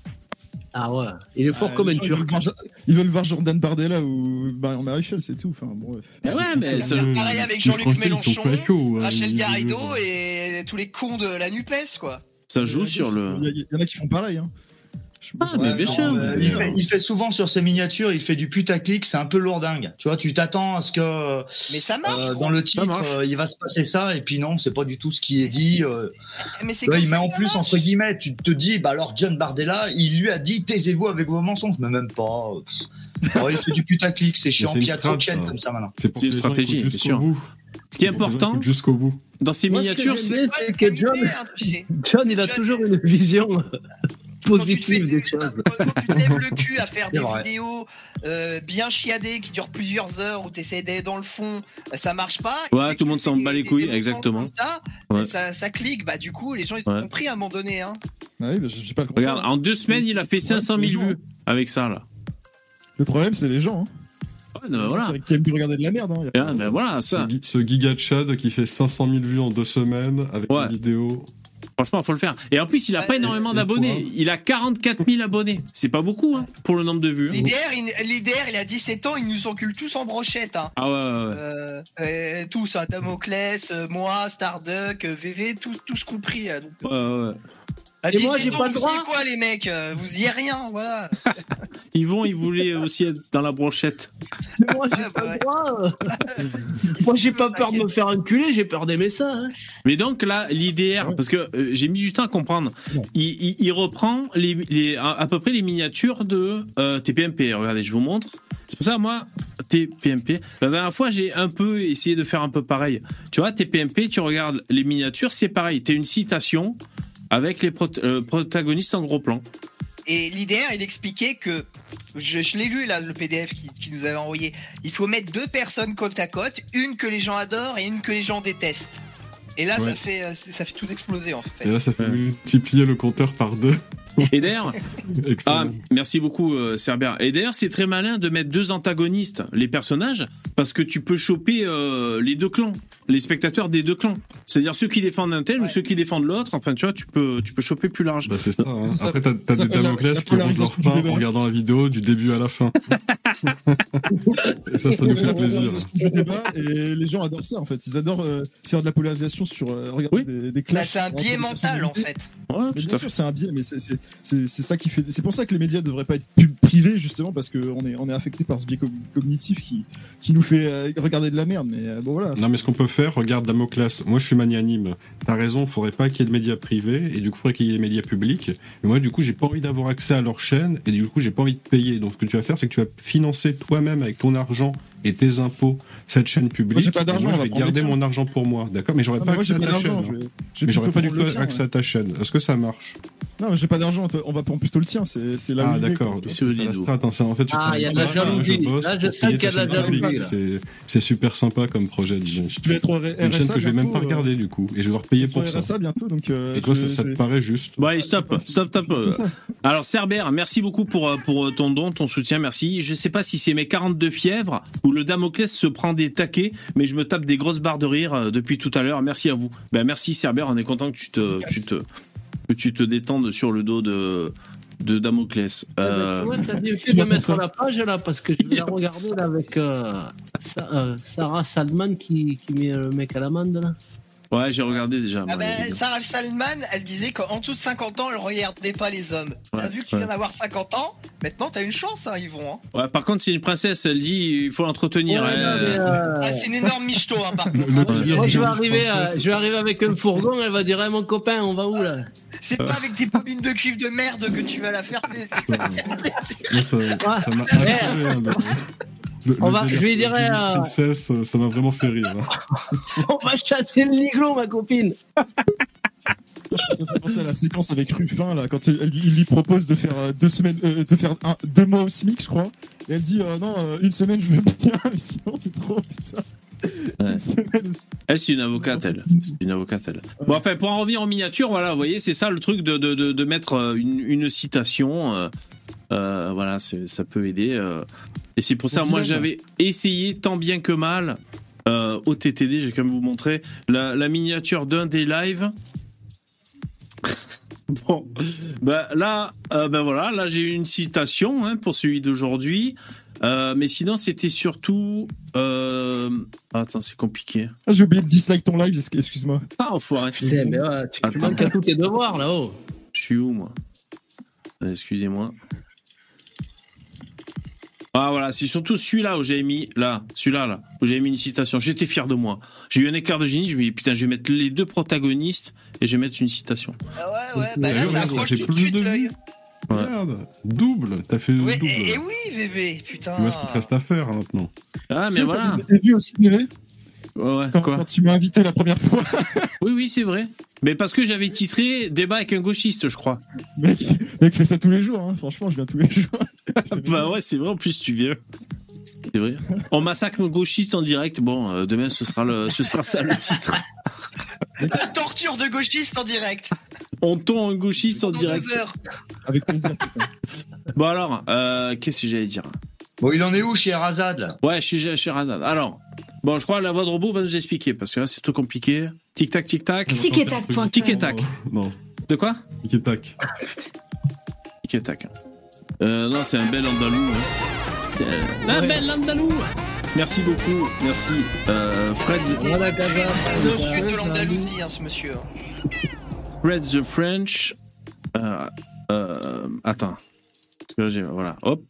Speaker 3: Ah ouais, il est fort
Speaker 1: Ah,
Speaker 3: comme
Speaker 1: les
Speaker 3: un
Speaker 1: gens, ils veulent
Speaker 3: turc.
Speaker 1: voir Jo- Ils veulent voir Jordan Bardella ou Marion Maréchal, c'est tout. Enfin, bref.
Speaker 5: Ah ouais,
Speaker 1: mais
Speaker 7: Bah ça- euh, Pareil avec Jean-Luc Mélenchon, Rachel Garrido
Speaker 1: il-
Speaker 7: et euh, tous les cons de la NUPES, quoi.
Speaker 5: Ça joue sur le.
Speaker 1: Il y, en a qui font pareil. Hein.
Speaker 5: Ah, mais bien
Speaker 4: non,
Speaker 5: sûr.
Speaker 4: euh, il, fait, il fait souvent sur ses miniatures, il fait du putaclic, c'est un peu lourdingue. Tu vois, tu t'attends à ce que. euh,
Speaker 7: Mais ça marche,
Speaker 4: euh,
Speaker 7: gros.
Speaker 4: Dans le
Speaker 7: Ça
Speaker 4: titre,
Speaker 7: marche.
Speaker 4: euh, il va se passer ça, et puis non, c'est pas du tout ce qui est dit. euh.
Speaker 7: Mais c'est
Speaker 4: Ouais,
Speaker 7: comme
Speaker 4: il met
Speaker 7: ça
Speaker 4: en
Speaker 7: que ça
Speaker 4: plus,
Speaker 7: marche.
Speaker 4: entre guillemets, tu te dis, bah alors John Bardella, il lui a dit taisez-vous avec vos mensonges, mais même pas. euh, pff. Ouais, il fait du putaclic,
Speaker 6: (laughs)
Speaker 4: c'est chiant.
Speaker 6: c'est
Speaker 4: Puis
Speaker 6: une
Speaker 4: il y a trop de
Speaker 6: strat,
Speaker 4: chaînes
Speaker 6: ça.
Speaker 4: comme ça maintenant.
Speaker 6: C'est pour
Speaker 5: C'est une
Speaker 6: que les gens
Speaker 5: stratégie,
Speaker 6: écoutent
Speaker 5: bien
Speaker 6: jusqu'au
Speaker 5: sûr.
Speaker 6: bout.
Speaker 5: Ce qui est
Speaker 6: Pour que les gens
Speaker 5: important,
Speaker 6: écoutent Jusqu'au bout.
Speaker 5: dans ces
Speaker 3: Moi, ce que
Speaker 5: miniatures,
Speaker 3: j'aime bien,
Speaker 5: c'est.
Speaker 3: c'est que John,
Speaker 7: hein,
Speaker 3: (laughs) John, il a
Speaker 7: euh,
Speaker 3: toujours une vision (laughs) positive des choses.
Speaker 7: Tu te lèves le cul à faire des
Speaker 3: C'est vrai.
Speaker 7: vidéos euh, bien chiadées qui durent plusieurs heures où t'essayes d'aller dans le fond, bah, ça marche pas.
Speaker 5: Ouais, tout le monde s'en bat les couilles, exactement.
Speaker 7: Ça,
Speaker 5: Ouais.
Speaker 7: ça, ça clique, bah du coup, les gens ils ont
Speaker 5: Ouais.
Speaker 7: compris à un moment donné. Hein.
Speaker 1: Ah pas le
Speaker 5: Regarde, en deux semaines, il a fait 500 000 vues avec ça, là.
Speaker 1: Le problème, c'est les gens.
Speaker 5: Hein. Ouais, non, voilà.
Speaker 1: Qui aiment plus regarder de la merde. Hein.
Speaker 5: Ah, ben voilà, ça.
Speaker 6: Ce, gui- ce giga Chad qui fait 500 000 vues en deux semaines avec
Speaker 5: Ouais.
Speaker 6: une vidéo.
Speaker 5: Franchement, faut le faire. Et en plus, il a pas énormément d'abonnés. Il a 44 000 abonnés. C'est pas beaucoup hein, pour le nombre de vues. hein.
Speaker 7: L'IDR, il, l'IDR, il a 17 ans, ils nous enculent tous en brochette. Hein.
Speaker 5: Ah ouais, ouais, ouais.
Speaker 7: Euh, euh, tous, hein, Damoclès, euh, moi, Starduck, euh, VV, tous, tous compris. euh,
Speaker 5: Ouais,
Speaker 7: donc,
Speaker 5: ouais, ouais. Ah,
Speaker 7: à
Speaker 3: Et moi,
Speaker 7: 17
Speaker 3: j'ai
Speaker 7: ans,
Speaker 3: pas le
Speaker 7: vous
Speaker 3: droit.
Speaker 7: y quoi, les mecs euh, Vous y êtes rien, voilà.
Speaker 5: Ils vont, ils voulaient aussi être dans la brochette.
Speaker 3: (laughs) Mais moi, j'ai
Speaker 7: bah
Speaker 3: pas le droit. euh. (laughs) moi, j'ai
Speaker 7: (laughs)
Speaker 3: pas peur de me faire enculer, j'ai peur d'aimer ça. hein.
Speaker 5: Mais donc là, l'IDR, parce que euh, j'ai mis du temps à comprendre, il, il- il reprend les, les- à, à peu près les miniatures de euh, TPMP. Regardez, je vous montre. C'est pour ça, moi, TPMP, la dernière fois, j'ai un peu essayé de faire un peu pareil. Tu vois, TPMP, tu regardes les miniatures, c'est pareil. T'as une citation avec les prot- euh, protagonistes en gros plan.
Speaker 7: Et l'IDR, il expliquait que, je, je l'ai lu là, le PDF qui, qui nous avait envoyé, il faut mettre deux personnes côte à côte, une que les gens adorent et une que les gens détestent. Et là, ça,
Speaker 6: Ouais.
Speaker 7: fait, euh, ça fait tout exploser en fait.
Speaker 6: Et là, ça fait multiplier le compteur par deux.
Speaker 5: Et
Speaker 7: (laughs)
Speaker 5: d'ailleurs,
Speaker 6: Excellent.
Speaker 5: ah, merci beaucoup euh, Cerber. Et d'ailleurs, c'est très malin de mettre deux antagonistes, les personnages, parce que tu peux choper euh, les deux clans, les spectateurs des deux clans. C'est-à-dire ceux qui défendent un tel ou ceux qui défendent l'autre. Enfin, tu vois, tu peux, tu peux choper plus large.
Speaker 6: Bah, c'est ça. hein.
Speaker 1: C'est ça.
Speaker 6: Après, t'as t'as
Speaker 1: Ça
Speaker 6: des
Speaker 1: s'appelle la-
Speaker 6: Damoclès
Speaker 1: la
Speaker 6: qui rongent leur
Speaker 1: polarisation
Speaker 6: pain
Speaker 1: du débat.
Speaker 6: en regardant la vidéo du début à
Speaker 1: (laughs)
Speaker 6: la fin. Et ça, ça nous fait plaisir.
Speaker 1: Du débat, et les gens adorent ça en fait. Ils adorent euh, faire de la polarisation sur euh, regarder des, des
Speaker 7: Bah,
Speaker 1: clashs
Speaker 7: c'est un
Speaker 1: entre
Speaker 7: biais
Speaker 1: des
Speaker 7: mental en fait.
Speaker 5: Ouais,
Speaker 1: Mais
Speaker 5: tout
Speaker 1: bien
Speaker 5: à fait.
Speaker 1: sûr, c'est un biais, mais c'est- c'est- c'est c'est ça qui fait. C'est pour ça que les médias devraient pas être pub- privés, justement, parce qu'on est, on est affecté par ce biais com- cognitif qui, qui nous fait euh, regarder de la merde. Mais euh, bon, voilà.
Speaker 6: Non, mais ce qu'on peut faire, regarde Damoclès. Moi, je suis magnanime. T'as raison, faudrait pas qu'il y ait de médias privés et du coup, faudrait qu'il y ait des médias publics. Mais moi, du coup, j'ai pas envie d'avoir accès à leur chaîne et du coup, j'ai pas envie de payer. Donc, ce que tu vas faire, c'est que tu vas financer toi-même avec ton argent et tes impôts cette chaîne
Speaker 1: Moi,
Speaker 6: publique.
Speaker 1: j'ai pas
Speaker 6: Et
Speaker 1: d'argent,
Speaker 6: moi,
Speaker 1: on
Speaker 6: je
Speaker 1: va
Speaker 6: vais
Speaker 1: prendre
Speaker 6: garder
Speaker 1: le tien.
Speaker 6: mon argent pour moi. D'accord Mais j'aurais
Speaker 1: Non,
Speaker 6: pas
Speaker 1: Ah, mais moi,
Speaker 6: accès
Speaker 1: j'ai
Speaker 6: à
Speaker 1: pas
Speaker 6: ta chaîne.
Speaker 1: d'argent.
Speaker 6: hein.
Speaker 1: je vais- je vais
Speaker 6: Mais j'aurais
Speaker 1: plutôt
Speaker 6: pas du tout
Speaker 1: prendre le tien,
Speaker 6: accès
Speaker 1: ouais.
Speaker 6: à ta chaîne. Est-ce que ça marche
Speaker 1: Non, mais j'ai pas d'argent. on te- On va prendre plutôt le tien. C'est c'est là où
Speaker 6: Ah,
Speaker 1: l'idée,
Speaker 6: d'accord.
Speaker 1: quoi.
Speaker 5: C'est
Speaker 6: C'est la
Speaker 5: solide,
Speaker 6: strat. hein. C'est en fait, tu
Speaker 3: Ah,
Speaker 6: prends
Speaker 3: il y a
Speaker 6: ton
Speaker 3: de la
Speaker 6: argent,
Speaker 3: jalousie.
Speaker 6: je bosse
Speaker 3: Là, je
Speaker 6: pour
Speaker 3: sens
Speaker 6: payer
Speaker 3: qu'il y a
Speaker 6: ta
Speaker 3: de la
Speaker 6: chaîne publique.
Speaker 3: jalousie, là.
Speaker 6: C'est- C'est super sympa comme projet, disons.
Speaker 1: Je vais être au R- RSA.
Speaker 6: Une chaîne que je vais même
Speaker 1: bientôt,
Speaker 6: pas
Speaker 1: euh,
Speaker 6: regarder du coup, et je vais devoir
Speaker 1: je
Speaker 6: payer
Speaker 1: vais être
Speaker 6: pour
Speaker 1: au
Speaker 6: ça.
Speaker 1: RSA bientôt. Donc, euh,
Speaker 6: Et toi,
Speaker 1: je-
Speaker 6: ça, ça
Speaker 1: je-
Speaker 6: te paraît juste
Speaker 5: Bon, allez, stop, stop, stop.
Speaker 1: C'est ça.
Speaker 5: Alors, Cerber, merci beaucoup pour, euh, pour euh, ton don, ton soutien, merci. Je sais pas si c'est mes 42 fièvres ou le Damoclès se prend des taquets, mais je me tape des grosses barres de rire euh, depuis tout à l'heure. Merci à vous. Ben, merci, Cerber, on est content que tu te, tu te, que tu te détendes sur le dos de, de Damoclès. Euh,
Speaker 3: Ouais, bah, tu vois, t'as bien fait
Speaker 1: tu
Speaker 3: de
Speaker 1: vas
Speaker 3: mettre
Speaker 1: comme ça.
Speaker 3: la page là parce que je vais la regarder là avec euh, Sa- euh, Sarah Salman qui, qui met le mec à l'amende là.
Speaker 5: Ouais, j'ai regardé déjà.
Speaker 7: Ah
Speaker 5: moi,
Speaker 3: bah,
Speaker 5: les
Speaker 7: ben,
Speaker 5: vidéos.
Speaker 7: Sarah Salman, elle disait qu'en dessous de 50 ans, elle regardait pas les hommes.
Speaker 5: Ouais,
Speaker 7: T'as vu que tu viens
Speaker 5: ouais.
Speaker 7: d'avoir 50 ans, maintenant t'as une chance, hein, Yvon. hein.
Speaker 5: Ouais, par contre, c'est une princesse, elle dit il faut l'entretenir.
Speaker 3: Ouais,
Speaker 5: hein.
Speaker 3: non, mais, euh,
Speaker 7: Ah, c'est une énorme michto, hein,
Speaker 3: (laughs)
Speaker 7: par contre.
Speaker 5: le
Speaker 7: hein.
Speaker 5: pire,
Speaker 3: Moi, je vais
Speaker 5: Je
Speaker 3: arriver,
Speaker 5: pense
Speaker 3: à-
Speaker 5: que c'est-
Speaker 3: je vais arriver avec un fourgon, elle va dire Eh, mon copain, on va où là
Speaker 7: C'est pas avec des bobines de cuivre de merde que tu vas la faire plaisir.
Speaker 6: Moi,
Speaker 1: (laughs)
Speaker 6: ça
Speaker 1: Ah,
Speaker 6: ça m'a aggravé, hein, le- le-
Speaker 3: On
Speaker 6: le
Speaker 3: va-
Speaker 6: délire
Speaker 3: je lui dirai,
Speaker 6: Disney
Speaker 3: euh,
Speaker 6: Princess, euh, ça m'a vraiment fait rire. hein.
Speaker 3: (laughs) On va chasser le niglo, ma copine.
Speaker 1: Ça fait penser à la séquence avec Ruffin là, quand il, elle- il lui propose de faire euh, deux semaines, euh, de faire un- deux mois au SMIC, je crois. Et elle dit euh, non, euh, une semaine je veux bien, (laughs) mais sinon c'est trop putain.
Speaker 5: Ouais.
Speaker 1: Une semaine au SMIC.
Speaker 5: Elle, Eh, c'est une avocate, elle. C'est une avocate, elle. Bon, enfin, pour en revenir en miniature, voilà, vous voyez, c'est ça le truc de, de, de, de mettre euh, une, une citation. euh, euh, voilà, c'est- ça peut aider. euh. Et c'est pour ça,
Speaker 1: Bon,
Speaker 5: moi,
Speaker 1: tu l'aimes.
Speaker 5: j'avais essayé tant bien que mal euh, au TTD, j'ai quand même vous montrer la, la miniature d'un des lives. (laughs) bon, ben là, euh, ben voilà, là j'ai eu une citation hein, pour celui d'aujourd'hui. Euh, mais sinon, c'était surtout. euh, Attends, c'est compliqué.
Speaker 1: Ah, J'ai oublié de dislike ton live, excu- excuse-moi.
Speaker 5: Ah, enfoiré.
Speaker 3: Putain, Eh, mais ouais, tu, tu
Speaker 5: Attends.
Speaker 3: manques à tous tes devoirs là-haut.
Speaker 5: Je suis où, moi Euh, Excusez-moi. Ah, voilà, c'est surtout celui-là où j'ai mis, là, celui-là, là, où j'ai mis une citation. J'étais fier de moi. J'ai eu un écart de génie, je me dis, putain, je vais mettre les deux protagonistes et je vais mettre une citation.
Speaker 7: Ah ouais, ouais, bah là,
Speaker 6: D'ailleurs,
Speaker 7: ça
Speaker 6: regarde,
Speaker 7: accroche
Speaker 6: j'ai
Speaker 7: tout de
Speaker 6: plus
Speaker 7: suite
Speaker 6: de
Speaker 7: l'œil.
Speaker 6: vues.
Speaker 5: Ouais.
Speaker 6: Regarde, double, t'as fait
Speaker 7: Ouais,
Speaker 6: double.
Speaker 7: et, et oui, VV, putain.
Speaker 6: Tu vois ce qu'il te reste à faire hein, maintenant.
Speaker 5: Ah, mais
Speaker 1: Tiens,
Speaker 5: voilà.
Speaker 1: t'as- T'as vu aussi Mireille,
Speaker 5: Ouais, ouais,
Speaker 1: quand,
Speaker 5: quoi
Speaker 1: quand tu m'as invité la première fois,
Speaker 5: (laughs) Oui, oui, c'est vrai. Mais parce que j'avais titré Débat avec un gauchiste, je crois.
Speaker 1: mec, mec fait ça tous les jours, hein. franchement, je viens tous les jours.
Speaker 5: (laughs) Bah ouais, c'est vrai, en plus, tu viens. C'est vrai. On massacre nos gauchistes en direct. Bon, euh, demain, ce sera, le, ce sera ça le titre.
Speaker 7: La torture de gauchiste en direct.
Speaker 5: On tombe un gauchiste en
Speaker 7: En
Speaker 5: direct.
Speaker 7: deux heures.
Speaker 1: Avec plaisir. putain.
Speaker 5: Bon alors, euh, qu'est-ce que j'allais dire
Speaker 4: Bon, il en est où chez Razad là
Speaker 5: Ouais, chez, chez Razad. Alors, bon, je crois que la voix de robot va nous expliquer, parce que là, c'est tout compliqué. Tic-tac, tic-tac.
Speaker 6: Tic et tac, point.
Speaker 5: Tic et tac.
Speaker 6: Non,
Speaker 5: De quoi
Speaker 6: tic et tac.
Speaker 5: Tic et tac. Euh, non, c'est un bel andalou. hein. C'est euh, un bel andalou Merci beaucoup, merci euh, Fred,
Speaker 7: Très, très au sud de l'Andalousie, hein, ce monsieur. hein.
Speaker 5: Fred the French. Euh, euh, attends. Parce que là, j'ai- Voilà, hop.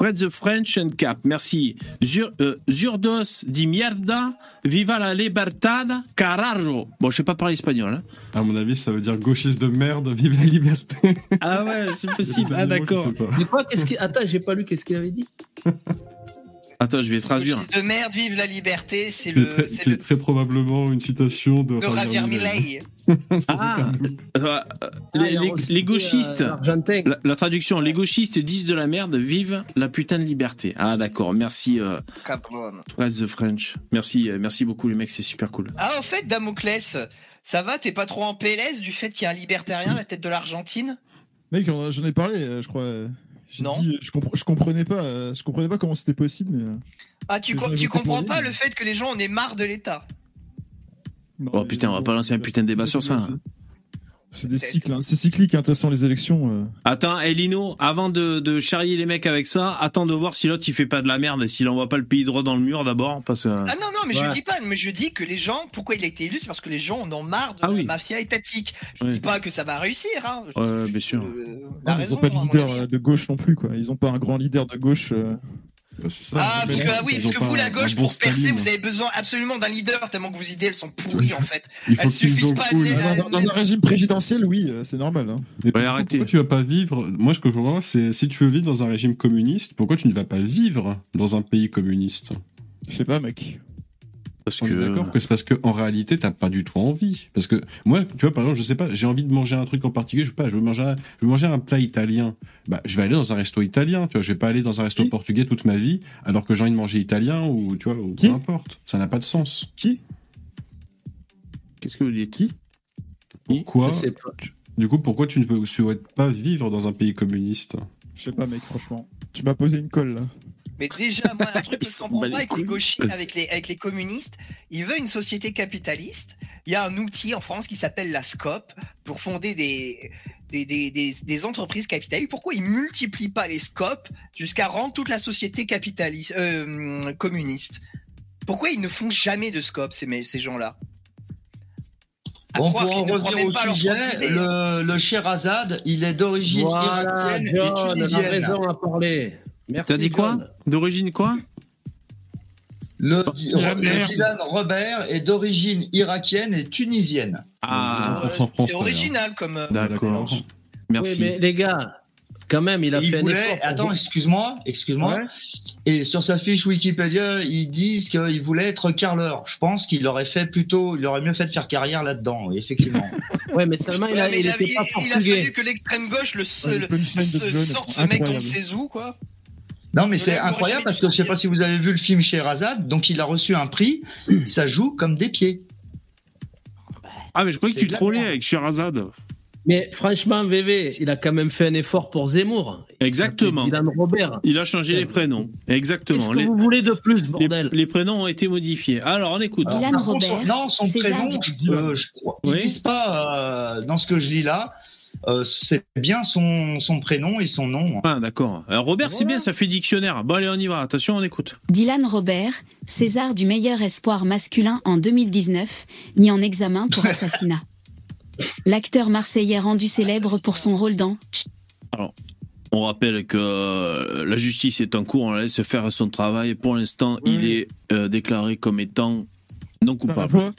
Speaker 5: Fred the French and Cap, merci. Zur- euh, Zurdos di mierda, viva la libertad, cararjo. Bon, je sais pas parler espagnol. hein.
Speaker 6: À mon avis, ça veut dire gauchiste de merde, vive la liberté.
Speaker 5: Ah ouais, c'est
Speaker 6: (laughs) C'est
Speaker 5: possible.
Speaker 6: le
Speaker 5: Ah
Speaker 6: dernier mot, je
Speaker 5: d'accord.
Speaker 6: sais pas.
Speaker 3: C'est quoi qu'est-ce qu'il- Attends, j'ai pas lu qu'est-ce qu'il avait dit.
Speaker 5: Attends, je vais traduire.
Speaker 7: Gauchiste De merde, vive la liberté, c'est
Speaker 6: C'est
Speaker 7: le.
Speaker 6: très,
Speaker 7: C'est le.
Speaker 6: c'est très probablement une citation de,
Speaker 7: De Javier
Speaker 5: Ah.
Speaker 7: Milei.
Speaker 6: (laughs) Sans
Speaker 7: Ah.
Speaker 6: aucun doute.
Speaker 5: Euh, euh, les, les- les gauchistes,
Speaker 3: Argentin.
Speaker 5: la, la traduction, les gauchistes disent de la merde, vive la putain de liberté. Ah d'accord, merci euh,
Speaker 7: Cabron.
Speaker 5: Press the French. Merci, euh, merci beaucoup les mecs, c'est super cool.
Speaker 7: Ah, au fait, Damoclès, ça va, t'es pas trop en PLS du fait qu'il y a un libertarien à la tête de l'Argentine
Speaker 1: Mec, on- j'en ai parlé, euh, je crois. euh, J'ai
Speaker 7: Non.
Speaker 1: dit, euh, je, compre- je comprenais pas, euh, je comprenais pas comment c'était possible. Mais... euh,
Speaker 7: Ah, tu,
Speaker 1: Les
Speaker 7: com-
Speaker 1: gens, ils
Speaker 7: tu
Speaker 1: votent pour
Speaker 7: comprends
Speaker 1: lui,
Speaker 7: pas
Speaker 1: mais-
Speaker 7: le fait que les gens en aient marre de l'État
Speaker 1: non,
Speaker 5: Oh
Speaker 1: mais-
Speaker 5: putain, on va
Speaker 1: bon,
Speaker 5: pas lancer un
Speaker 1: c'est-
Speaker 5: putain de débat sur ça. hein.
Speaker 1: C'est des cycles, hein. c'est cyclique, hein, de toute façon, les élections. euh.
Speaker 5: Attends, et Lino, avant de, de charrier les mecs avec ça, attends de voir si l'autre il fait pas de la merde et s'il envoie pas le pays droit dans le mur d'abord, parce que.
Speaker 7: Ah non, non, mais je
Speaker 5: Ouais.
Speaker 7: dis pas, mais je dis que les gens, pourquoi il a été élu, c'est parce que les gens en ont marre de
Speaker 5: Ah
Speaker 7: la
Speaker 5: oui.
Speaker 7: mafia étatique. Je
Speaker 5: Oui.
Speaker 7: dis pas que ça va réussir, hein. Je-
Speaker 5: Ouais, bien sûr.
Speaker 7: Euh,
Speaker 1: Non,
Speaker 7: la
Speaker 1: Ah, mais ils
Speaker 7: raison,
Speaker 1: ont pas de
Speaker 7: à mon
Speaker 1: leader
Speaker 7: avis.
Speaker 1: euh, de gauche non plus, quoi. Ils ont pas un grand leader de gauche. euh.
Speaker 6: Bah, c'est ça.
Speaker 7: Ah,
Speaker 6: Ils
Speaker 7: parce
Speaker 6: ont
Speaker 7: que, ah oui,
Speaker 6: pas-
Speaker 7: parce
Speaker 6: ils
Speaker 7: que
Speaker 6: ont
Speaker 7: vous,
Speaker 6: pas
Speaker 7: la
Speaker 6: un
Speaker 7: gauche,
Speaker 6: bon
Speaker 7: pour percer,
Speaker 6: Staline.
Speaker 7: vous avez besoin absolument d'un leader, tellement que vos idées, elles sont pourries, en fait.
Speaker 6: Il faut
Speaker 7: Elles
Speaker 6: qu'ils
Speaker 7: suffisent
Speaker 6: jouent
Speaker 7: pas à
Speaker 6: cool.
Speaker 7: mener la-
Speaker 1: Dans, dans un régime présidentiel, oui, euh, c'est normal. hein.
Speaker 6: Mais pourquoi-
Speaker 5: arrêtez.
Speaker 6: Pourquoi tu vas pas vivre Moi, ce que je comprends, c'est si tu veux vivre dans un régime communiste, pourquoi tu ne vas pas vivre dans un pays communiste
Speaker 1: Je sais pas, mec.
Speaker 5: Parce
Speaker 6: On est
Speaker 5: que.
Speaker 6: d'accord que c'est parce que en réalité, t'as pas du tout envie. Parce que moi, tu vois, par exemple, je sais pas, j'ai envie de manger un truc en particulier. Je sais pas, je veux manger, un- je veux manger un plat italien. Bah, je vais aller dans un resto italien. Tu vois, je vais pas aller dans un resto
Speaker 1: Qui
Speaker 6: portugais toute ma vie, alors que j'ai envie de manger italien ou tu vois, ou
Speaker 1: Qui
Speaker 6: peu importe. Ça n'a pas de sens.
Speaker 1: Qui
Speaker 5: Qu'est-ce que vous dites qui
Speaker 6: Pourquoi
Speaker 3: Je sais pas.
Speaker 6: Du coup, pourquoi tu ne veux souhaites pas vivre dans un pays communiste
Speaker 1: Je sais pas, mec, franchement. Tu m'as posé une colle, là.
Speaker 7: Mais déjà, moi, un truc que
Speaker 5: Ils
Speaker 7: je
Speaker 5: s'en
Speaker 7: comprends
Speaker 5: battent bah, les
Speaker 7: pas avec les
Speaker 5: couilles.
Speaker 7: gauchistes, avec les, avec les communistes, ils veulent une société capitaliste. Il y a un outil en France qui s'appelle la SCOP pour fonder des, des, des, des- des entreprises capitalistes. Pourquoi ils multiplient pas les SCOP jusqu'à rendre toute la société capitaliste, euh, communiste Pourquoi ils ne font jamais de SCOP, ces, mé- ces gens-là À
Speaker 4: Bon,
Speaker 7: croire
Speaker 4: pour en
Speaker 7: qu'ils ne croient
Speaker 4: revenir
Speaker 7: même pas à
Speaker 4: au
Speaker 7: leurs
Speaker 4: sujet,
Speaker 7: propres idées.
Speaker 4: le, le Sherazade, il est d'origine
Speaker 3: Voilà, John,
Speaker 4: irakienne et
Speaker 3: on a
Speaker 4: tunisienne.
Speaker 3: raison à parler. Merci.
Speaker 5: T'as dit quoi D'origine quoi
Speaker 4: Le, le Dylan Robert est d'origine irakienne et tunisienne.
Speaker 5: Ah,
Speaker 7: C'est original comme. euh,
Speaker 5: d'accord.
Speaker 3: Merci. mais les gars, quand même, il a
Speaker 4: il
Speaker 3: fait un
Speaker 4: voulait,
Speaker 3: effort. pour
Speaker 4: attends,
Speaker 3: vous-
Speaker 4: excuse-moi, excuse-moi.
Speaker 3: Ouais.
Speaker 4: Et sur sa fiche Wikipédia, ils disent qu'il voulait être carleur. Je pense qu'il aurait fait plutôt, il aurait mieux fait de faire carrière là-dedans, oui, effectivement.
Speaker 3: (laughs) Ouais, mais seulement il a,
Speaker 7: Ouais, mais
Speaker 3: il
Speaker 7: il a-
Speaker 3: était
Speaker 7: il-
Speaker 3: pas
Speaker 7: il a fallu
Speaker 3: portugais.
Speaker 7: que l'extrême gauche le, se-
Speaker 1: Ouais,
Speaker 7: le-
Speaker 1: le punchline de
Speaker 7: se-
Speaker 1: John,
Speaker 7: sorte ce mec on
Speaker 1: incroyable.
Speaker 7: sait où, quoi.
Speaker 4: Non, mais
Speaker 7: Faudrait
Speaker 4: c'est
Speaker 7: que vous
Speaker 4: incroyable
Speaker 7: rajouter
Speaker 4: parce que je sais pas si vous avez vu le film Sherazade, donc il a reçu un prix, ça joue comme des pieds.
Speaker 5: Ah, mais je croyais que
Speaker 4: C'est
Speaker 5: tu
Speaker 4: de la
Speaker 5: trollais
Speaker 4: merde.
Speaker 5: avec Sherazade.
Speaker 3: Mais franchement, VV, il a quand même fait un effort pour Zemmour.
Speaker 5: Exactement.
Speaker 3: Dylan Robert.
Speaker 5: Il a changé les prénoms.
Speaker 3: Qu'est-ce
Speaker 5: Exactement.
Speaker 3: que
Speaker 5: Les,
Speaker 3: vous voulez de plus, bordel
Speaker 5: les prénoms ont été modifiés. Alors, on écoute.
Speaker 4: Alors, Ah, par contre, son- non, son prénom, je, euh, je crois. Ils
Speaker 5: Oui.
Speaker 4: disent pas, euh, dans ce que je lis là, euh, c'est bien son, son prénom et son nom.
Speaker 5: Ah, d'accord. Alors, Robert, c'est bien, ça fait dictionnaire. Bon, allez, on y va. Attention, on écoute.
Speaker 12: Dylan Robert, César du meilleur espoir masculin en 2019, mis en examen pour assassinat. L'acteur marseillais rendu célèbre pour son rôle dans
Speaker 5: Alors, on rappelle que euh, la justice est en cours, on la laisse faire son travail. Pour l'instant, il est euh, déclaré comme étant non
Speaker 1: Putain, La
Speaker 5: coupable.
Speaker 1: voix,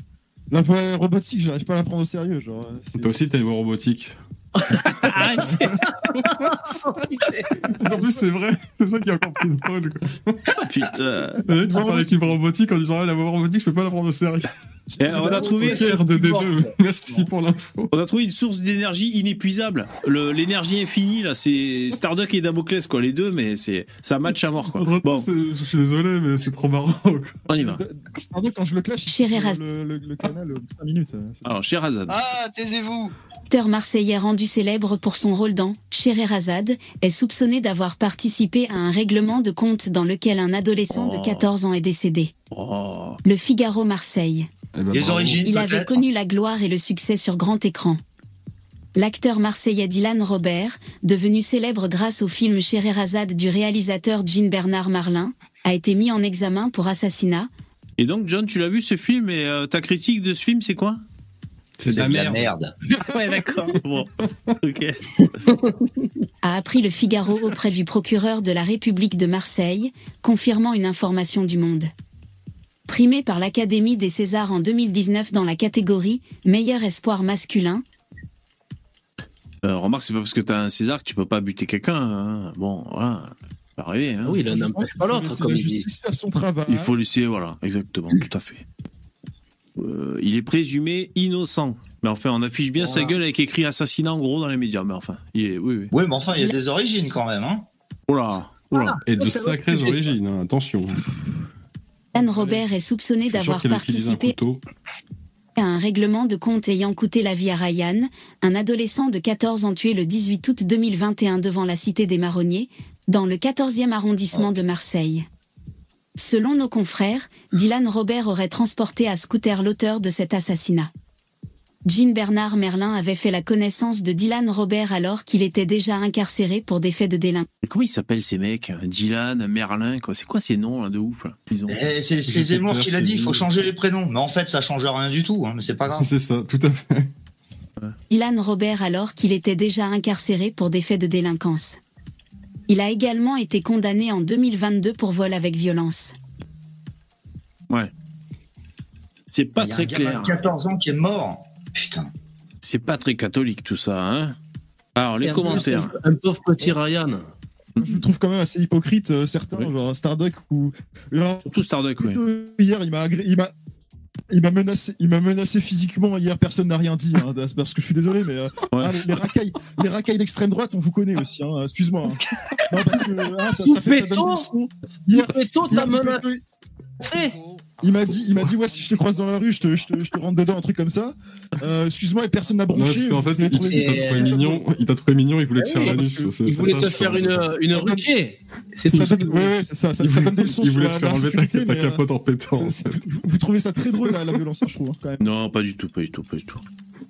Speaker 1: la voix robotique, j'arrive pas à la prendre au sérieux. Genre, euh, c'est-
Speaker 6: Toi aussi, t'as une voix (laughs) robotique.
Speaker 3: Ah,
Speaker 6: En plus, c'est vrai, c'est ça qui est encore plus drôle. Quoi. (laughs)
Speaker 5: Putain.
Speaker 6: Le mec qui parle avec une voix robotique en disant ah, la voix robotique, je peux pas la prendre au sérieux.
Speaker 5: Eh, on a trouvé-
Speaker 6: Ok, R2D2, merci pour l'info.
Speaker 5: On a trouvé une source d'énergie inépuisable. Le- L'énergie infinie, là, c'est Starduck et Damoclès, quoi, les deux, mais c'est ça match à mort, quoi. Bon,
Speaker 6: C'est- Je suis désolé, mais c'est trop marrant. quoi.
Speaker 5: on
Speaker 6: (laughs)
Speaker 5: y va.
Speaker 1: (laughs) Pardon, quand je le clash, il
Speaker 12: Chérie
Speaker 1: coupe, euh,
Speaker 12: Raz-
Speaker 1: le, le- le canal 5 minutes. euh, c'est-
Speaker 5: Alors, Sherazade.
Speaker 7: Ah, taisez-vous.
Speaker 12: L'acteur marseillais rendu célèbre pour son rôle dans Scheherazade est soupçonné d'avoir participé à un règlement de compte dans lequel un adolescent
Speaker 5: Oh.
Speaker 12: de 14 ans est décédé.
Speaker 5: Oh.
Speaker 12: Le Figaro Marseille.
Speaker 6: Eh ben,
Speaker 4: Les
Speaker 6: bravo.
Speaker 4: origines,
Speaker 12: Il avait
Speaker 4: peut-être.
Speaker 12: connu la gloire et le succès sur grand écran. L'acteur marseillais Dylan Robert, devenu célèbre grâce au film Scheherazade du réalisateur Jean Bernard Marlin, a été mis en examen pour assassinat.
Speaker 5: Et donc, John, tu l'as vu ce film et euh, ta critique de ce film, c'est quoi Ah
Speaker 6: C'est de la merde.
Speaker 5: (laughs) Ouais, d'accord. bon, ok.
Speaker 12: a appris le Figaro auprès du procureur de la République de Marseille, confirmant une information du monde. Primé par l'Académie des Césars en 2019 dans la catégorie Meilleur espoir masculin,
Speaker 5: Euh, remarque, c'est pas parce que t'as un César que tu peux pas buter quelqu'un. hein. Bon, voilà. Ça va arriver. Hein.
Speaker 3: Ah Oui, il en
Speaker 1: Je pense
Speaker 3: empêche
Speaker 1: qu'il
Speaker 3: pas
Speaker 1: faut
Speaker 3: l'autre,
Speaker 1: laisser
Speaker 3: comme
Speaker 1: la
Speaker 3: il dit.
Speaker 1: justice faire son travail.
Speaker 5: Il faut laisser, voilà, exactement, tout à fait. Euh, il est présumé innocent. Mais enfin, on affiche bien sa
Speaker 4: Voilà.
Speaker 5: gueule avec écrit assassinat en gros dans les médias. Mais enfin, il est. Oui, oui.
Speaker 4: Oui, mais enfin, il y a des origines quand même. Hein.
Speaker 5: Oh là, oh là.
Speaker 6: Et de
Speaker 3: Ça va,
Speaker 6: sacrées
Speaker 3: c'est-
Speaker 6: origines, hein, attention.
Speaker 12: Anne Robert est soupçonné
Speaker 6: Je suis sûr
Speaker 12: d'avoir
Speaker 6: qu'elle utilise un
Speaker 12: participé
Speaker 6: couteau.
Speaker 12: à un règlement de compte ayant coûté la vie à Ryan, un adolescent de 14 ans tué le 18 août 2021 devant la cité des Marronniers, dans le 14e arrondissement de Marseille. Selon nos confrères, Dylan Robert aurait transporté à scooter l'auteur de cet assassinat. Jean Bernard Merlin avait fait la connaissance de Dylan Robert alors qu'il était déjà incarcéré pour des faits de délinquance.
Speaker 5: Mais Comment ils s'appellent ces mecs Dylan, Merlin, quoi. C'est quoi ces noms là, de ouf là Ils ont-
Speaker 4: Et Eh, C'est
Speaker 6: J'ai
Speaker 4: c'est
Speaker 6: fait
Speaker 4: Zemmour
Speaker 6: peur
Speaker 4: qui l'a
Speaker 6: que
Speaker 4: dit, il
Speaker 6: vous-
Speaker 4: faut changer les prénoms. Mais en fait, ça change rien du tout, hein, mais c'est pas grave.
Speaker 6: C'est ça, Ah, tout à fait.
Speaker 12: Dylan Robert alors qu'il était déjà incarcéré pour des faits de délinquance. Il a également été condamné en 2022 pour vol avec violence.
Speaker 5: C'est pas
Speaker 4: Il y a un
Speaker 5: très
Speaker 4: gamin de
Speaker 5: clair.
Speaker 4: 14 ans qui est mort. Putain.
Speaker 5: C'est pas très catholique tout ça, hein Alors, les
Speaker 3: Et un
Speaker 5: commentaires.
Speaker 3: pauvre- Un pauvre petit Ryan.
Speaker 1: Je le trouve quand même assez hypocrite, euh, certains,
Speaker 5: Oui.
Speaker 1: genre Starduck ou. Alors,
Speaker 5: Surtout Starduck, oui.
Speaker 1: plutôt hier, il m'a agré- il m'a. Il m'a menacé, il m'a menacé physiquement hier. Personne n'a rien dit, hein, (laughs) parce que je suis désolé, mais euh,
Speaker 5: Ouais.
Speaker 1: ah, les, les racailles, les racailles d'extrême droite, on vous connaît aussi. Hein, Excuse-moi. hein. Non, parce que, ah, ça, ça fait ça donne le son. Hier,
Speaker 3: Mais toi,
Speaker 1: hier,
Speaker 3: t'as menacé.
Speaker 1: il m'a dit, il m'a dit, ouais, si je te croise dans la rue, je te, je te, je te rentre dedans, un truc comme ça. Euh, Excuse-moi, et personne n'a
Speaker 6: Non,
Speaker 1: bronché.
Speaker 6: parce qu'en
Speaker 1: vous
Speaker 6: fait,
Speaker 1: avez
Speaker 6: il,
Speaker 1: trouvé-
Speaker 6: il t'a trouvé
Speaker 1: ça-
Speaker 6: mignon, il t'a trouvé mignon, il voulait te faire
Speaker 1: euh, oui,
Speaker 6: l'anus.
Speaker 1: parce que
Speaker 6: c'est-
Speaker 3: Il
Speaker 6: c'est
Speaker 3: voulait
Speaker 6: ça,
Speaker 3: te
Speaker 6: je
Speaker 3: faire
Speaker 6: pense.
Speaker 3: une, une ruquier. C'est
Speaker 1: Ça
Speaker 3: tout.
Speaker 1: donne, ouais, ouais, c'est ça, ça,
Speaker 6: Il
Speaker 1: ça donne
Speaker 6: voulait-
Speaker 1: des sons
Speaker 6: il
Speaker 1: sur
Speaker 6: voulait
Speaker 1: la,
Speaker 6: te
Speaker 1: la
Speaker 6: faire enlever ta,
Speaker 1: sécurité,
Speaker 6: ta
Speaker 1: mais, euh,
Speaker 6: capote en pétant.
Speaker 1: c'est- c'est- vous, vous trouvez ça très drôle, la, la violence, hein, je trouve, hein, quand même.
Speaker 5: Non, pas du tout, pas du tout, pas du tout.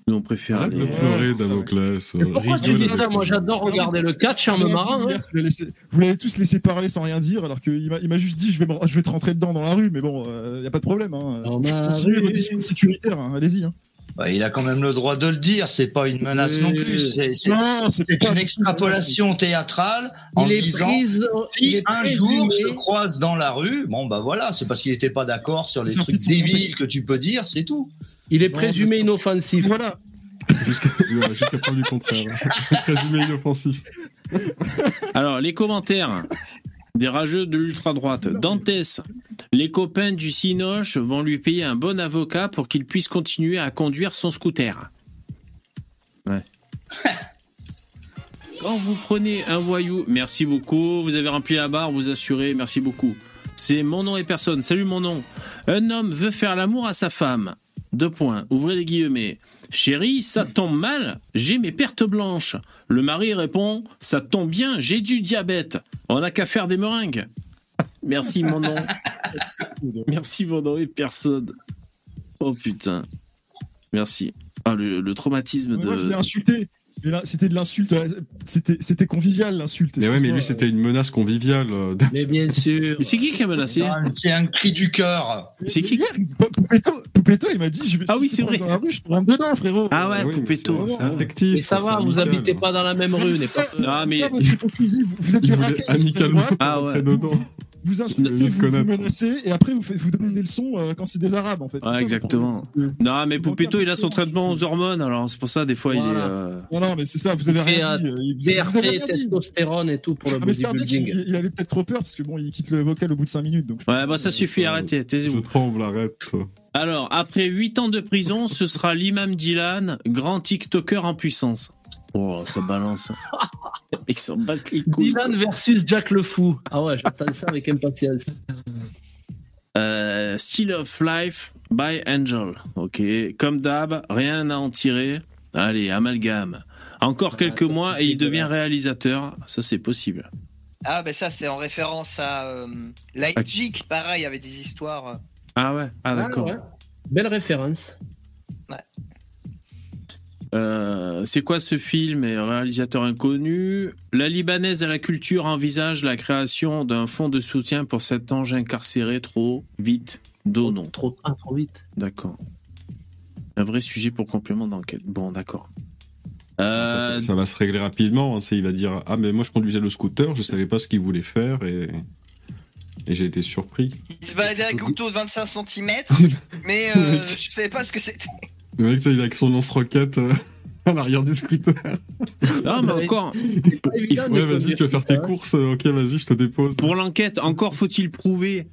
Speaker 5: Nous, on préfère
Speaker 6: Arrête
Speaker 5: les.
Speaker 6: de
Speaker 1: Ouais,
Speaker 6: pleurer,
Speaker 1: c'est ça,
Speaker 6: Damoclès. euh,
Speaker 3: Pourquoi tu
Speaker 6: rigole
Speaker 3: dis
Speaker 6: avec
Speaker 3: ça Moi,
Speaker 6: lui.
Speaker 3: j'adore regarder le catch en
Speaker 1: Vous
Speaker 3: me
Speaker 1: l'avez
Speaker 3: marrant.
Speaker 1: dit
Speaker 3: hein.
Speaker 1: hier, vous l'avez laissé- Vous l'avez tous laissé parler sans rien dire, alors qu'il m'a il m'a juste dit je vais, me- je vais te rentrer dedans dans la rue, mais bon, il n'y a pas de problème. Hein.
Speaker 3: Dans ma
Speaker 1: Continuez
Speaker 3: rue.
Speaker 1: vos discours sécuritaires, hein, allez-y. hein.
Speaker 4: Bah, il a quand même le droit de le dire, c'est pas une menace non
Speaker 5: Euh,
Speaker 4: plus, c'est c'est-
Speaker 1: Non, c'est
Speaker 4: c'est
Speaker 1: pas
Speaker 4: une
Speaker 1: une
Speaker 4: extrapolation théâtrale en
Speaker 1: Il est
Speaker 4: disant
Speaker 1: préso- il
Speaker 4: si
Speaker 1: est
Speaker 4: un jour je
Speaker 1: présumé-
Speaker 4: te croise dans la rue, bon bah voilà, c'est parce qu'il n'était pas d'accord sur les trucs débiles que tu peux dire, c'est tout.
Speaker 3: Il est présumé inoffensif.
Speaker 1: Voilà.
Speaker 6: Jusqu'à ouais, jusqu'à euh, preuve du contraire. (laughs) Présumé inoffensif.
Speaker 5: Alors, les commentaires des rageux de l'ultra-droite. Dantès, les copains du Cinoche vont lui payer un bon avocat pour qu'il puisse continuer à conduire son scooter. Ouais. Quand vous prenez un voyou, merci beaucoup, vous avez rempli la barre, vous assurez, merci beaucoup. C'est mon nom et personne, salut mon nom. Un homme veut faire l'amour à sa femme. Deux points, ouvrez les guillemets. Chérie, ça tombe mal, j'ai mes pertes blanches. Le mari répond, ça tombe bien, j'ai du diabète. On n'a qu'à faire des meringues. Merci mon
Speaker 1: (laughs)
Speaker 5: nom. Merci mon nom et personne. Oh putain. Merci. Ah, le, le traumatisme de...
Speaker 1: Moi, je l'ai insulté. Mais là, c'était de l'insulte. euh, C'était c'était convivial, l'insulte.
Speaker 6: Mais ouais, mais lui, c'était une menace conviviale. euh, d'un-
Speaker 3: Mais bien sûr.
Speaker 5: Mais c'est qui qui a menacé
Speaker 4: C'est un cri du cœur.
Speaker 5: C'est qui
Speaker 1: Poupetto, Poupetto, il m'a dit je vais,
Speaker 5: Ah oui,
Speaker 1: si
Speaker 5: c'est vrai.
Speaker 1: tu rentres dans la rue, je te rentre dedans, frérot.
Speaker 5: Ah ouais, Poupetto.
Speaker 6: C'est affectif.
Speaker 3: Mais ça
Speaker 6: c'est
Speaker 3: va, vous
Speaker 6: amical.
Speaker 3: habitez pas dans la même rue, n'est pas.
Speaker 5: Non, mais...
Speaker 1: Ça, votre hypocrisie, vous, vous êtes des
Speaker 6: Il voulait
Speaker 1: racailles.
Speaker 6: amicalement
Speaker 1: extrême droite,
Speaker 5: Ah
Speaker 6: rentrer
Speaker 5: ouais.
Speaker 6: dedans.
Speaker 1: Vous insultez,
Speaker 6: Le
Speaker 1: vous, vous
Speaker 6: connaître.
Speaker 1: menacez, et après, vous, faites- vous donnez des leçons euh, quand c'est des Arabes, en fait. C'est
Speaker 5: Ouais,
Speaker 6: Ah,
Speaker 1: ça,
Speaker 5: exactement.
Speaker 1: le problème,
Speaker 5: Non, mais Poupetto, il a son traitement aux hormones, alors c'est pour ça, des fois, il est...
Speaker 3: Voilà.
Speaker 5: euh,
Speaker 1: c'est que- Non, non, mais c'est ça, vous avez rien dit. euh, Vous avez, vous avez
Speaker 3: TRT,
Speaker 1: rien dit.
Speaker 3: testostérone et tout pour le
Speaker 1: Ah, mais Starbucks,
Speaker 3: bodybuilding.
Speaker 1: il, il avait peut-être trop peur, parce que bon, il quitte le vocal au bout de 5 minutes, donc je
Speaker 5: Ouais, bah ça suffit, arrêtez,
Speaker 6: Je
Speaker 5: taisez-vous.
Speaker 6: tremble, arrête.
Speaker 5: Alors, après 8 ans de prison, ce sera l'imam Dylan, grand TikToker en puissance. Oh, ça (laughs) balance. Les mecs s'en battent les couilles.
Speaker 3: Dylan versus Jack le Fou. Ah ouais, j'attends ça avec impatience.
Speaker 5: Euh, Seal of Life by Angel. Ok. Comme d'hab, rien à en tirer. Allez, amalgame.
Speaker 3: Ah,
Speaker 5: Encore quelques mois et il devient réalisateur. Ça, c'est possible.
Speaker 7: Ah, ben ça, c'est en référence à euh,
Speaker 4: Ah.
Speaker 7: Lightjig, pareil, avec des histoires. euh.
Speaker 5: Ah ouais Ah, d'accord.
Speaker 3: Ah ouais. Belle référence.
Speaker 5: Euh, c'est quoi ce film et réalisateur inconnu La Libanaise à la culture envisage la création d'un fonds de soutien pour cet ange incarcéré trop vite. Donnons.
Speaker 3: Trop, ah, trop vite.
Speaker 5: D'accord. Un vrai sujet pour complément d'enquête. Bon, d'accord. Euh,
Speaker 6: Ça, ça va se régler rapidement. hein, c'est- il va dire Ah, mais moi je conduisais le scooter, je savais pas ce qu'il voulait faire et, et j'ai été surpris.
Speaker 7: Il se baladait avec un couteau de 25 cm,
Speaker 4: (laughs)
Speaker 7: mais euh, je savais pas ce que c'était.
Speaker 6: Le mec, ça, il a que son lance-roquette euh, à l'arrière du scooter.
Speaker 5: non, mais
Speaker 1: (laughs)
Speaker 5: encore.
Speaker 3: C'est pas évident de
Speaker 6: Ouais, vas-y,
Speaker 3: conduire
Speaker 6: tu vas faire
Speaker 3: comme
Speaker 6: tes
Speaker 3: ça.
Speaker 6: courses. euh, Ok, vas-y, je te dépose.
Speaker 5: Pour l'enquête, encore faut-il prouver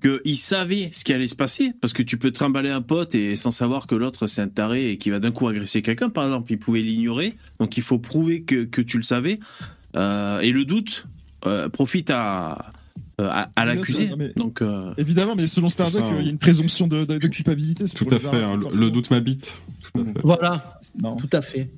Speaker 5: qu'il savait ce qui allait se passer. Parce que tu peux trimballer un pote et sans savoir que l'autre c'est un taré et qui va d'un coup agresser quelqu'un, par exemple. Il pouvait l'ignorer. Donc il faut prouver que, que tu le savais. Euh, et le doute euh, profite à, euh, à, à l'accusé.
Speaker 1: Non, mais-
Speaker 5: Donc. euh,
Speaker 1: Évidemment, mais selon Starbucks,
Speaker 6: C'est ça,
Speaker 1: euh, il y
Speaker 6: hein.
Speaker 1: a une présomption de, de- de culpabilité. c'est
Speaker 6: Tout
Speaker 1: pour
Speaker 6: à
Speaker 1: les
Speaker 6: fait.
Speaker 1: Arabes,
Speaker 6: hein, le,
Speaker 1: forcément.
Speaker 6: le doute m'habite.
Speaker 3: Voilà,
Speaker 1: Non.
Speaker 3: tout à fait.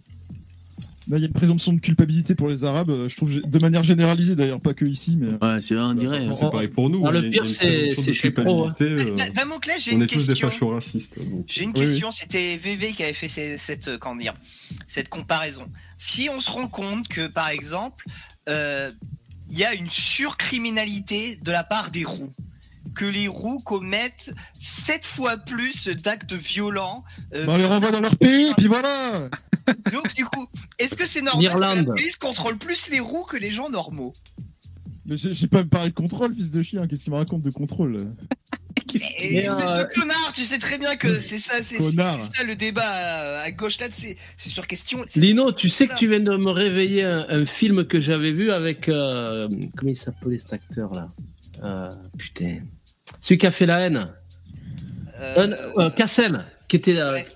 Speaker 1: Non, Il y a une présomption de culpabilité pour les Arabes, euh, je trouve, de manière généralisée d'ailleurs, pas que ici, mais.
Speaker 5: Ouais, c'est on dirait. hein.
Speaker 6: C'est
Speaker 1: Oh.
Speaker 6: pareil pour nous.
Speaker 3: Ah, le
Speaker 6: il y a- il y
Speaker 3: pire,
Speaker 6: a une
Speaker 3: c'est-
Speaker 6: présomption
Speaker 3: c'est
Speaker 6: de
Speaker 3: chez Pro, hein.
Speaker 6: culpabilité, euh,
Speaker 7: Da- Damoclès, j'ai
Speaker 6: On
Speaker 7: une
Speaker 6: est tous des
Speaker 7: question.
Speaker 6: fachos racistes. donc.
Speaker 7: J'ai une
Speaker 1: Oui, oui.
Speaker 7: question, c'était VV qui avait fait ces- cette, euh, comment dire, cette comparaison. Si on se rend compte que, par exemple, euh, il y a une surcriminalité de la part des roues, que les roues commettent sept fois plus d'actes violents. euh,
Speaker 1: Bah, on les renvoie dans leur pays, et puis voilà
Speaker 7: Donc, du coup, est-ce que c'est normal que
Speaker 3: L'Irlande.
Speaker 7: la police contrôle plus les roues que les gens normaux
Speaker 1: Mais j'ai j'ai pas parlé de contrôle, fils de chien, qu'est-ce qu'il me raconte de contrôle
Speaker 7: Et
Speaker 3: Mais,
Speaker 7: espèce
Speaker 3: euh,
Speaker 7: de connard, tu sais très bien que c'est ça, c'est c'est-
Speaker 1: Connard.
Speaker 7: c'est ça le débat à, à gauche là, c'est c'est sur question. c'est-
Speaker 3: Lino,
Speaker 7: c'est-
Speaker 3: tu sais que tu viens de me réveiller un, un film que j'avais vu avec. euh, comment il s'appelait cet acteur là Euh, Putain. Celui qui a fait la haine.
Speaker 7: Euh,
Speaker 3: Euh, euh, Cassel, qui était. euh,
Speaker 7: Ouais.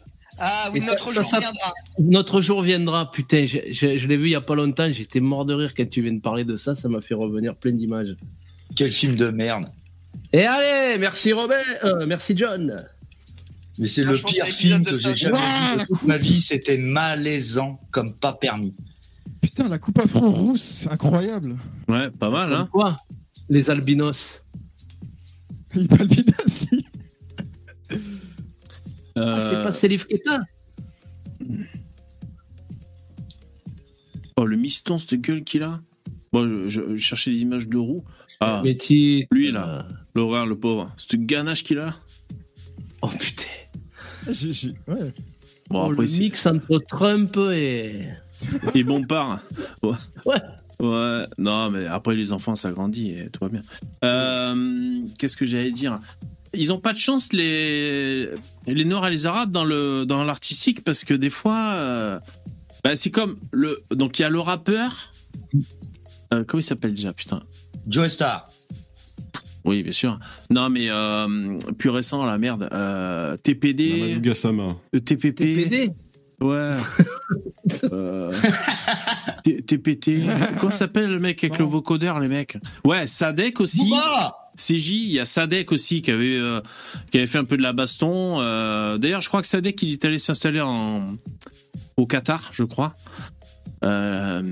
Speaker 7: Ah oui,
Speaker 3: Et ça-
Speaker 7: notre
Speaker 3: ça
Speaker 7: jour
Speaker 3: s'appelle-
Speaker 7: viendra.
Speaker 3: Notre jour viendra, putain, je, je- je l'ai vu il y a pas longtemps, j'étais mort de rire quand tu viens de parler de ça, ça m'a fait revenir plein d'images.
Speaker 4: Quel film de merde.
Speaker 3: Et allez, merci Robert, euh, merci John.
Speaker 4: Mais c'est
Speaker 7: Ah,
Speaker 4: le
Speaker 7: je pense
Speaker 4: pire
Speaker 7: à l'épisode
Speaker 4: film
Speaker 7: de
Speaker 4: que j'ai
Speaker 7: Saint-Jean.
Speaker 4: jamais vu de toute ma vie. C'était malaisant comme pas permis.
Speaker 1: Putain, la coupe afro-rousse, c'est incroyable
Speaker 5: Ouais, pas mal, hein.
Speaker 3: Quoi Les albinos.
Speaker 1: Il parle bidasse, lui.
Speaker 3: Ah, c'est
Speaker 5: Euh,
Speaker 3: pas Selif Keita
Speaker 5: oh, le miston, cette gueule qu'il a. Moi, je, je- je cherchais des images de roux. Ah,
Speaker 3: Mais qui-
Speaker 5: lui,
Speaker 3: Euh.
Speaker 5: là. l'horreur, le pauvre. Ce ganache qu'il a.
Speaker 3: Oh putain.
Speaker 7: Ah,
Speaker 1: J'ai- j'ai- Ouais.
Speaker 5: Bon,
Speaker 3: Oh,
Speaker 5: après,
Speaker 3: le
Speaker 5: c'est-
Speaker 3: mix entre Trump et.
Speaker 5: Et bon part. Ouais. Ouais. Non, mais après, les enfants, ça grandit et tout va bien. Euh, Qu'est-ce que j'allais dire Ils ont pas de chance, les, les Noirs et les Arabes, dans le dans l'artistique, parce que des fois. euh, bah, c'est comme. le Donc, il y a le rappeur. Euh, comment il s'appelle déjà, putain
Speaker 4: Joe Star.
Speaker 5: Oui, bien sûr. Non, mais euh, plus récent, la merde. euh, TPD. Euh, TPP. TPD Ouais. Euh, T- TPT. Comment s'appelle le mec avec le vocodeur, les mecs Ouais, Sadek aussi. CJ, il y a Sadek aussi qui avait, euh, qui avait fait un peu de la baston. Euh, D'ailleurs, je crois que Sadek, il est allé s'installer en... au Qatar, je crois. Euh,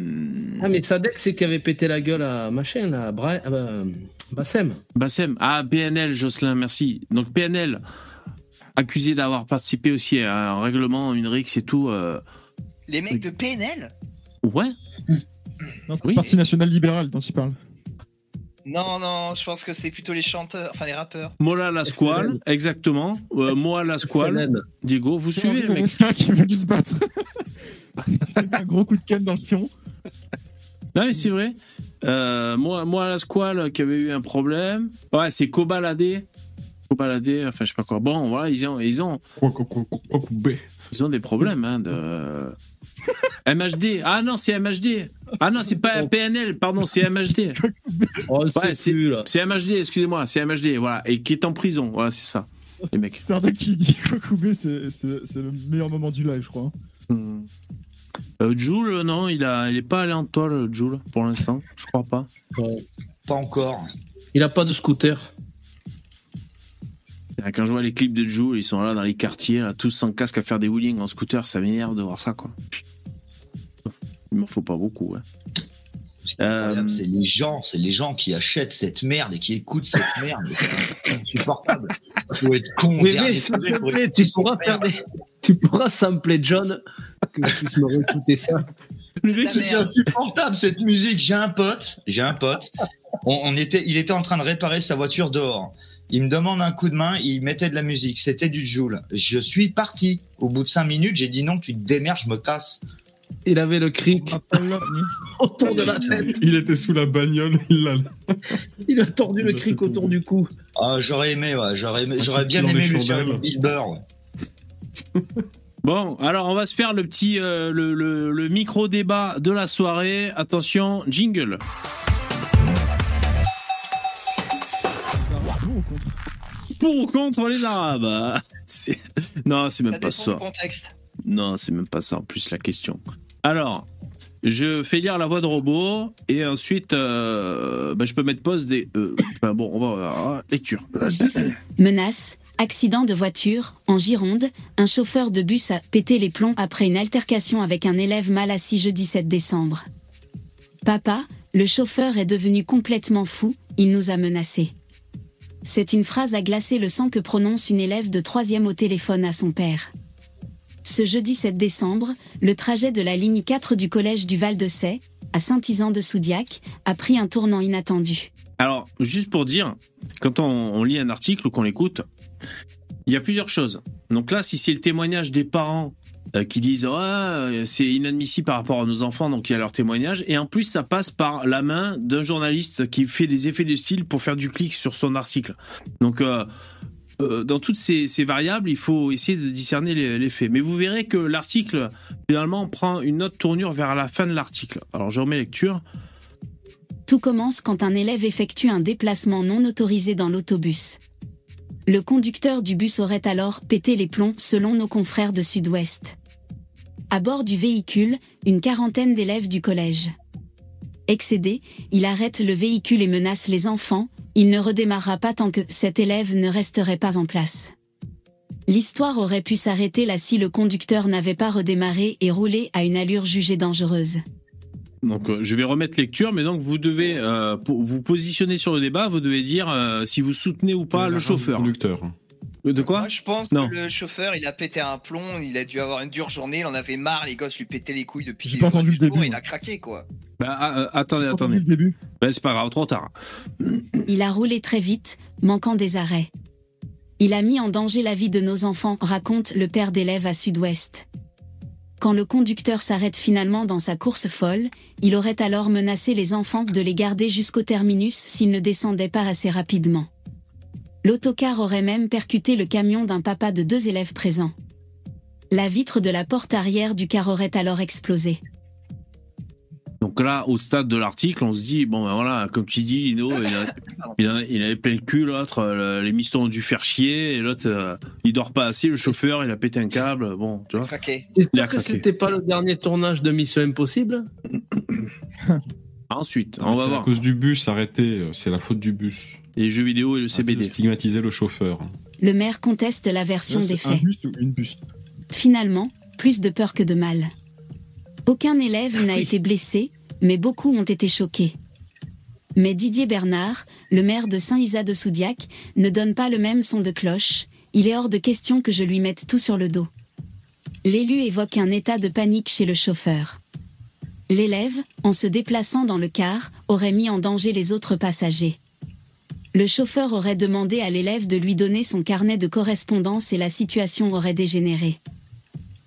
Speaker 3: Ah, mais Sadek, c'est qui avait pété la gueule à machin, là, à Bra- euh, Bassem.
Speaker 5: Bassem. Ah, PNL, Jocelyn, merci. Donc, PNL, accusé d'avoir participé aussi à un règlement, une RIX et tout. euh,
Speaker 7: Les mecs de PNL
Speaker 5: Ouais.
Speaker 1: Non, c'est le Parti national libéral dont tu parles.
Speaker 7: Non, non, je pense que c'est plutôt les chanteurs, enfin les rappeurs.
Speaker 5: Mola la squale, exactement. Euh, Moa la squale. Diego, vous suivez le
Speaker 1: un
Speaker 5: mec
Speaker 1: Mesquin (laughs) qui est venu se battre. J'ai mis un gros coup de canne dans le fion.
Speaker 5: Non, mais c'est vrai. Euh, moi, moi, la squale qui avait eu un problème. Ouais, c'est Kobalade. Kobalade, enfin, je sais pas quoi. Bon, voilà, ils ont. Ils ont, ils ont des problèmes. Hein, de... MHD. Ah non, c'est MHD. Ah non, c'est pas PNL, pardon, c'est MHD. Ouais, Oh, c'est c'est MHD, excusez-moi, c'est MHD, voilà. Et qui est en prison, voilà, c'est ça. Les mecs.
Speaker 1: Sardin qui dit Kokoubé, c'est c'est- c'est le meilleur moment du live, je crois.
Speaker 5: Hmm. Euh, Jules, non, il, a, il est pas allé en toile, Jules, pour l'instant. Je crois pas.
Speaker 4: Pas encore.
Speaker 5: Il a pas de scooter. Quand je vois les clips de Jules, ils sont là dans les quartiers, là, tous sans casque à faire des wheelings en scooter, ça m'énerve de voir ça, quoi. Il m'en faut pas beaucoup, hein. Euh, ouais.
Speaker 4: incroyable, C'est les gens, c'est les gens qui achètent cette merde et qui écoutent cette merde. C'est insupportable. Faut être con.
Speaker 3: Mais,
Speaker 4: dernier
Speaker 3: mais, s'il
Speaker 4: degré,
Speaker 3: te
Speaker 4: faut être
Speaker 3: plaît, tu
Speaker 4: con,
Speaker 3: pourras faire
Speaker 4: merde.
Speaker 3: des- Tu pourras sampler John, que je puisse me réécouter ça.
Speaker 4: Le mec, c'est insupportable cette musique. J'ai un pote, j'ai un pote. On, on était, il était en train de réparer sa voiture dehors. Il me demande un coup de main. Il mettait de la musique. C'était du Joule. Je suis parti. Au bout de cinq minutes, j'ai dit non, tu te démerdes, je me casse.
Speaker 3: Il avait le cric autour de la tête.
Speaker 6: Il était sous la bagnole, il l'a.
Speaker 3: Il a tordu le cric autour du cou.
Speaker 4: Ah, j'aurais aimé, ouais, j'aurais aimé-
Speaker 3: Un
Speaker 4: j'aurais
Speaker 3: petit
Speaker 4: bien
Speaker 3: tour de
Speaker 4: aimé lui faire
Speaker 3: chandelle.
Speaker 4: une Bilber. ouais.
Speaker 5: Bon, alors on va se faire le petit, euh, le, le- le micro-débat de la soirée. Attention, jingle. Pour ou contre les Arabes hein. (laughs) C'est- Non, c'est même pas
Speaker 7: Dépend
Speaker 5: ça.
Speaker 7: du contexte.
Speaker 5: Non, c'est même pas ça en plus la question. Alors, je fais lire la voix de robot et ensuite, euh, bah, je peux mettre pause des. euh, (coughs) enfin, bon, on va ah, lecture. (coughs)
Speaker 12: Menace, accident de voiture, en Gironde, un chauffeur de bus a pété les plombs après une altercation avec un élève mal assis jeudi 7 décembre. Papa, le chauffeur est devenu complètement fou, il nous a menacés. C'est une phrase à glacer le sang que prononce une élève de 3e au téléphone à son père. Ce jeudi 7 décembre, le trajet de la ligne 4 du collège du Val-de-Sey, à Saint-Isan-de-Soudiac, a pris un tournant inattendu.
Speaker 5: Alors, juste pour dire, quand on, on lit un article ou qu'on l'écoute, il y a plusieurs choses. Donc là, si c'est le témoignage des parents euh, qui disent Ouais, euh, c'est inadmissible par rapport à nos enfants, donc il y a leur témoignage, et en plus ça passe par la main d'un journaliste qui fait des effets de style pour faire du clic sur son article. Donc euh, euh, dans toutes ces, ces variables, il faut essayer de discerner les, les faits. Mais vous verrez que l'article, finalement, prend une autre tournure vers la fin de l'article. Alors je remets lecture.
Speaker 12: Tout commence quand un élève effectue un déplacement non autorisé dans l'autobus. Le conducteur du bus aurait alors pété les plombs selon nos confrères de Sud-Ouest. À bord du véhicule, une quarantaine d'élèves du collège. Excédé, il arrête le véhicule et menace les enfants, il ne redémarrera pas tant que cet élève ne resterait pas en place. L'histoire aurait pu s'arrêter là si le conducteur n'avait pas redémarré et roulé à une allure jugée dangereuse.
Speaker 5: Donc, euh, je vais remettre lecture, mais donc vous devez euh, po- vous positionner sur le débat. Vous devez dire euh, si vous soutenez ou pas le chauffeur. Euh, De quoi
Speaker 7: Je pense
Speaker 5: Non.
Speaker 7: que le chauffeur, il a pété un plomb, il a dû avoir une dure journée, il en avait marre, les gosses lui pétaient les couilles depuis
Speaker 5: J'ai pas entendu le
Speaker 7: jour,
Speaker 5: début,
Speaker 7: il
Speaker 5: moi.
Speaker 7: a craqué quoi.
Speaker 5: Bah, ah, euh, attendez, attendez. Bah, c'est pas grave, trop tard.
Speaker 12: Il a roulé très vite, manquant des arrêts. Il a mis en danger la vie de nos enfants, raconte le père d'élèves à Sud-Ouest. Quand le conducteur s'arrête finalement dans sa course folle, il aurait alors menacé les enfants de les garder jusqu'au terminus s'ils ne descendaient pas assez rapidement. L'autocar aurait même percuté le camion d'un papa de deux élèves présents. La vitre de la porte arrière du car aurait alors explosé.
Speaker 5: Donc là, au stade de l'article, on se dit, bon ben voilà, comme tu dis, Lino, il, a- il en a- il avait plein le cul, l'autre, euh, les mistons ont dû faire chier, et l'autre, euh, il dort pas assez, le chauffeur, il a pété un câble, bon, tu vois. Il a
Speaker 3: Est-ce que
Speaker 5: craqué.
Speaker 3: c'était pas le dernier tournage de Mission Impossible
Speaker 5: Ensuite,
Speaker 6: Mais
Speaker 5: on va
Speaker 6: c'est à
Speaker 5: voir.
Speaker 6: cause du bus, arrêtez, euh, c'est la faute du bus.
Speaker 5: Les jeux vidéo et le
Speaker 6: CBD. stigmatiser le chauffeur.
Speaker 12: Le maire conteste la version des faits.
Speaker 6: ou une bus
Speaker 12: Finalement, plus de peur que de mal. Aucun élève n'a été blessé, mais beaucoup ont été choqués. Mais Didier Bernard, le maire de Saint-Isa de Soudiac, ne donne pas le même son de cloche, il est hors de question que je lui mette tout sur le dos. L'élu évoque un état de panique chez le chauffeur. L'élève, en se déplaçant dans le car, aurait mis en danger les autres passagers. Le chauffeur aurait demandé à l'élève de lui donner son carnet de correspondance et la situation aurait dégénéré.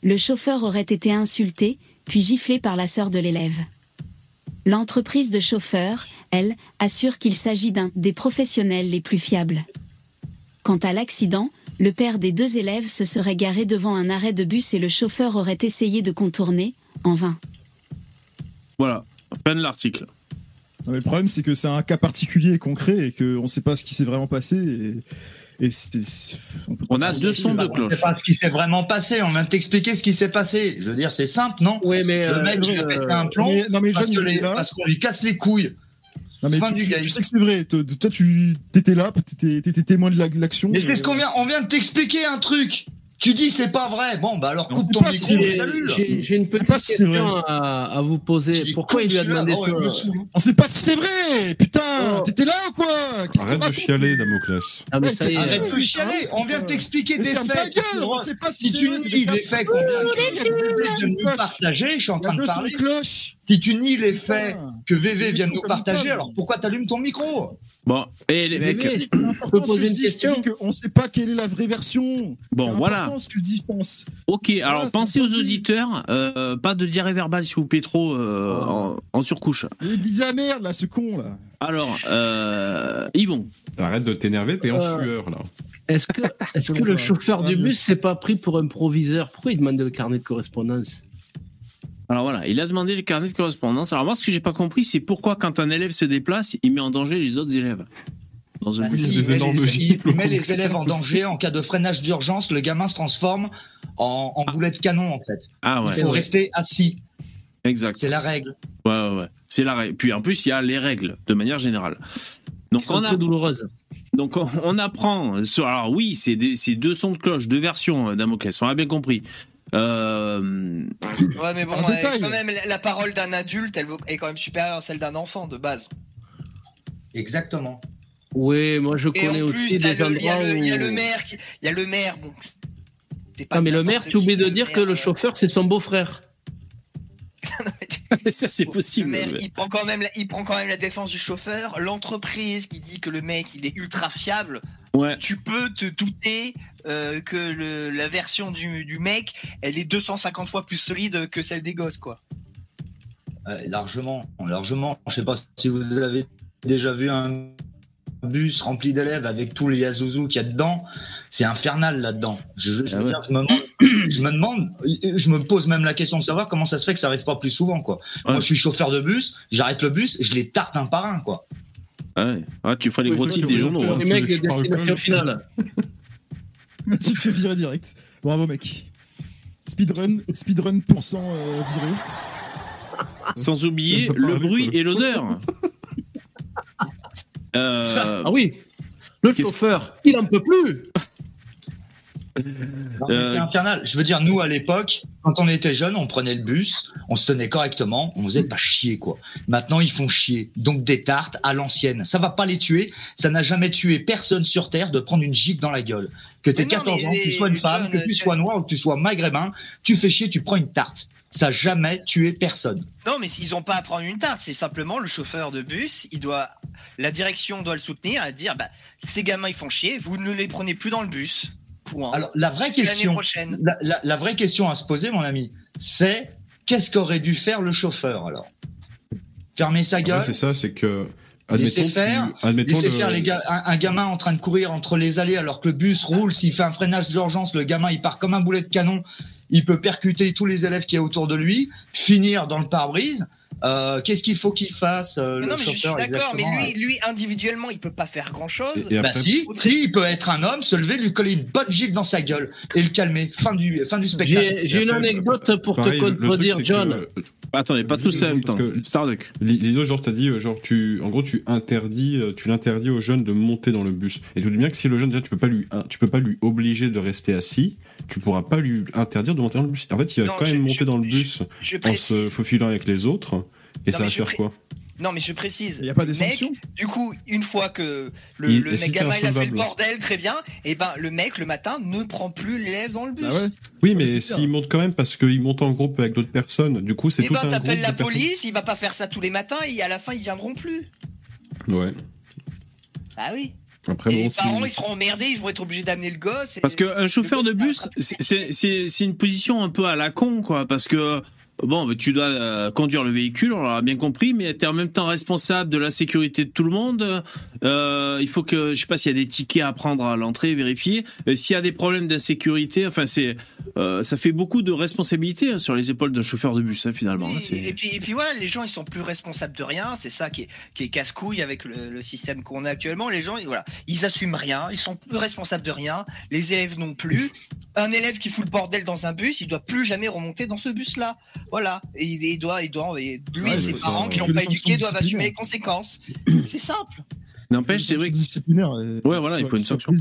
Speaker 12: Le chauffeur aurait été insulté, puis giflé par la sœur de l'élève. L'entreprise de chauffeurs, elle, assure qu'il s'agit d'un des professionnels les plus fiables. Quant à l'accident, le père des deux élèves se serait garé devant un arrêt de bus et le chauffeur aurait essayé de contourner, en vain.
Speaker 5: Voilà, fin de l'article.
Speaker 1: Non, mais le problème, c'est que c'est un cas particulier et concret et qu'on ne sait pas ce qui s'est vraiment passé. Et, et c'est- c'est- peut pas
Speaker 5: On a
Speaker 1: savoir.
Speaker 5: deux sons de cloche.
Speaker 4: C'est pas ce qui s'est vraiment passé. On vient de t'expliquer ce qui s'est passé. Je veux dire, c'est simple, non
Speaker 3: Oui, mais
Speaker 4: le
Speaker 1: euh,
Speaker 4: mec il a
Speaker 1: euh,
Speaker 4: pété un plomb
Speaker 1: mais- non, mais
Speaker 4: parce
Speaker 1: John,
Speaker 4: que
Speaker 1: il
Speaker 4: les-
Speaker 1: est là.
Speaker 4: parce qu'on lui casse les couilles.
Speaker 1: Non, mais
Speaker 4: Fin
Speaker 1: tu,
Speaker 4: du
Speaker 1: tu-
Speaker 4: game.
Speaker 1: tu sais que c'est vrai. Te- Toi, tu étais là, t'étais étais témoin de la- de l'action.
Speaker 4: Mais c'est ce
Speaker 1: Euh,
Speaker 4: qu'on vient. On vient de t'expliquer un truc. Tu dis c'est pas vrai. Bon bah alors
Speaker 1: Non,
Speaker 4: coupe
Speaker 1: c'est
Speaker 4: ton
Speaker 1: pas
Speaker 4: micro.
Speaker 1: si-
Speaker 4: et salut.
Speaker 3: J'ai j'ai une petite
Speaker 1: pas si c'est
Speaker 3: question
Speaker 1: vrai.
Speaker 3: à, à vous poser. Pourquoi il lui a
Speaker 4: celui-là,
Speaker 3: demandé
Speaker 4: oh, il me
Speaker 3: ça Oh.
Speaker 4: saoule.
Speaker 1: On sait pas si c'est vrai Putain T'étais là ou quoi Qu'est-ce qu'on
Speaker 6: Arrête de
Speaker 1: raconte
Speaker 6: chialer, Damoclès.
Speaker 3: Ah, mais ça y est.
Speaker 4: Arrête de chialer, on vient de t'expliquer
Speaker 1: Mais
Speaker 4: des
Speaker 1: ferme ta
Speaker 4: faits.
Speaker 1: gueule,
Speaker 4: tu
Speaker 1: on
Speaker 4: vois.
Speaker 1: sait pas si
Speaker 4: si
Speaker 1: c'est
Speaker 4: tu
Speaker 1: vrai, c'est
Speaker 4: nies
Speaker 1: des
Speaker 4: les
Speaker 1: faits.
Speaker 4: faits qu'on vient
Speaker 1: Ouh,
Speaker 4: de-
Speaker 1: laisse-le,
Speaker 4: qu'on vient de nous
Speaker 1: laisse-le.
Speaker 4: partager, je suis en
Speaker 1: Il y a
Speaker 4: train de
Speaker 1: deux sons de
Speaker 4: parler.
Speaker 1: cloche
Speaker 4: Si tu nies les
Speaker 1: Putain.
Speaker 4: faits que VV vient de nous
Speaker 1: Comme
Speaker 4: partager,
Speaker 1: toi.
Speaker 4: alors pourquoi t'allumes ton micro
Speaker 5: Bon, et les
Speaker 3: Mais
Speaker 5: mecs,
Speaker 3: oui,
Speaker 1: Important,
Speaker 3: peux
Speaker 1: ce que
Speaker 3: poser
Speaker 1: je
Speaker 3: une
Speaker 1: dis, je
Speaker 3: question
Speaker 1: dis que On sait pas quelle est la vraie version
Speaker 5: bon,
Speaker 1: C'est
Speaker 5: voilà.
Speaker 1: important ce que je dis, je pense.
Speaker 5: Ok, alors
Speaker 1: c'est
Speaker 5: pensez aux
Speaker 1: entendu.
Speaker 5: auditeurs, euh, pas de diarrhée verbale s'il vous plaît trop euh,
Speaker 4: Oh.
Speaker 5: en, en surcouche.
Speaker 1: Il disait la merde là, ce con là. (laughs)
Speaker 5: Alors, euh, Yvon,
Speaker 6: Arrête de t'énerver, t'es en
Speaker 3: Euh.
Speaker 6: sueur là.
Speaker 3: Est-ce que, est-ce que le
Speaker 1: Comment ça va
Speaker 3: chauffeur
Speaker 1: Ça va
Speaker 3: du
Speaker 1: mieux
Speaker 3: bus s'est pas pris pour un proviseur Pourquoi il demandait le carnet de correspondance
Speaker 5: alors voilà, il a demandé le carnet de correspondance. Alors moi, ce que j'ai pas compris, c'est pourquoi quand un élève se déplace, il met en danger les autres élèves. Dans un
Speaker 4: Bah,
Speaker 5: bus.
Speaker 4: si,
Speaker 6: des
Speaker 4: il met
Speaker 6: énormes
Speaker 4: les-
Speaker 6: gifles
Speaker 4: (laughs)
Speaker 6: au
Speaker 4: Il met les
Speaker 6: conducteur
Speaker 4: élèves en
Speaker 6: aussi.
Speaker 4: danger en cas de freinage d'urgence, le gamin se transforme en, en boulet de canon en fait.
Speaker 5: Ah
Speaker 4: Il
Speaker 5: ouais,
Speaker 4: faut rester assis,
Speaker 5: exact.
Speaker 4: c'est la règle.
Speaker 5: Ouais, ouais, ouais. C'est la règle. Puis en plus, il y a les règles de manière générale. Donc on,
Speaker 3: C'est
Speaker 5: a,
Speaker 3: très douloureuse.
Speaker 5: donc on, on apprend. sur- alors oui, c'est des- c'est deux sons de cloche, deux versions euh, Damoclès. On a bien compris. Euh,
Speaker 7: Ouais, mais bon,
Speaker 1: Un
Speaker 7: ouais,
Speaker 1: détail.
Speaker 7: quand même, la- la parole d'un adulte, elle vaut- est quand même supérieure à celle d'un enfant de base.
Speaker 4: Exactement.
Speaker 3: Oui, moi je
Speaker 7: Et en
Speaker 3: connais
Speaker 7: plus,
Speaker 3: aussi
Speaker 7: t'as
Speaker 3: des
Speaker 7: le- il y, a
Speaker 3: endroits
Speaker 7: le- il y a le
Speaker 3: où.
Speaker 7: maire qui. Il y a le maire, bon. c'est- c'est pas
Speaker 3: Ah, mais le maire,
Speaker 7: n'importe
Speaker 3: tu oublies
Speaker 7: qui,
Speaker 3: de dire que
Speaker 7: maire,
Speaker 3: le
Speaker 7: euh,
Speaker 3: chauffeur, c'est son
Speaker 7: (laughs)
Speaker 3: beau-frère. (laughs)
Speaker 5: ça c'est
Speaker 7: Le
Speaker 5: possible.
Speaker 7: maire, il prend, quand même la, il prend quand même la défense du chauffeur. L'entreprise qui dit que le mec, il est ultra fiable.
Speaker 5: Ouais.
Speaker 7: Tu peux te douter euh, que le- la version du, du mec, elle est 250 fois plus solide que celle des gosses, quoi.
Speaker 4: Euh, largement, largement. Je sais pas si vous avez déjà vu un bus rempli d'élèves avec tous les Yazouzou qu'il y a dedans. C'est infernal là-dedans. Je, je- je
Speaker 5: Ah
Speaker 4: veux
Speaker 5: ouais.
Speaker 4: dire, je me demande, je me demande- je me pose même la question de savoir comment ça se fait que ça arrive pas plus souvent, quoi.
Speaker 5: Ouais.
Speaker 4: Moi, je suis chauffeur de bus, j'arrête le bus, je les tarte un par un, quoi.
Speaker 5: Ah ouais. Ah, tu feras les
Speaker 6: Oui,
Speaker 5: gros
Speaker 6: c'est
Speaker 5: titres
Speaker 6: sûr,
Speaker 5: des
Speaker 6: oui.
Speaker 5: journaux. hein.
Speaker 3: Les
Speaker 6: tu
Speaker 3: mecs,
Speaker 6: veux que je parle
Speaker 3: destination
Speaker 6: comme-
Speaker 3: finale.
Speaker 1: tu te fais virer direct. Bravo mec. Speedrun, speedrun pourcent euh, viré.
Speaker 5: Sans oublier le bruit et
Speaker 6: (laughs)
Speaker 5: l'odeur. Euh,
Speaker 3: Ah oui Le
Speaker 5: Qu'est-ce-
Speaker 3: chauffeur, il en peut plus
Speaker 4: Non, mais
Speaker 5: Euh,
Speaker 4: C'est infernal. Je veux dire, nous, à l'époque, quand on était jeunes, on prenait le bus, on se tenait correctement, on faisait pas chier, quoi. Maintenant, ils font chier. Donc, des tartes à l'ancienne. Ça va pas les tuer. Ça n'a jamais tué personne sur Terre de prendre une gifle dans la gueule. Que t'aies
Speaker 7: Mais non,
Speaker 4: 14
Speaker 7: mais
Speaker 4: ans, que tu sois une
Speaker 7: les
Speaker 4: femme,
Speaker 7: jeunes,
Speaker 4: que tu
Speaker 7: euh,
Speaker 4: sois noir ou que tu sois maghrébin, tu fais chier, tu prends une tarte. Ça a jamais tué personne.
Speaker 7: Non, mais ils n'ont pas à prendre une tarte. C'est simplement le chauffeur de bus. Il doit, la direction doit le soutenir et dire, bah, ces gamins ils font chier. Vous ne les prenez plus dans le bus. Point.
Speaker 4: Alors, la vraie
Speaker 7: Jusqu'à l'année
Speaker 4: question,
Speaker 7: prochaine.
Speaker 4: la, la- la vraie question à se poser, mon ami, c'est qu'est-ce qu'aurait dû faire le chauffeur alors Fermer sa gueule
Speaker 6: Ah Ouais, c'est ça, c'est que.
Speaker 4: Laissez
Speaker 6: Admettons, tu-
Speaker 4: faire,
Speaker 6: admettons
Speaker 4: laissez
Speaker 6: le-
Speaker 4: faire les gars, un, un gamin en train de courir entre les allées alors que le bus roule, s'il fait un freinage d'urgence, le gamin il part comme un boulet de canon, il peut percuter tous les élèves qui est autour de lui, finir dans le pare-brise. Euh, Qu'est-ce qu'il faut qu'il fasse euh, le
Speaker 7: Non, mais je suis
Speaker 4: chauffeur,
Speaker 7: d'accord, mais
Speaker 4: exactement,
Speaker 7: lui,
Speaker 4: euh
Speaker 7: lui individuellement, il peut pas faire grand chose.
Speaker 4: bah si, si, il peut être un homme, se lever, lui coller une bonne gifle dans sa gueule et le calmer. Fin du, fin du spectacle.
Speaker 3: J'ai j'ai une anecdote pour te contredire,
Speaker 6: euh,
Speaker 3: John.
Speaker 5: Attendez, pas tous en même temps. Starduck.
Speaker 6: Lino, genre, t'as dit, euh, genre, tu, en gros, tu interdis, euh, tu l'interdis aux jeunes de monter dans le bus. Et tu dis bien que si le jeune, déjà, tu peux pas lui, hein, tu peux pas lui obliger de rester assis, tu pourras pas lui interdire de monter dans le bus. En fait, il va
Speaker 7: Non,
Speaker 6: quand
Speaker 7: je-
Speaker 6: même monter dans le bus
Speaker 7: je
Speaker 6: en se
Speaker 7: précise.
Speaker 6: faufilant avec les autres. Et
Speaker 7: Non,
Speaker 6: ça
Speaker 7: mais
Speaker 6: va
Speaker 7: je
Speaker 6: faire
Speaker 7: pré-
Speaker 6: quoi
Speaker 7: Non, mais je précise. Il
Speaker 1: a pas des
Speaker 6: sanctions
Speaker 7: Du coup, une fois que le,
Speaker 6: Il-
Speaker 7: le
Speaker 6: et si
Speaker 7: mec
Speaker 6: t'es
Speaker 7: gamin, il a fait le
Speaker 6: insolvable
Speaker 7: bordel, très bien, et ben le mec, le matin, ne prend plus l'élève dans le
Speaker 1: Bah
Speaker 7: bus.
Speaker 6: Oui, mais s'il monte quand même, parce qu'il monte en groupe avec d'autres personnes, du coup, c'est
Speaker 7: Et
Speaker 6: tout
Speaker 7: ben
Speaker 6: un groupe.
Speaker 7: t'appelles
Speaker 6: de
Speaker 7: la
Speaker 6: personnes-
Speaker 7: police, il va pas faire ça tous les matins, et à la fin, ils viendront plus.
Speaker 6: Ouais.
Speaker 7: Ah oui.
Speaker 6: Après,
Speaker 7: et
Speaker 6: bon,
Speaker 7: les
Speaker 6: si-
Speaker 7: parents, ils seront emmerdés, ils vont être obligés d'amener le gosse. et-
Speaker 5: Parce qu'un chauffeur de bus, c'est- c'est c'est- c'est une position un peu à la con, quoi. Parce que, bon, bah, tu dois euh, conduire le véhicule, on l'a bien compris, mais tu es en même temps responsable de la sécurité de tout le monde. Euh, il faut que, je sais pas s'il y a des tickets à prendre à l'entrée, vérifier. Euh, S'il y a des problèmes d'insécurité, enfin, c'est euh, ça fait beaucoup de responsabilités hein, sur les épaules d'un chauffeur de bus, hein, finalement. hein, c'est-
Speaker 7: Et puis, et puis voilà, les gens, ils sont plus responsables de rien. C'est ça qui est, qui est casse-couille avec le, le système qu'on a actuellement. Les gens, ils- voilà, ils assument rien. Ils sont plus responsables de rien. Les élèves non plus. Un élève qui fout le bordel dans un bus, il doit plus jamais remonter dans ce bus-là. Voilà. Et il, il doit, il doit, et lui
Speaker 6: Ouais,
Speaker 7: et
Speaker 6: c'est
Speaker 7: ses
Speaker 6: ça,
Speaker 7: parents
Speaker 6: ouais.
Speaker 7: qui l'ont
Speaker 6: Que
Speaker 7: pas
Speaker 6: les sanctions
Speaker 7: éduqué doivent assumer
Speaker 6: disciplinaires.
Speaker 7: les conséquences. C'est simple.
Speaker 5: N'empêche, c'est vrai que. Ouais, voilà, il faut une sanction.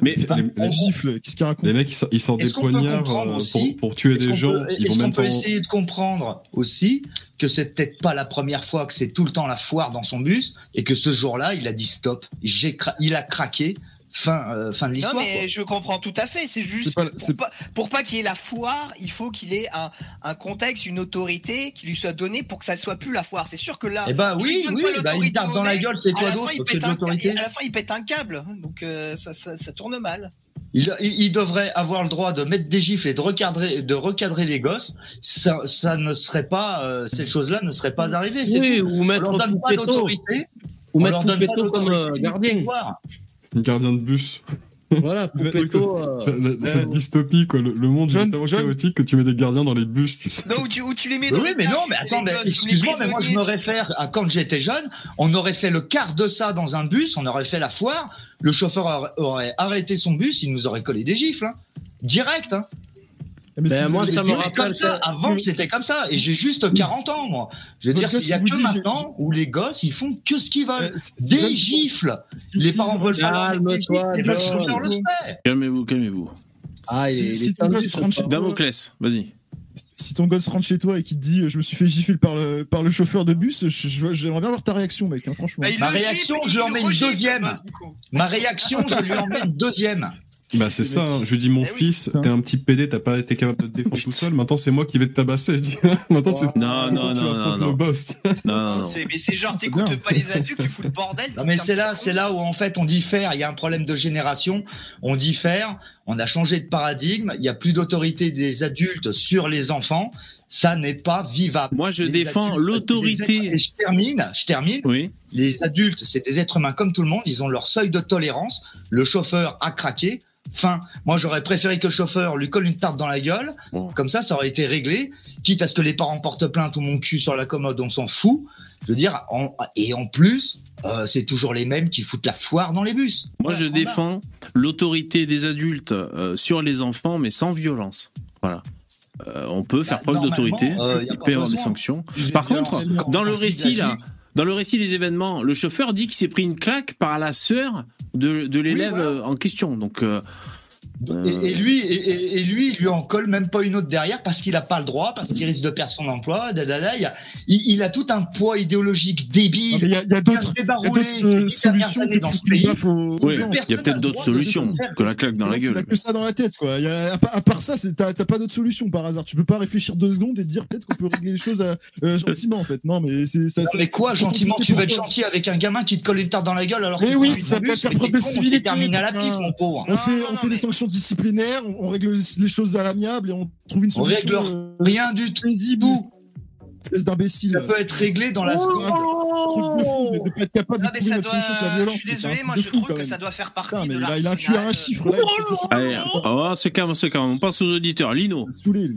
Speaker 1: Mais
Speaker 6: les- les-
Speaker 1: qu'est-ce qu'il raconte
Speaker 6: Les mecs, ils sortent- ils sortent des
Speaker 1: Est-ce qu'on peut
Speaker 6: poignards
Speaker 1: comprendre
Speaker 6: euh,
Speaker 1: aussi
Speaker 6: pour, pour tuer
Speaker 1: Est-ce
Speaker 6: des
Speaker 1: qu'on
Speaker 6: gens.
Speaker 1: peut-
Speaker 6: ils vont
Speaker 4: Est-ce qu'on
Speaker 6: même pas.
Speaker 4: peut essayer de comprendre aussi que c'est peut-être pas la première fois que c'est tout le temps la foire dans son bus et que ce jour-là, il a dit stop, j'ai cra- il a craqué, fin, euh, fin de
Speaker 7: Non,
Speaker 4: l'histoire.
Speaker 7: mais
Speaker 4: quoi.
Speaker 7: je comprends tout à fait. C'est juste que pour, pas, pour pas qu'il y ait la foire, il faut qu'il ait un, un contexte, une autorité qui lui soit donnée pour que ça ne soit plus la foire. C'est sûr que là,
Speaker 4: Eh bah
Speaker 7: tu
Speaker 4: oui,
Speaker 7: lui donnes
Speaker 4: oui,
Speaker 7: pas
Speaker 4: bah
Speaker 7: l'autorité
Speaker 4: il tape
Speaker 7: au
Speaker 4: dans la
Speaker 7: mec,
Speaker 4: gueule, c'est
Speaker 7: à
Speaker 4: quoi
Speaker 7: la fin,
Speaker 4: d'autre
Speaker 7: il
Speaker 4: que
Speaker 7: pète
Speaker 4: de
Speaker 7: un-
Speaker 4: l'autorité
Speaker 7: et À la fin, il pète un câble. Donc euh, ça, ça- ça tourne mal.
Speaker 4: Il, il- il devrait avoir le droit de mettre des gifles et de recadrer, de recadrer les gosses. Ça, ça ne serait pas, euh, ces choses-là ne seraient pas arrivées. c'est
Speaker 3: Oui,
Speaker 4: tout.
Speaker 3: ou mettre
Speaker 4: on leur donne pas
Speaker 3: Poupetto.
Speaker 4: d'autorité.
Speaker 3: Ou
Speaker 4: on
Speaker 3: mettre
Speaker 4: leur donne pas
Speaker 3: Poupetto comme,
Speaker 4: d'autorité,
Speaker 3: euh,
Speaker 4: ni de
Speaker 3: gardien.
Speaker 4: pouvoir.
Speaker 6: Gardien de bus. (laughs)
Speaker 3: Voilà,
Speaker 7: Poupetto, euh,
Speaker 6: Ça- la-
Speaker 7: euh,
Speaker 6: Cette dystopie, quoi. Le, le monde est tellement chaotique que tu mets des gardiens dans les bus. tu sais.
Speaker 7: Non, Bah, ou tu, ou tu les mets
Speaker 4: Mais
Speaker 7: dans
Speaker 4: oui,
Speaker 7: les
Speaker 4: mais
Speaker 7: cages,
Speaker 4: non, mais
Speaker 7: tu les
Speaker 4: attends, mais
Speaker 7: gosses comme les
Speaker 4: excuse-moi, mais moi je me
Speaker 7: prisonniers.
Speaker 4: réfère à quand j'étais jeune, on aurait fait le quart de ça dans un bus, on aurait fait la foire, le chauffeur aurait- aurait arrêté son bus, il nous aurait collé des gifles, hein. direct. hein.
Speaker 1: Mais si vous
Speaker 4: C'est
Speaker 1: avez-
Speaker 4: juste comme ça. Avant, c'était comme ça, et j'ai juste 40 ans, moi. Je veux
Speaker 1: Donc
Speaker 4: dire,
Speaker 1: là,
Speaker 4: il y a
Speaker 1: si vous
Speaker 4: que
Speaker 1: dites-
Speaker 4: maintenant où les gosses, ils font que ce qu'ils veulent.
Speaker 1: John,
Speaker 4: Des
Speaker 1: si-
Speaker 4: gifles. Les parents veulent pas leur mettre des gifles,
Speaker 3: Calme-toi,
Speaker 4: et ben, le
Speaker 3: John.
Speaker 4: chauffeur le fait.
Speaker 5: Calmez-vous, calmez-vous.
Speaker 3: Ah, il est-
Speaker 1: Si-
Speaker 3: il
Speaker 1: si
Speaker 3: est
Speaker 1: ton
Speaker 3: tendu,
Speaker 1: gosse
Speaker 3: ce
Speaker 1: rentre chez
Speaker 3: soir.
Speaker 1: toi-
Speaker 5: Damoclès, vas-y.
Speaker 1: si ton gosse rentre chez toi et qu'il te dit euh, je me suis fait gifler par le, par le chauffeur de bus, je- je- j'aimerais bien voir ta réaction, mec, hein, franchement.
Speaker 5: Bah,
Speaker 4: Ma réaction, je lui en mets une deuxième. Ma réaction, je lui en mets une deuxième.
Speaker 6: Bah, c'est ça. hein. Je dis,
Speaker 5: Eh
Speaker 6: mon fils, t'es un petit PD, t'as pas été capable de te défendre tout seul. Maintenant, c'est moi qui vais te tabasser. (laughs) Maintenant, c'est.
Speaker 5: Non, non,
Speaker 6: tu
Speaker 5: non,
Speaker 6: vas
Speaker 5: non,
Speaker 6: prendre
Speaker 5: non.
Speaker 6: le boss.
Speaker 5: Non, non, non.
Speaker 7: C'est- Mais c'est genre, t'écoutes pas les adultes, tu fous le bordel.
Speaker 4: Non, mais
Speaker 7: t'es un
Speaker 4: c'est
Speaker 7: petit
Speaker 4: là, c'est là où en fait on diffère. Il y a un problème de génération. On diffère. On a changé de paradigme. Il n'y a plus d'autorité des adultes sur les enfants. Ça n'est pas vivable.
Speaker 5: Moi, je
Speaker 4: Les
Speaker 5: défends
Speaker 4: adultes,
Speaker 5: l'autorité.
Speaker 4: c'est des êtres- Et je termine. Je termine.
Speaker 5: Oui.
Speaker 4: Les adultes, c'est des êtres humains comme tout le monde. Ils ont leur seuil de tolérance. Le chauffeur a craqué. Fin. Moi, j'aurais préféré que le chauffeur lui colle une tarte dans la gueule. Comme ça, ça aurait été réglé. Quitte à ce que les parents portent plainte ou mon cul sur la commode, on s'en fout. Je veux dire, en- et en plus, euh, c'est toujours les mêmes qui foutent la foire dans les bus.
Speaker 5: Moi, je défends l'autorité des adultes euh, sur les enfants, mais sans violence. Voilà. Euh, on peut faire preuve d'autorité,
Speaker 4: Bah, normalement, euh, y a
Speaker 5: il
Speaker 4: pas
Speaker 5: peut y avoir des
Speaker 4: besoin.
Speaker 5: sanctions.
Speaker 4: J'ai
Speaker 5: Par
Speaker 4: dit,
Speaker 5: contre,
Speaker 4: alors,
Speaker 5: dans le
Speaker 4: quand on
Speaker 5: récit,
Speaker 4: dit la
Speaker 5: là, dans le récit des événements, le chauffeur dit qu'il s'est pris une claque par la sœur de, de l'élève euh, en question. Donc, euh,
Speaker 4: Et, et lui, et, et- et lui, il lui en colle même pas une autre derrière parce qu'il a pas le droit, parce qu'il risque de perdre son emploi. dadada, il, y a, il, il a tout un poids idéologique débile.
Speaker 1: Il y a, il y a d'autres
Speaker 4: Il y a
Speaker 1: il y a d'autres, euh, solutions que de foutre une baffe au- aux
Speaker 5: Oui,
Speaker 1: gens.
Speaker 5: il y a peut-être d'autres solutions que la claque dans la
Speaker 1: Il a
Speaker 5: gueule.
Speaker 1: que ça dans la tête, quoi. Il y a- à, part, à part ça, c'est- t'as t'as pas d'autre solution par hasard. Tu peux pas réfléchir deux secondes et te dire peut-être qu'on peut régler les choses euh, euh, gentiment, en fait. Non, mais c'est ça.
Speaker 4: Non,
Speaker 1: ça-
Speaker 4: mais quoi,
Speaker 1: c'est
Speaker 4: gentiment,
Speaker 1: compliqué
Speaker 4: tu vas être
Speaker 1: pour toi.
Speaker 4: gentil avec un gamin qui te colle une tarte dans la gueule alors
Speaker 1: Mais
Speaker 4: que
Speaker 1: oui,
Speaker 4: tu
Speaker 1: ça
Speaker 4: conduis,
Speaker 1: s'appelle faire
Speaker 4: mais
Speaker 1: preuve
Speaker 4: t'es
Speaker 1: de
Speaker 4: con, on
Speaker 1: civilité.
Speaker 4: te termine à la
Speaker 1: putain.
Speaker 4: piste, mon pauvre.
Speaker 1: On fait, on fait des sanctions disciplinaires, on, on règle les choses à l'amiable et on trouve une
Speaker 4: On
Speaker 1: solution. euh,
Speaker 4: règle rien du tout.
Speaker 1: Espèce d'imbécile.
Speaker 4: Ça peut être réglé dans la seconde.
Speaker 1: Truc de fou de, de pas être capable
Speaker 7: Non,
Speaker 1: de
Speaker 7: mais
Speaker 1: trouver
Speaker 7: ça
Speaker 1: une autre
Speaker 7: doit-
Speaker 1: solution que la violence.
Speaker 7: je suis
Speaker 1: c'est un
Speaker 7: désolé,
Speaker 1: truc
Speaker 7: moi
Speaker 1: de
Speaker 7: je
Speaker 1: fou,
Speaker 7: trouve
Speaker 1: quand
Speaker 7: que
Speaker 1: même.
Speaker 7: ça doit faire
Speaker 1: Putain,
Speaker 7: partie
Speaker 1: mais
Speaker 7: de
Speaker 1: là, il a
Speaker 7: l'arsenal.
Speaker 1: inclus un chiffre là. il fait-
Speaker 5: Allez, oh, c'est calme, c'est calme. On passe aux auditeurs. Lino.
Speaker 1: Saoulé,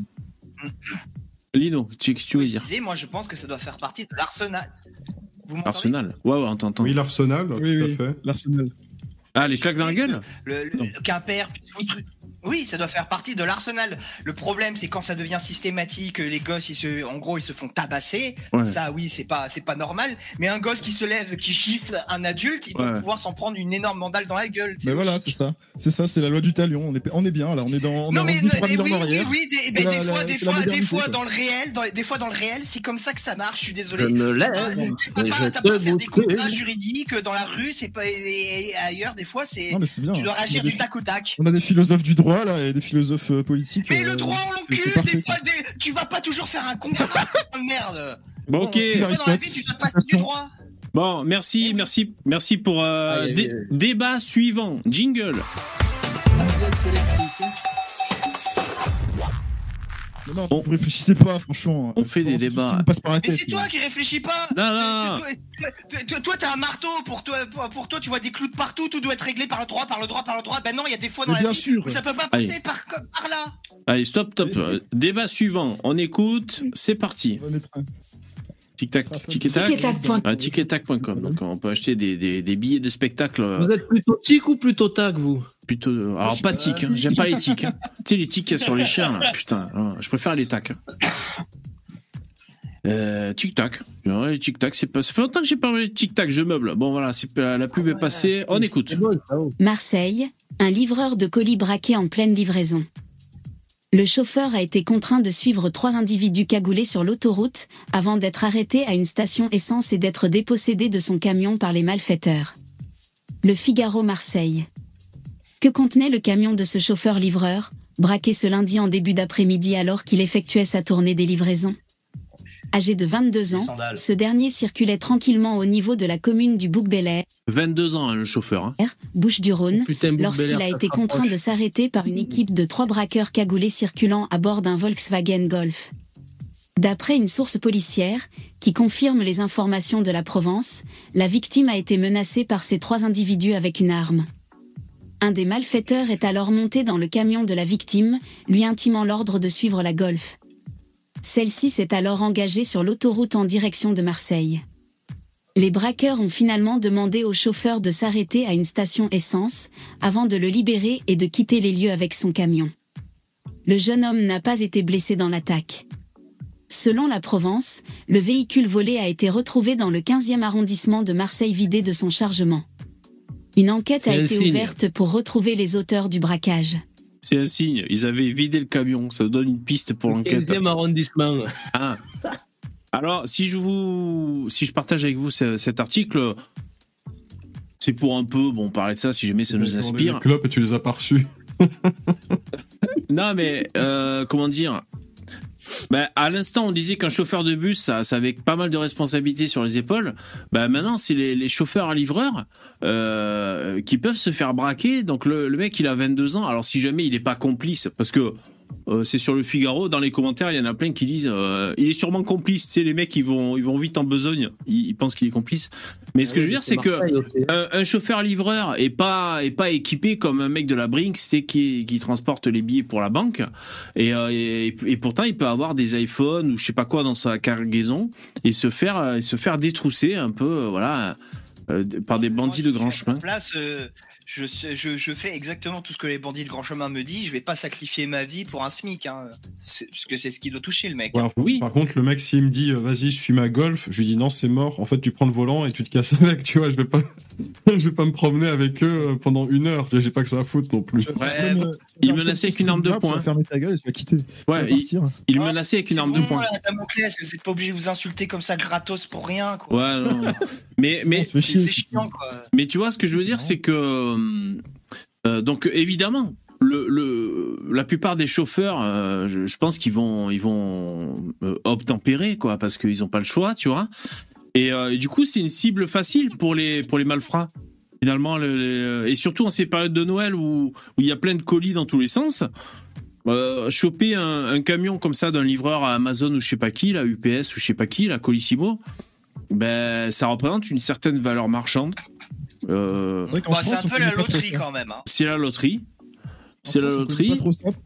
Speaker 5: Lino, tu, qu'est-ce que tu veux dire
Speaker 7: Je disais, moi je pense que ça doit faire partie de l'arsenal.
Speaker 5: Arsenal. Ouais, ouais, on t'entend.
Speaker 6: Oui, l'Arsenal, tout à fait.
Speaker 1: L'Arsenal.
Speaker 5: Ah, les claques dans la gueule
Speaker 7: Le, le- le Quimper, puis tout truc. Oui, ça doit faire partie de l'arsenal. Le problème, c'est quand ça devient systématique, les gosses, ils se, en gros, ils se font tabasser.
Speaker 5: Ouais.
Speaker 7: Ça, oui, c'est pas, c'est pas normal. Mais un gosse qui se lève, qui gifle un adulte, il doit
Speaker 1: Ouais.
Speaker 7: pouvoir s'en prendre une énorme mandale dans la gueule.
Speaker 1: Mais voilà, c'est ça. C'est ça, c'est la loi du talion. On est, on est bien là, on est dans. On
Speaker 7: Non
Speaker 1: est
Speaker 7: mais,
Speaker 1: revenu
Speaker 7: mais
Speaker 1: trois mille ans
Speaker 7: oui,
Speaker 1: en
Speaker 7: oui,
Speaker 1: arrière.
Speaker 7: oui, des,
Speaker 1: C'est
Speaker 7: mais
Speaker 1: la-
Speaker 7: des
Speaker 1: la-
Speaker 7: fois, des
Speaker 1: c'est la
Speaker 7: fois, des
Speaker 1: modernité,
Speaker 7: fois
Speaker 1: quoi.
Speaker 7: dans le réel, dans, des fois dans le réel, c'est comme ça que ça marche. Je suis désolé.
Speaker 3: Je me
Speaker 7: T'as
Speaker 3: lève
Speaker 7: pas- T'as
Speaker 3: et
Speaker 7: pas,
Speaker 3: je
Speaker 7: t'as
Speaker 3: te
Speaker 7: pas à faire des
Speaker 3: bouteille.
Speaker 7: contrats juridiques dans la rue, c'est pas et, et ailleurs. Des fois, c'est
Speaker 1: Non, mais c'est bien.
Speaker 7: tu dois
Speaker 1: On a
Speaker 7: réagir
Speaker 1: des-
Speaker 7: du tac au tac.
Speaker 1: On a des philosophes du droit là et des philosophes euh, politiques.
Speaker 7: Mais
Speaker 1: euh,
Speaker 7: le droit, on
Speaker 1: c'est- c'est
Speaker 7: l'encule.
Speaker 1: parfait,
Speaker 7: Des
Speaker 1: quoi.
Speaker 7: fois, des- tu vas pas toujours faire un
Speaker 5: (laughs)
Speaker 7: contrat. merde.
Speaker 5: Bon, ok.
Speaker 7: Des fois, dans la vie, tu dois passer du droit.
Speaker 5: Bon, merci, merci, merci pour euh,
Speaker 3: Aïe, aïe,
Speaker 5: dé-
Speaker 3: aïe.
Speaker 5: débat suivant. Jingle.
Speaker 1: Mais Non, vous réfléchissez pas, franchement.
Speaker 5: On fait des
Speaker 1: Tout
Speaker 5: débats.
Speaker 1: ce qui vous passe par la
Speaker 7: Mais
Speaker 1: tête.
Speaker 7: c'est toi qui réfléchis pas. Euh,
Speaker 5: Non, non, non.
Speaker 7: Toi- toi- toi- Toi, t'as un marteau pour toi, pour- pour toi, tu vois des clous de partout, tout doit être réglé par le droit, par le droit, par le droit. Ben non, il y a des fois dans
Speaker 5: Mais
Speaker 7: la
Speaker 5: bien
Speaker 7: vie
Speaker 5: sûr.
Speaker 7: où ça peut pas passer
Speaker 5: Allez.
Speaker 7: par, par là.
Speaker 5: Allez, stop, stop. Euh, Débat suivant. On écoute. C'est parti. Tic-tac, tic-tac.
Speaker 3: Tic-tac.
Speaker 5: Ah, Tic-tac.com. Donc, on peut acheter des, des, des billets de spectacle. euh,
Speaker 3: Vous êtes plutôt tic ou plutôt tac, vous
Speaker 5: Plutôt. euh, Alors, pas tic. hein. J'aime pas les tics. hein. tu sais, les tics qu'il y a sur les chiens, là. Putain. hein, Je préfère les tacs. Euh, tic-tac. Ouais, Les tic-tac, c'est pas. Ça fait longtemps que j'ai pas parlé de tic-tac. Je meuble. Bon, voilà. c'est pas- La pub est passée. On écoute.
Speaker 12: Marseille, un livreur de colis braqué en pleine livraison. Le chauffeur a été contraint de suivre trois individus cagoulés sur l'autoroute avant d'être arrêté à une station essence et d'être dépossédé de son camion par les malfaiteurs. Le Figaro Marseille. Que contenait le camion de ce chauffeur-livreur, braqué ce lundi en début d'après-midi alors qu'il effectuait sa tournée des livraisons Âgé de 22 ans,
Speaker 5: sandales.
Speaker 12: ce dernier circulait tranquillement au niveau de la commune du Bouc-Bélay,
Speaker 5: 22 ans, hein, le chauffeur. hein.
Speaker 12: Bouches-du-Rhône,
Speaker 5: Bouc
Speaker 12: lorsqu'il
Speaker 5: Bel Air,
Speaker 12: a
Speaker 5: ça
Speaker 12: été
Speaker 5: se
Speaker 12: contraint
Speaker 5: rapproche.
Speaker 12: de s'arrêter par une équipe de trois braqueurs cagoulés circulant à bord d'un Volkswagen Golf. D'après une source policière, qui confirme les informations de la Provence, la victime a été menacée par ces trois individus avec une arme. Un des malfaiteurs est alors monté dans le camion de la victime, lui intimant l'ordre de suivre la Golf. Celle-ci s'est alors engagée sur l'autoroute en direction de Marseille. Les braqueurs ont finalement demandé au chauffeur de s'arrêter à une station essence avant de le libérer et de quitter les lieux avec son camion. Le jeune homme n'a pas été blessé dans l'attaque. Selon la Provence, le véhicule volé a été retrouvé dans le 15e arrondissement de Marseille vidé de son chargement. Une enquête
Speaker 5: C'est
Speaker 12: a
Speaker 5: un
Speaker 12: été
Speaker 5: signe.
Speaker 12: ouverte pour retrouver les auteurs du braquage.
Speaker 5: C'est un signe. Ils avaient vidé le camion. Ça donne une piste pour l'enquête.
Speaker 3: 15e arrondissement.
Speaker 5: Ah. Alors, si je vous, si je partage avec vous ce- cet article, c'est pour un peu, bon, parler de ça si jamais ça nous inspire.
Speaker 6: Les clopes et tu les as pas reçues.
Speaker 5: Non, mais euh, comment dire Ben, à l'instant, on disait qu'un chauffeur de bus, ça, ça avait pas mal de responsabilités sur les épaules. Ben, maintenant, c'est les, les chauffeurs livreurs euh, qui peuvent se faire braquer. Donc, le, le mec, il a 22 ans. Alors, si jamais il n'est pas complice, parce que euh, c'est sur le Figaro, dans les commentaires, il y en a plein qui disent euh, il est sûrement complice. Tu sais, les mecs, ils vont, ils vont vite en besogne. Ils, ils pensent qu'il est complice. Mais ce
Speaker 3: Ah
Speaker 5: que
Speaker 3: oui,
Speaker 5: je veux dire,
Speaker 3: c'est
Speaker 5: c'est que
Speaker 3: Marseille aussi.
Speaker 5: un, Euh, un chauffeur livreur est pas est pas équipé comme un mec de la Brinks c'est qui qui transporte les billets pour la banque et, euh, et, et pourtant il peut avoir des iPhones ou je sais pas quoi dans sa cargaison et se faire euh, et se faire détrousser un peu euh, voilà euh, par des bandits de grand chemin.
Speaker 7: Place, euh, je, sais- je, je fais exactement tout ce que les bandits de grand chemin me disent. Je vais pas sacrifier ma vie pour un SMIC, hein. C'est- parce que c'est ce qui doit toucher le mec. hein.
Speaker 6: Ouais, par- Par contre, le mec, s'il me dit euh, vas-y, je suis ma golf, je lui dis non, c'est mort. En fait, tu prends le volant et tu te casses (laughs) avec, tu vois. Je vais pas, je vais pas me promener avec eux euh, pendant une heure. Tu vois, J'ai pas que ça à foutre non plus.
Speaker 5: Ouais, il menaçait avec une arme de poing.
Speaker 1: Fermez ta gueule, je vais quitter.
Speaker 5: Ouais,
Speaker 1: Je vais
Speaker 5: il, il menaçait avec une arme de
Speaker 7: Bon,
Speaker 5: poing.
Speaker 7: là, Damoclès, vous êtes pas obligé de vous insulter comme ça gratos pour rien, quoi.
Speaker 5: Ouais, non.
Speaker 7: (laughs)
Speaker 5: Mais, mais,
Speaker 7: C'est c'est chiant, quoi.
Speaker 5: mais tu vois, ce que je veux dire, c'est que. hum, euh, donc, évidemment, le, le- la plupart des chauffeurs, euh, je, je pense qu'ils vont, ils vont euh, obtempérer, quoi, parce qu'ils n'ont pas le choix, tu vois. Et, euh, et du coup, c'est une cible facile pour les, pour les malfrats. Finalement, le- les- euh, et surtout en ces périodes de Noël où où il y a plein de colis dans tous les sens, euh, choper un, un camion comme ça d'un livreur à Amazon ou je sais pas qui, la UPS ou je sais pas qui, la Colissimo, ben ça représente une certaine valeur marchande. Euh,
Speaker 7: Bah, c'est un peu la loterie quand même. hein.
Speaker 5: c'est la loterie. C'est la loterie.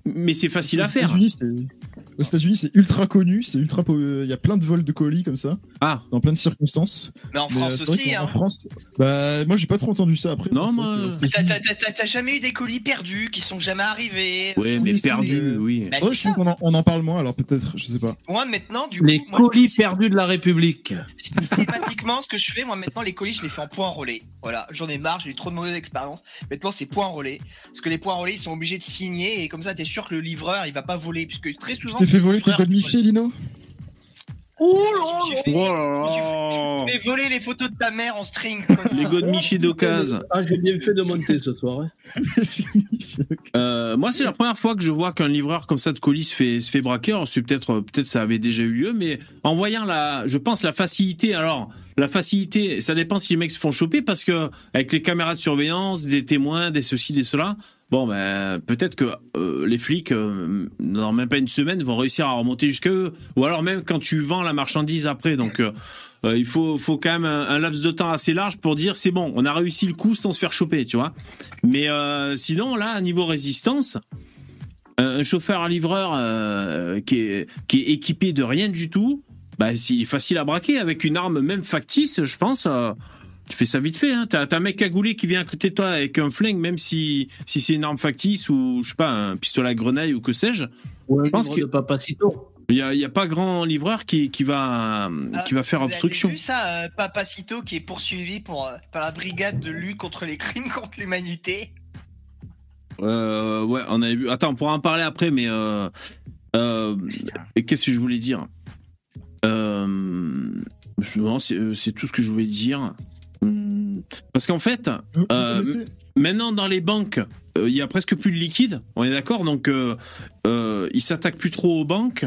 Speaker 5: Mais c'est facile à
Speaker 1: Aux
Speaker 5: faire.
Speaker 1: États-Unis, c'est- Aux États-Unis, c'est ultra connu, c'est ultra. po- Il y a plein de vols de colis comme ça.
Speaker 5: Ah.
Speaker 1: Dans plein de circonstances.
Speaker 7: Mais en
Speaker 1: euh,
Speaker 7: France
Speaker 1: c'est vrai
Speaker 7: aussi,
Speaker 1: qu'en- En
Speaker 7: hein.
Speaker 1: France. Bah, moi, j'ai pas trop entendu ça après.
Speaker 5: Non,
Speaker 1: C'est
Speaker 5: moi-
Speaker 1: vrai que, euh,
Speaker 7: T'as- T'as t'as- t'as jamais eu des colis perdus qui sont jamais arrivés.
Speaker 5: Ouais, mais perdu, oui.
Speaker 7: Bah,
Speaker 1: Ouais, je trouve qu'on en, on en parle moins, alors peut-être, je sais pas.
Speaker 7: Moi maintenant, du
Speaker 3: Les
Speaker 7: coup, moi,
Speaker 3: colis perdus de la République.
Speaker 7: systématiquement, ce que je fais, moi maintenant, les colis, je les fais en points relais. Voilà, j'en ai marre, j'ai eu trop de mauvaises expériences. Maintenant, c'est points relais. Parce que les points relais, ils sont obligés de signer et comme ça, t'es sûr que le livreur, il va pas voler. Puisque très
Speaker 1: (laughs) Tu
Speaker 7: souvent.
Speaker 1: t'es fait voler tes
Speaker 7: tes
Speaker 1: codes Miché, Lino
Speaker 7: Je me suis fait- je me suis fait voler les photos de ta mère en string. Oh. connard.
Speaker 5: Oh Les gars de Michi d'occasion.
Speaker 3: Ah, j'ai bien fait de monter ce soir. hein.
Speaker 5: Euh, moi, c'est la première fois que je vois qu'un livreur comme ça de colis se fait, se fait braquer. Alors, c'est peut-être, euh, peut-être ça avait déjà eu lieu, mais en voyant la, je pense la facilité. Alors, la facilité, ça dépend si les mecs se font choper parce que avec les caméras de surveillance, des témoins, des ceci, des cela. Bon, ben, peut-être que euh, les flics, euh, dans même pas une semaine, vont réussir à remonter jusqu'à eux. Ou alors même quand tu vends la marchandise après. Donc, euh, euh, il faut, faut quand même un, un laps de temps assez large pour dire c'est bon, on a réussi le coup sans se faire choper, tu vois. Mais euh, sinon, là, à niveau résistance, un un chauffeur-livreur euh, qui, est, qui est équipé de rien du tout, bah, il est facile à braquer avec une arme même factice, je pense. euh, tu fais ça vite fait. Hein. T'as t'as un mec cagoulé qui vient à côté de toi avec un flingue, même si, si c'est une arme factice ou, je sais pas, un pistolet à grenaille ou que sais-je.
Speaker 3: Je
Speaker 5: pense
Speaker 3: livre
Speaker 5: que-
Speaker 3: de Papacito.
Speaker 5: Il n'y a, il y a pas grand livreur qui, qui, va, qui va faire
Speaker 7: Ah, Vous avez
Speaker 5: obstruction.
Speaker 7: vu ça, euh, Papacito qui est poursuivi pour, euh, par la brigade de lutte contre les crimes contre l'humanité
Speaker 5: Euh, ouais, on avait vu. Attends, on pourra en parler après, mais euh, euh, qu'est-ce que je voulais dire Euh, je- non, c'est euh, c'est tout ce que je voulais dire. Hmm, Parce qu'en fait, euh,
Speaker 1: connaissez
Speaker 5: maintenant dans les banques, euh, il y a presque plus de liquide. On est d'accord, donc euh, euh, ils s'attaquent plus trop aux banques.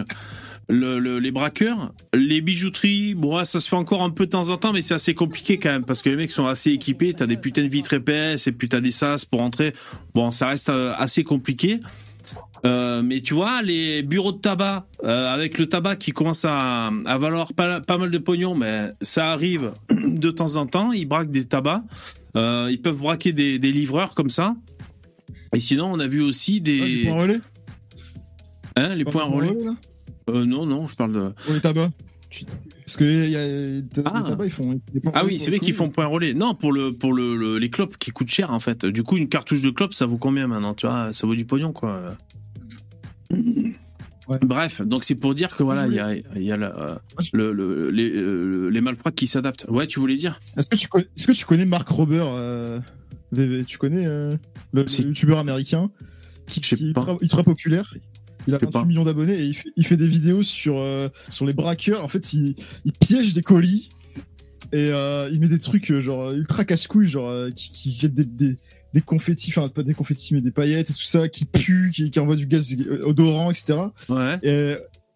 Speaker 5: le- le- les braqueurs, les bijouteries, bon, ouais, ça se fait encore un peu de temps en temps, mais c'est assez compliqué quand même parce que les mecs sont assez équipés. T'as des putains de vitres épaisses et puis t'as des sas pour entrer. Bon, ça reste euh, assez compliqué. Euh, mais tu vois, les bureaux de tabac, euh, avec le tabac qui commence à, à valoir pas, pas mal de pognon, mais ça arrive (clears throat) de temps en temps, ils braquent des tabacs, Euh, ils peuvent braquer des, des livreurs comme ça. Et sinon, on a vu aussi des...
Speaker 1: Les Ah, points relais
Speaker 5: Hein, les
Speaker 1: Pas
Speaker 5: points
Speaker 1: les points
Speaker 5: relais
Speaker 1: relais, là
Speaker 5: Euh, Non, non, je parle de...
Speaker 1: Pour les tabacs Parce que y a- les
Speaker 5: Ah.
Speaker 1: tabacs, ils font. des points
Speaker 5: Ah
Speaker 1: relais
Speaker 5: oui,
Speaker 1: pour
Speaker 5: c'est
Speaker 1: le
Speaker 5: vrai
Speaker 1: coup.
Speaker 5: qu'ils font point relais. Non, pour le pour le, le- les clopes qui coûtent cher en fait. Du coup, une cartouche de clopes, ça vaut combien maintenant Tu vois, ça vaut du pognon quoi. Bref, donc c'est pour dire que voilà, il y a, il y a la- euh, le, le- les, euh, les malpropres qui s'adaptent. Ouais, tu voulais dire
Speaker 1: Est-ce que, tu connais- est-ce que tu connais Mark Robert euh, VV Tu connais euh, le, le youtubeur américain qui, qui est ultra, ultra populaire il a 28 millions d'abonnés et il fait, il fait des vidéos sur, euh, sur les braqueurs. En fait, il, il piège des colis et euh, il met des trucs euh, genre ultra casse-couilles, genre euh, qui, qui jettent des, des, des confettis, enfin c'est pas des confettis mais des paillettes et tout ça, qui puent, qui, qui envoient du gaz euh, odorant, etc.
Speaker 5: Ouais.
Speaker 1: Et,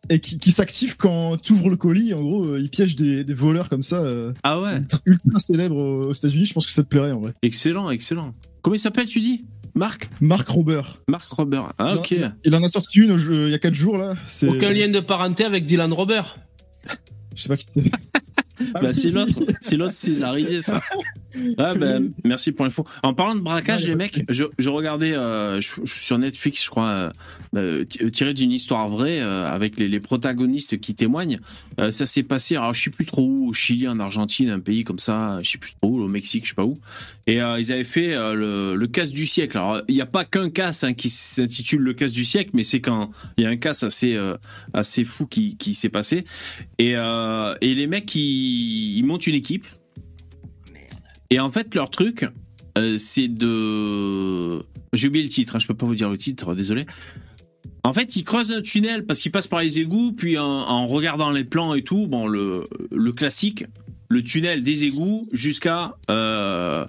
Speaker 1: et qui, qui s'active quand t'ouvres le colis. En gros, euh, il piège des, des voleurs comme ça. euh,
Speaker 5: Ah ouais.
Speaker 1: c'est ultra- Ultra célèbre aux aux États-Unis, je pense que ça te plairait en vrai.
Speaker 5: Excellent, excellent. Comment il s'appelle Tu dis Marc
Speaker 1: Marc Robert.
Speaker 5: Marc Robert. Ah
Speaker 1: Non,
Speaker 5: ok.
Speaker 1: Il, il en a sorti une au jeu- il y a 4 jours là. C'est-
Speaker 3: Aucun lien de parenté avec Dylan Robert.
Speaker 1: Je sais pas qui c'est. (laughs)
Speaker 3: (laughs)
Speaker 5: Bah, c'est l'autre, c'est l'autre césarisé ça. Ah ben, merci pour l'info. En parlant de braquage, les mecs, je, je regardais euh, je, je suis sur Netflix, je crois, euh, euh, ti- tiré d'une histoire vraie euh, avec les, les protagonistes qui témoignent. Euh, ça s'est passé, alors je sais plus trop où, au Chili, en Argentine, un pays comme ça, je sais plus trop où, au Mexique, je sais pas où. Et euh, ils avaient fait euh, le, le casse du siècle. Alors, il n'y a pas qu'un casse hein, qui s'intitule le casse du siècle, mais c'est quand il y a un casse assez, euh, assez fou qui, qui s'est passé. Et, euh, et les mecs, ils- ils montent une équipe. Et en fait, leur truc, euh, c'est de. J'ai oublié le titre, hein, je peux pas vous dire le titre, désolé. En fait, ils creusent un tunnel parce qu'ils passent par les égouts, puis en, en regardant les plans et tout, bon, le, le classique, le tunnel des égouts jusqu'à euh,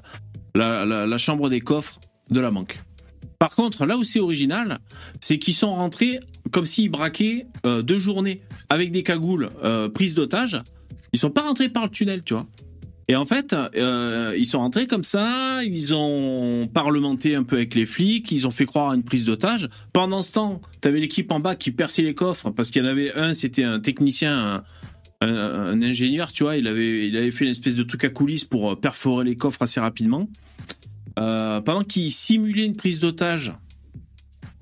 Speaker 5: la, la- la chambre des coffres de la banque. Par contre, là où c'est original, c'est qu'ils sont rentrés comme s'ils braquaient euh, deux journées avec des cagoules, euh, prise d'otages. Ils sont pas rentrés par le tunnel, tu vois. Et en fait, euh, ils sont rentrés comme ça, ils ont parlementé un peu avec les flics, ils ont fait croire à une prise d'otage. Pendant ce temps, t'avais l'équipe en bas qui perçait les coffres parce qu'il y en avait un, c'était un technicien, un, un- un ingénieur, tu vois, il avait, il avait fait une espèce de truc à coulisses pour euh, perforer les coffres assez rapidement. Euh, pendant qu'il simulait une prise d'otage,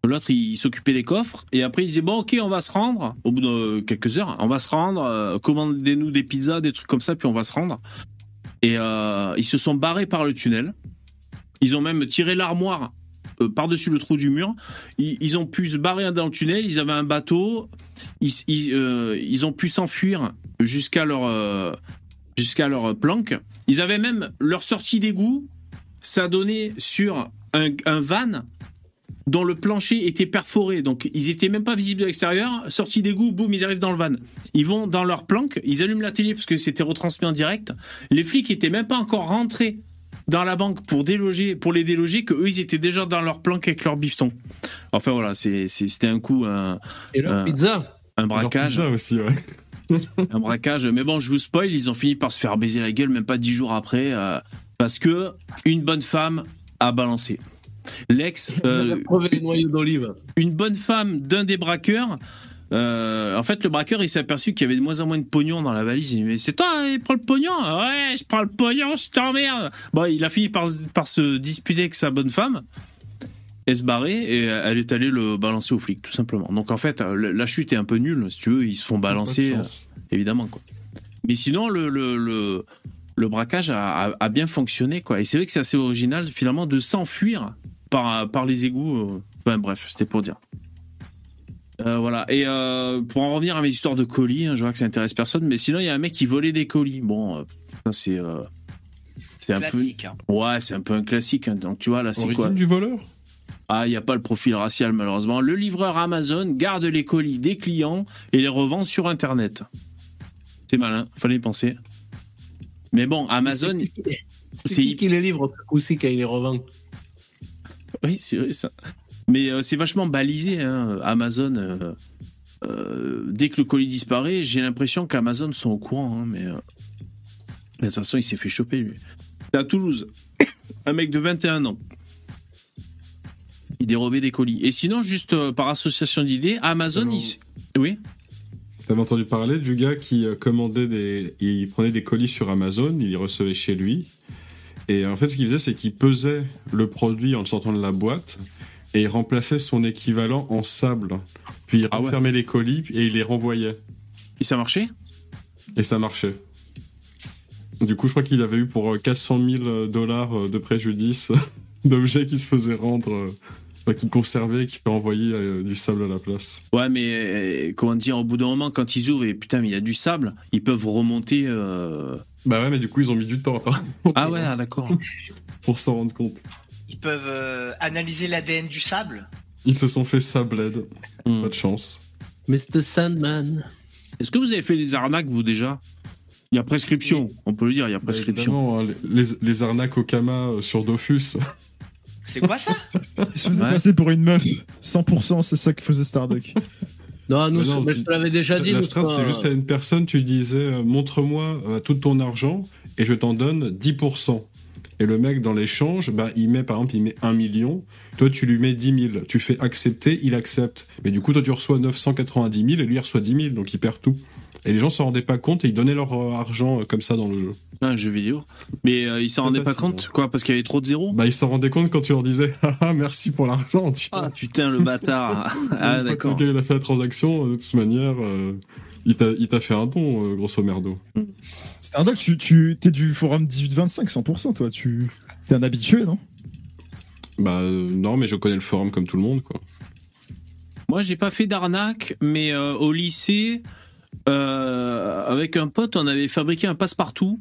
Speaker 5: L'autre, il, il s'occupait des coffres et après il disait bon ok on va se rendre au bout de euh, quelques heures, on va se rendre, euh, commandez-nous des pizzas, des trucs comme ça puis on va se rendre. Et euh, ils se sont barrés par le tunnel. Ils ont même tiré l'armoire euh, par-dessus le trou du mur. Ils, ils ont pu se barrer dans le tunnel. Ils avaient un bateau. Ils, ils, euh, ils ont pu s'enfuir jusqu'à leur euh, jusqu'à leur planque. Ils avaient même leur sortie d'égout. Ça donnait sur un, un van dont le plancher était perforé. Donc, ils étaient même pas visibles de l'extérieur. Sortie d'égout, boum, ils arrivent dans le van. Ils vont dans leur planque, ils allument la télé parce que c'était retransmis en direct. Les flics étaient même pas encore rentrés dans la banque pour déloger, pour les déloger, que eux, ils étaient déjà dans leur planque avec leur bifton. Enfin, voilà, c'est- c'est- c'était un coup, un,
Speaker 3: Et leur
Speaker 5: un-
Speaker 3: pizza.
Speaker 5: un braquage.
Speaker 6: pizza aussi, ouais.
Speaker 5: (laughs) un braquage. Mais bon, je vous spoil, ils ont fini par se faire baiser la gueule, même pas dix jours après, euh, parce que une bonne femme a balancé. L'ex, euh, une bonne femme d'un des braqueurs. euh, en fait, le braqueur, il s'est aperçu qu'il y avait de moins en moins de pognon dans la valise. Il dit, mais c'est toi, il prend le pognon. Ouais, je prends le pognon, je t'emmerde. Bon, il a fini par, se- par se disputer avec sa bonne femme et se barrer. Et elle est allée le balancer aux flics, tout simplement. Donc, en fait, le- la chute est un peu nulle. Si tu veux, ils se font balancer,
Speaker 6: Pas de
Speaker 5: euh,
Speaker 6: chance.
Speaker 5: évidemment, quoi. Mais sinon, le, le, le, le braquage a, a- a bien fonctionné, quoi. Et c'est vrai que c'est assez original, finalement, de s'enfuir par, par les égouts. euh. Enfin, bref, c'était pour dire. Euh, voilà. Et euh, pour en revenir à mes histoires de colis, hein, je vois que ça intéresse personne, mais sinon, il y a un mec qui volait des colis. Bon, euh, ça, c'est. euh, c'est un
Speaker 7: Classique,
Speaker 5: peu.
Speaker 7: hein.
Speaker 5: Ouais, c'est un peu un classique. hein. Donc, tu vois, là, c'est
Speaker 6: Origine
Speaker 5: quoi
Speaker 6: du voleur
Speaker 5: ah, il n'y a pas le profil racial malheureusement. Le livreur Amazon garde les colis des clients et les revend sur Internet. C'est malin, fallait y penser. Mais bon, Amazon,
Speaker 3: C'est qui qui les livre ce coup-ci quand il les revend
Speaker 5: oui, c'est vrai ça. Mais euh, c'est vachement balisé, hein, Amazon. euh, euh, dès que le colis disparaît, j'ai l'impression qu'Amazon sont au courant. hein, mais, euh, mais de toute façon, il s'est fait choper, lui. C'est à Toulouse. Un mec de 21 ans. Il dérobait des colis. Et sinon, juste euh, par association d'idées, Amazon, il s- Oui
Speaker 6: T'avais entendu parler du gars qui euh, commandait des. Il prenait des colis sur Amazon, il les recevait chez lui. Et en fait, ce qu'il faisait, c'est qu'il pesait le produit en le sortant de la boîte et il remplaçait son équivalent en sable. Puis il
Speaker 5: Ah ouais.
Speaker 6: refermait les colis et il les renvoyait.
Speaker 5: Et ça marchait
Speaker 6: Et ça marchait. Du coup, je crois qu'il avait eu pour euh, 400 000 dollars euh, de préjudice (laughs) d'objets qui se faisaient rendre, euh, enfin, qu'il conservait et qu'il renvoyait euh, du sable à la place.
Speaker 5: Ouais, mais euh, comment dire, au bout d'un moment, quand ils ouvrent et putain, mais il y a du sable, ils peuvent remonter. euh,
Speaker 6: Bah ouais, mais du coup, ils ont mis du temps
Speaker 5: Ah ouais, ah, d'accord.
Speaker 6: (laughs) pour s'en rendre compte.
Speaker 7: Ils peuvent euh, analyser l'ADN du sable.
Speaker 6: Ils se sont fait sabled. Pas de chance.
Speaker 3: Mr. Sandman.
Speaker 5: Est-ce que vous avez fait des arnaques, vous, déjà Il y a prescription, on peut le dire, il y a prescription.
Speaker 6: Évidemment, hein, les, les- les arnaques au Kama euh, sur Dofus.
Speaker 7: C'est quoi
Speaker 6: (laughs)
Speaker 7: ça
Speaker 1: Il se faisait
Speaker 5: Ouais.
Speaker 1: passer pour une meuf. 100%, c'est ça que faisait Starduck. (laughs)
Speaker 3: Non,
Speaker 6: Mais
Speaker 3: nous,
Speaker 6: non,
Speaker 3: mais
Speaker 6: tu-
Speaker 3: je te l'avais déjà dit.
Speaker 6: La
Speaker 3: nous,
Speaker 6: strat,
Speaker 3: ça,
Speaker 6: c'était juste à une personne, tu disais euh, montre-moi euh, tout ton argent et je t'en donne 10%. Et le mec, dans l'échange, bah, il met, par exemple, il met 1 million. Toi, tu lui mets 10 000. Tu fais accepter, il accepte. Mais du coup, toi, tu reçois 990 000 et lui, il reçoit 10 000. Donc, il perd tout. Et les gens s'en rendaient pas compte et ils donnaient leur euh, argent euh, comme ça dans le jeu.
Speaker 5: Un jeu vidéo. Mais euh, ils s'en rendaient pas compte, quoi, parce qu'il y avait trop de zéros
Speaker 6: Bah, ils s'en rendaient compte quand tu leur disais (laughs) Ah, ah, merci pour l'argent. tu vois.
Speaker 5: Ah putain, le
Speaker 6: (laughs)
Speaker 5: bâtard Ah
Speaker 6: Une fois que
Speaker 5: d'accord.
Speaker 6: le gars, Il a fait la transaction, euh, de toute manière, euh, il t'a il t'a fait un don, euh, grosso merdo.
Speaker 1: Stardock, tu, tu t'es du forum 18-25, 100%, toi. Tu t'es un habitué, non
Speaker 6: Bah, euh, non, mais je connais le forum comme tout le monde, quoi.
Speaker 5: Moi, j'ai pas fait d'arnaque, mais euh, au lycée, euh, avec un pote, on avait fabriqué un passe-partout.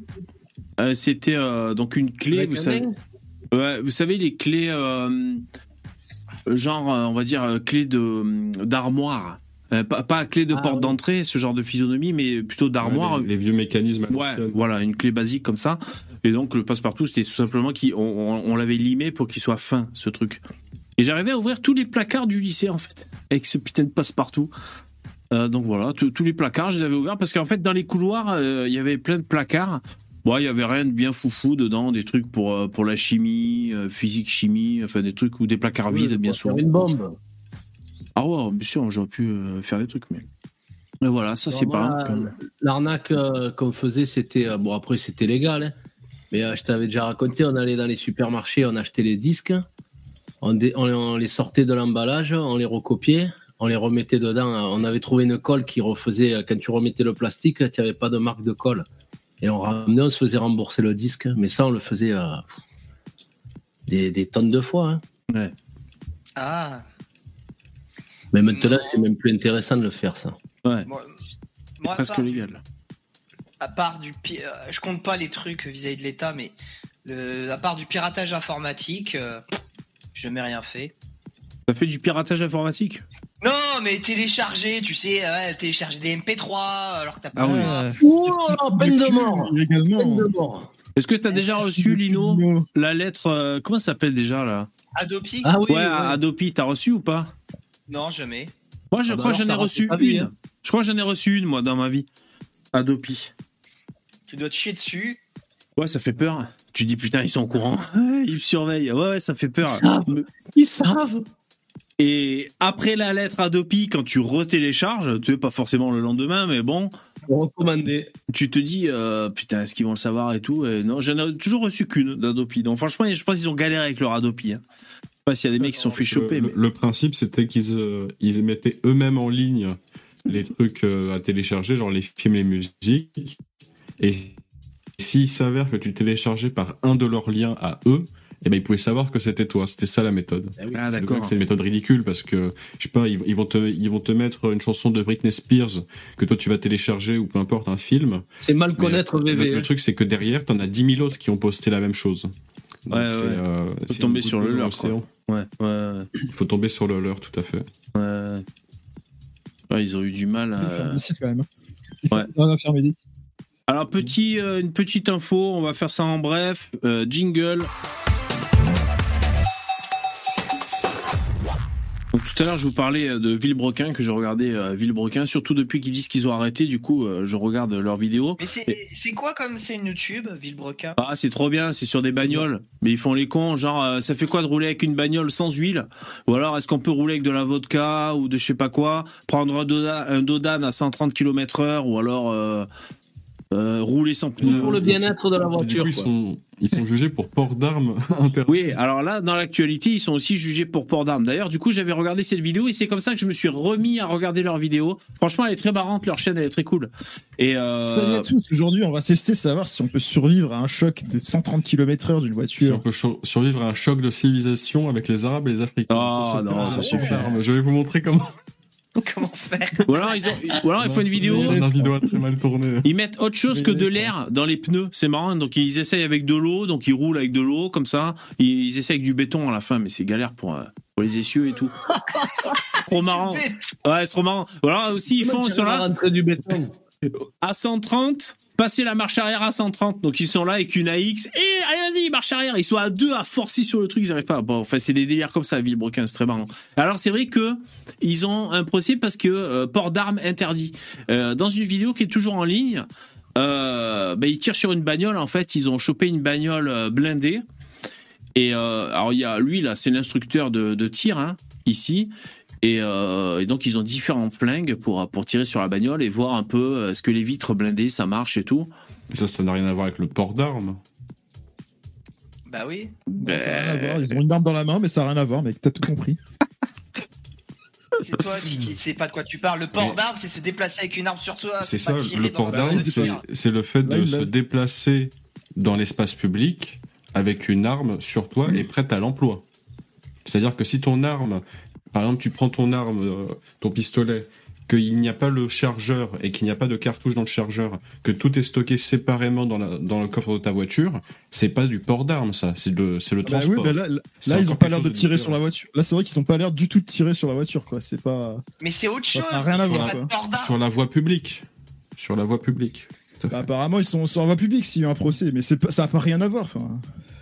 Speaker 5: Euh, C'était euh, donc une clé,
Speaker 3: Avec
Speaker 5: vous
Speaker 3: un
Speaker 5: savez.
Speaker 3: dingue
Speaker 5: Ouais, vous savez les clés, euh, genre, euh, on va dire euh, clés de d'armoire. Euh, pas, pas clé de
Speaker 6: Ah,
Speaker 5: porte
Speaker 6: ouais.
Speaker 5: d'entrée, ce genre de physionomie, mais plutôt d'armoire.
Speaker 6: Ouais, les, les vieux mécanismes. à
Speaker 5: Ouais,
Speaker 6: l'ancienne.
Speaker 5: voilà, une clé basique comme ça. Et donc le passe-partout, c'était tout simplement qu'on on, on l'avait limé pour qu'il soit fin, ce truc. Et j'arrivais à ouvrir tous les placards du lycée, en fait, avec ce putain de passe-partout. Euh, donc voilà, tous tous les placards, je les avais ouverts parce qu'en fait, dans les couloirs, euh, il y avait plein de placards. Bon, il y avait rien de bien foufou dedans, des trucs pour, euh, pour la chimie, euh, physique, chimie, enfin des trucs ou des placards vides, bien sûr.
Speaker 3: Une bombe.
Speaker 5: Ah ouais, bien sûr, j'aurais pu euh, faire des trucs, mais. Mais voilà, ça, c'est
Speaker 3: Moi,
Speaker 5: pas grave, quand même.
Speaker 3: L'arnaque euh, qu'on faisait, c'était. euh, bon, après, c'était légal. hein. mais euh, je t'avais déjà raconté, on allait dans les supermarchés, on achetait les disques. On, dé- on- on les sortait de l'emballage, on les recopiait, on les remettait dedans. On avait trouvé une colle qui refaisait. euh, Quand tu remettais le plastique, tu n'avais pas de marque de colle. Et on ramenait, on se faisait rembourser le disque. Mais ça, on le faisait euh, des, des tonnes de fois. hein.
Speaker 7: Ah,
Speaker 3: Mais maintenant, c'est même plus intéressant de le faire, ça.
Speaker 5: Ouais.
Speaker 7: moi, moi, à part du- à part du pi- euh, je compte pas les trucs vis-à-vis de l'État, mais le- à part du piratage informatique, euh, je n'ai rien fait.
Speaker 5: T'as fait du piratage informatique
Speaker 7: Non, mais télécharger, tu sais, euh, télécharger des MP3 alors que t'as pas.
Speaker 5: Ah oui.
Speaker 3: peine de mort
Speaker 1: Également.
Speaker 5: Est-ce que t'as déjà reçu, Lino, la lettre. euh, comment ça s'appelle déjà, là
Speaker 7: Adopi
Speaker 5: Ouais, Adopi, t'as reçu ou pas
Speaker 7: Non, jamais.
Speaker 5: Moi, je
Speaker 7: Ah bah
Speaker 5: crois que
Speaker 7: alors,
Speaker 5: j'en ai
Speaker 7: t'as raté
Speaker 5: reçu
Speaker 7: ta vie,
Speaker 5: une.
Speaker 7: hein.
Speaker 5: Je crois que j'en ai reçu une, moi, dans ma vie. Adopi.
Speaker 7: Tu dois te chier dessus.
Speaker 5: Ouais, ça fait peur. Tu dis, putain, ils sont au courant. Ah Ouais, Ils me surveillent. Ouais, ouais, ça fait peur.
Speaker 3: Ils savent.
Speaker 5: Et après la lettre Adopi, quand tu retélécharges, tu sais, pas forcément le lendemain, mais bon.
Speaker 3: Recommandé.
Speaker 5: Tu te dis, euh, putain, est-ce qu'ils vont le savoir et tout et Non, j'en ai toujours reçu qu'une d'Adopi. Donc, franchement, je pense qu'ils ont galéré avec leur Adopi. hein. Je sais pas s'il y a des mecs qui se sont fait
Speaker 6: Le-
Speaker 5: choper.
Speaker 6: le,
Speaker 5: mais...
Speaker 6: le principe, c'était qu'ils euh, ils mettaient eux-mêmes en ligne les trucs euh, à télécharger, genre les films, les musiques. Et s'il s'avère que tu téléchargeais par un de leurs liens à eux, eh ben, ils pouvaient savoir que c'était toi. C'était ça la méthode.
Speaker 5: Ah,
Speaker 6: Je
Speaker 5: d'accord.
Speaker 6: crois que C'est une méthode ridicule parce que, je sais pas, ils, ils vont te, ils vont te mettre une chanson de Britney Spears que toi tu vas télécharger ou peu importe un film.
Speaker 3: C'est mal
Speaker 6: connaître
Speaker 3: VV,
Speaker 5: E.
Speaker 6: Le,
Speaker 3: hein.
Speaker 6: le truc, c'est que derrière, t'en as 10 000 autres qui ont posté la même chose. Donc,
Speaker 5: Ouais,
Speaker 6: c'est,
Speaker 5: ouais.
Speaker 6: euh,
Speaker 5: Faut
Speaker 6: c'est une
Speaker 5: tomber
Speaker 6: goutte
Speaker 5: sur
Speaker 6: d'eau
Speaker 5: le
Speaker 6: dans
Speaker 5: leur,
Speaker 6: l'océan.
Speaker 5: Ouais, ouais.
Speaker 6: Il faut tomber sur le leur, tout à fait.
Speaker 5: Ouais. Ouais, ils ont eu du mal à.
Speaker 1: Ici, quand même. hein.
Speaker 5: Ouais.
Speaker 1: On va faire Mehdi.
Speaker 5: Alors, petit, euh, une petite info, on va faire ça en bref. Euh, jingle. Donc, tout à l'heure, je vous parlais euh, de Villebrequin, que je regardais euh, Villebrequin, surtout depuis qu'ils disent qu'ils ont arrêté, du coup, euh, je regarde leurs vidéos.
Speaker 7: Mais c'est c'est quoi comme c'est une YouTube, Villebrequin
Speaker 5: Ah, c'est trop bien, c'est sur des bagnoles. Mais ils font les cons, genre, euh, ça fait quoi de rouler avec une bagnole sans huile Ou alors, est-ce qu'on peut rouler avec de la vodka ou de je sais pas quoi Prendre un, doda- un Dodan à 130 km/h ou alors euh, euh, rouler sans pneus
Speaker 3: Pour le bien-être de la
Speaker 6: Du
Speaker 3: voiture.
Speaker 6: coup, ils,
Speaker 3: quoi.
Speaker 6: sont, ils sont jugés pour port d'armes (laughs) interdit.
Speaker 5: Oui, alors là, dans l'actualité, ils sont aussi jugés pour port d'armes. D'ailleurs, du coup, j'avais regardé cette vidéo et c'est comme ça que je me suis remis à regarder leur vidéo. Franchement, elle est très marrante, leur chaîne, elle est très cool. Et euh,
Speaker 1: Salut à tous. Aujourd'hui, on va tester savoir si on peut survivre à un choc de 130 km/h d'une
Speaker 6: Si on
Speaker 1: voiture.
Speaker 6: peut cho- survivre à un choc de civilisation avec les Arabes et les Africains.
Speaker 5: Oh,
Speaker 6: Pour se
Speaker 5: non,
Speaker 6: faire
Speaker 5: ça
Speaker 6: un
Speaker 5: suffit.
Speaker 6: port d'armes. Je vais vous montrer comment.
Speaker 5: ou alors, ils ont- ou alors, ils font une vidéo.
Speaker 6: Une vidéo très mal tournée.
Speaker 5: (laughs) Ils mettent autre chose que de l'air dans les pneus, c'est marrant. Donc ils essayent avec de l'eau, donc ils roulent avec de l'eau comme ça. Ils, ils essayent avec du béton à la fin, mais c'est galère pour, euh, pour les essieux et tout. trop marrant. Ouais, c'est trop marrant. Voilà aussi ils font, ils sont là
Speaker 3: Rentrer du béton.
Speaker 5: (laughs) à 130, passer la marche arrière à 130. Donc ils sont là avec une AX et allez vas-y marche arrière. Ils sont à deux à forcer sur le truc, ils arrivent pas. Bon, enfin c'est des délires comme ça, à Villebrequin, c'est très marrant. Alors c'est vrai que ils ont un procès parce que euh, port d'armes interdit. Euh, dans une vidéo qui est toujours en ligne, euh, ben, ils tirent sur une bagnole. En fait, ils ont chopé une bagnole euh, blindée. Et euh, alors, il y a lui, là, c'est l'instructeur de, de tir, hein, ici. Et, euh, et donc, ils ont différents flingues pour, pour tirer sur la bagnole et voir un peu euh, est-ce que les vitres blindées, ça marche et tout.
Speaker 6: Et ça, ça n'a rien à voir avec le port d'armes.
Speaker 7: Bah
Speaker 6: (laughs)
Speaker 7: oui.
Speaker 5: Ben, Euh,
Speaker 1: Non, ça a rien à voir. Ils ont une arme dans la main, mais ça n'a rien à voir, mec. T'as tout compris.
Speaker 7: C'est toi qui, qui sais pas de quoi tu parles. Le port d'armes, c'est se déplacer avec une arme sur toi.
Speaker 6: C'est
Speaker 7: pas
Speaker 6: ça,
Speaker 7: tirer
Speaker 6: le
Speaker 7: dans
Speaker 6: port
Speaker 7: un
Speaker 6: d'armes,
Speaker 7: tir.
Speaker 6: c'est c'est le fait
Speaker 7: Là,
Speaker 6: de
Speaker 7: il
Speaker 6: se
Speaker 7: l'a.
Speaker 6: déplacer dans l'espace public avec une arme sur toi et prête à l'emploi. C'est-à-dire que si ton arme, par exemple, tu prends ton arme, euh, ton pistolet, qu'il n'y a pas le chargeur et qu'il n'y a pas de cartouche dans le chargeur, que tout est stocké séparément dans, la- dans le coffre de ta voiture, c'est pas du port d'armes, ça, c'est de- c'est le
Speaker 1: Bah oui,
Speaker 6: transport.
Speaker 1: bah là, là,
Speaker 6: C'est
Speaker 1: là, ils
Speaker 6: encore
Speaker 1: ont pas
Speaker 6: quelque
Speaker 1: l'air de
Speaker 6: chose
Speaker 1: tirer
Speaker 6: différent.
Speaker 1: sur la voiture. Là, c'est vrai qu'ils ont pas l'air du tout de tirer sur la voiture, quoi. C'est pas.
Speaker 7: Mais c'est autre
Speaker 1: Ça
Speaker 7: chose.
Speaker 1: n'a rien à
Speaker 7: c'est
Speaker 1: voir,
Speaker 7: pas
Speaker 1: quoi.
Speaker 7: de port d'armes.
Speaker 6: Sur la voie publique. Sur la voie publique.
Speaker 1: Bah, apparemment, ils sont sur la voie publique s'il y a eu un procès, mais c'est pas- ça n'a pas rien à voir. Enfin,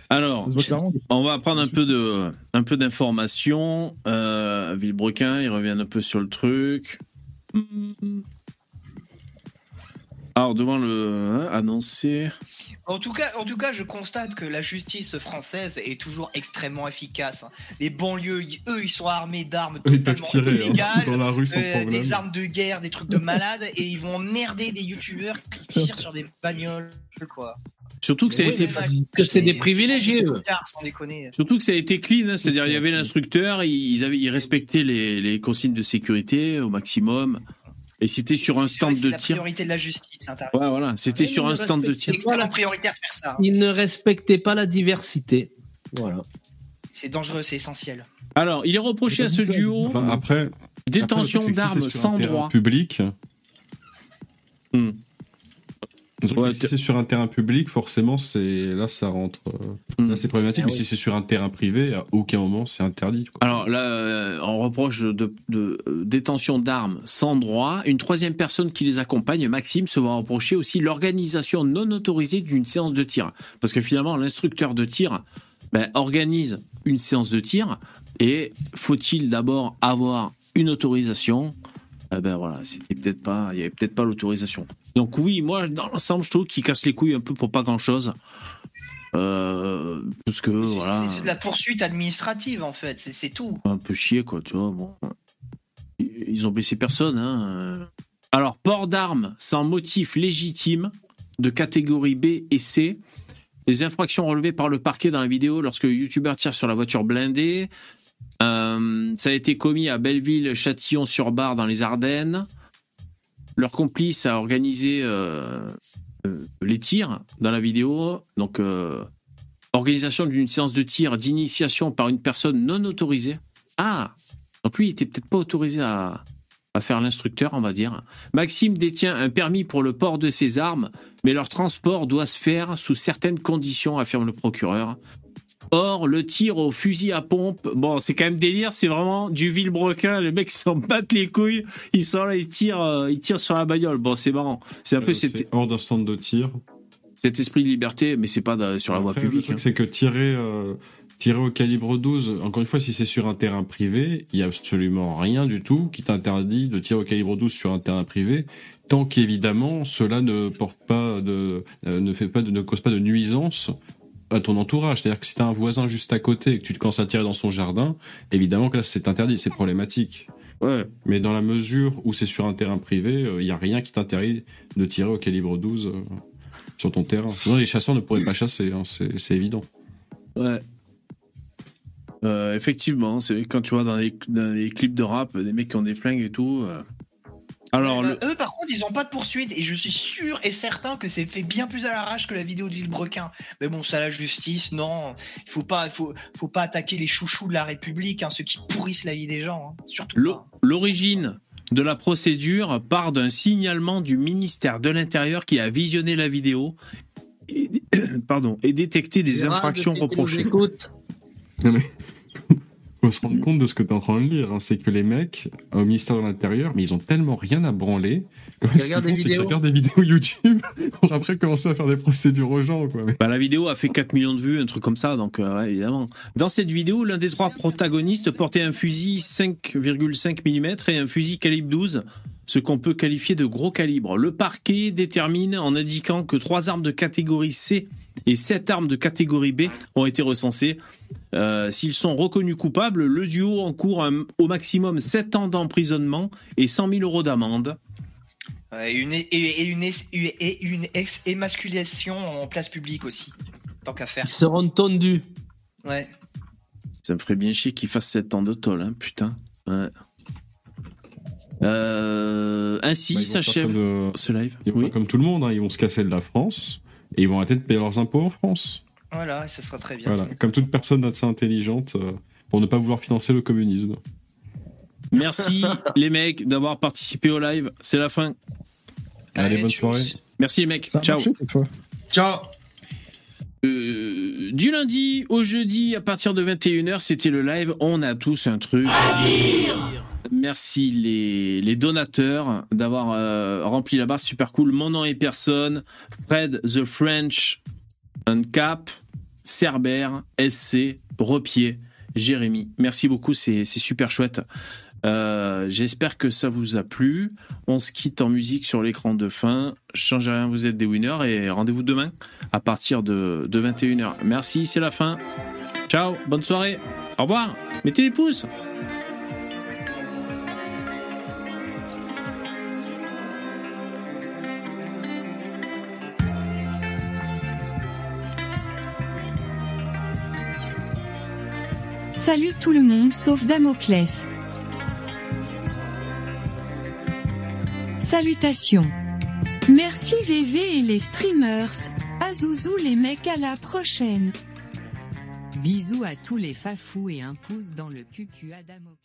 Speaker 5: Alors,
Speaker 1: ça se voit clairement.
Speaker 5: on va prendre un peu de, un peu d'informations. Euh, Villebrequin, il revient un peu sur le truc. Alors, devant le hein, annoncé.
Speaker 7: En tout, cas, en tout cas, je constate que la justice française est toujours extrêmement efficace. hein. Les banlieues, ils- eux, ils sont armés d'armes
Speaker 6: Ils peuvent
Speaker 7: totalement
Speaker 6: tirer, hein,
Speaker 7: illégales, euh,
Speaker 6: dans la rue sans problème.
Speaker 7: des armes de guerre, des trucs de malades, et ils vont emmerder des youtubeurs qui tirent sur des bagnoles, quoi.
Speaker 5: Surtout que ça a
Speaker 7: Mais
Speaker 5: été.
Speaker 7: ouais,
Speaker 3: Que c'est des privilégiés, eux.
Speaker 7: Car, sans déconner.
Speaker 5: Surtout que ça a été clean, hein, c'est-à-dire il y avait l'instructeur, ils, avaient- ils respectaient les, les consignes de sécurité au maximum, et c'était sur un stand
Speaker 7: C'est
Speaker 5: de
Speaker 7: la
Speaker 5: tir.
Speaker 7: priorité de la justice. hein, t'as raison.
Speaker 5: Ouais, voilà,
Speaker 3: Ah,
Speaker 5: c'était sur un stand de
Speaker 7: C'est
Speaker 5: tir.
Speaker 7: extrêmement prioritaire de faire ça. hein.
Speaker 3: Il ne respectait pas la diversité. Voilà.
Speaker 7: C'est dangereux, c'est essentiel.
Speaker 5: Alors, il est reproché à ce duo
Speaker 6: Enfin, après, après,
Speaker 5: détention
Speaker 6: le truc, c'est que si
Speaker 5: d'armes
Speaker 6: c'est sur
Speaker 5: sans
Speaker 6: un terrain
Speaker 5: droit.
Speaker 6: Public.
Speaker 5: Hmm.
Speaker 6: Le truc, c'est que si c'est sur un terrain public, forcément, c'est là, ça rentre. euh, Là, c'est problématique.
Speaker 5: Ah
Speaker 6: mais
Speaker 5: oui.
Speaker 6: si c'est sur un terrain privé, à aucun moment, c'est interdit. quoi.
Speaker 5: Alors là, euh, on reproche de, de- euh, détention d'armes sans droit. Une troisième personne qui les accompagne, Maxime, se voit reprocher aussi l'organisation non autorisée d'une séance de tir. Parce que finalement, l'instructeur de tir ben, organise une séance de tir et faut-il d'abord avoir une autorisation Eh ben voilà, c'était peut-être pas, il y avait peut-être pas l'autorisation. Donc oui, moi dans l'ensemble, je trouve qu'il casse les couilles un peu pour pas grand-chose. Euh, parce que voilà.
Speaker 7: C'est de la poursuite administrative, en fait. C'est- C'est tout.
Speaker 5: un peu chier, quoi, tu vois. Bon. Ils ont blessé personne. hein. Alors, port d'armes sans motif légitime de catégorie B et C. Les infractions relevées par le parquet dans la vidéo lorsque le youtubeur tire sur la voiture blindée. Euh, ça a été commis à Belleville, Châtillon sur Bar dans les Ardennes. Leur complice a organisé euh, euh, les tirs dans la vidéo. Donc, euh, organisation d'une séance de tir d'initiation par une personne non autorisée. Ah Donc lui, il était peut-être pas autorisé à, à faire l'instructeur, on va dire. Maxime détient un permis pour le port de ses armes, mais leur transport doit se faire sous certaines conditions, affirme le procureur. Or, le tir au fusil à pompe, bon, c'est quand même délire, c'est vraiment du vilebrequin, les mecs (laughs) s'en battent les couilles, ils sont là, ils tirent, euh, ils tirent sur la bagnole, bon, c'est marrant. C'est un peu
Speaker 6: Euh,
Speaker 5: cet,
Speaker 6: c'est hors d'un stand de tir.
Speaker 5: cet esprit de liberté, mais c'est pas dans- sur la voie
Speaker 6: Après, le
Speaker 5: publique.
Speaker 6: truc,
Speaker 5: hein.
Speaker 6: c'est que tirer, euh, tirer au calibre 12, encore une fois, si c'est sur un terrain privé, il n'y a absolument rien du tout qui t'interdit de tirer au calibre 12 sur un terrain privé, tant qu'évidemment, cela ne porte pas de, euh, ne fait pas de, ne cause pas de nuisance à ton entourage. C'est-à-dire que si t'as un voisin juste à côté et que tu te commences à tirer dans son jardin, évidemment que là, c'est interdit, c'est problématique. Mais dans la mesure où c'est sur un terrain privé, euh, il y n'y a rien qui t'interdit de tirer au calibre 12 euh, sur ton terrain. Sinon, les chasseurs ne pourraient pas chasser, hein, c'est c'est évident.
Speaker 5: Ouais. Euh, effectivement, c'est quand tu vois dans les, dans les clips de rap, des mecs qui ont des flingues et tout. euh. Alors, le-
Speaker 7: Bah, Eux, par contre, ils ont pas de poursuite et je suis sûr et certain que c'est fait bien plus à l'arrache que la vidéo de Villebrequin. Mais bon, ça, la justice, non. Il faut pas, faut, faut pas attaquer les chouchous de la République, hein, ceux qui pourrissent la vie des gens. hein.
Speaker 3: euh,
Speaker 7: Surtout.
Speaker 5: l'o- l'origine de la procédure part d'un signalement du ministère de l'Intérieur qui a visionné la vidéo et, (coughs) pardon, et détecté des
Speaker 3: Gérard,
Speaker 5: infractions
Speaker 3: depuis qu'il
Speaker 5: reprochées.
Speaker 3: nous écoute,
Speaker 6: Non, (laughs) mais faut se rendre compte de ce que t'es en train de lire. hein. C'est que les mecs euh, au ministère de l'Intérieur, mais ils ont tellement rien à branler. que
Speaker 5: Ils
Speaker 6: ce qu'ils
Speaker 5: regardent
Speaker 6: font,
Speaker 5: des
Speaker 6: c'est qu'ils
Speaker 5: vidéos.
Speaker 6: regardent des vidéos YouTube (laughs) pour après commencer à faire des procédures aux gens. Quoi. Mais-
Speaker 5: Bah, la vidéo a fait 4 millions de vues, un truc comme ça, donc euh, ouais, évidemment. Dans cette vidéo, l'un des trois protagonistes portait un fusil 5,5 mm et un fusil calibre 12, ce qu'on peut qualifier de gros calibre. Le parquet détermine en indiquant que trois armes de catégorie C et sept armes de catégorie B ont été recensées. Euh, S'ils sont reconnus coupables, le duo encourt un- au maximum 7 ans d'emprisonnement et 100 000 euros d'amende.
Speaker 7: Ouais, Et une, é- et, et une, é- et une ex- émasculation en place publique aussi. Tant qu'à faire.
Speaker 3: Ils seront tendus.
Speaker 7: Ouais.
Speaker 5: Ça me ferait bien chier qu'il fasse 7 ans de tôle, hein, putain. Ouais. Euh, ainsi
Speaker 6: Bah, ils vont faire
Speaker 5: s'achève
Speaker 6: comme, euh,
Speaker 5: ce live.
Speaker 6: Ils vont faire comme tout le monde, hein, ils vont se casser de la France et ils vont arrêter de payer leurs impôts en France.
Speaker 7: Voilà, et ça sera très bien.
Speaker 6: Voilà, comme toute personne assez intelligente euh, pour ne pas vouloir financer le communisme.
Speaker 5: Merci les mecs d'avoir participé au live. C'est la fin.
Speaker 6: Allez, bonne soirée.
Speaker 5: Merci les mecs.
Speaker 6: Ça a
Speaker 5: Ciao.
Speaker 6: marché
Speaker 5: Ciao. Euh, du lundi au jeudi à partir de 21h, c'était le live. On a tous un truc. Merci les, les donateurs d'avoir euh, rempli la barre, super cool. Mon nom est personne. Fred the French Uncap, Cerber, SC, Repier, Jérémy. Merci beaucoup, c'est c'est super chouette. Euh, J'espère que ça vous a plu. On se quitte en musique sur l'écran de fin. Change rien, vous êtes des winners et rendez-vous demain à partir de, de 21h. Merci, c'est la fin. Ciao, bonne soirée. Au revoir. Mettez des pouces.
Speaker 13: Salut tout le monde sauf Damoclès. Salutations. Merci VV et les streamers. Azouzou les mecs à la prochaine.
Speaker 14: Bisous à tous les fafous et un pouce dans le cul à Damoclès.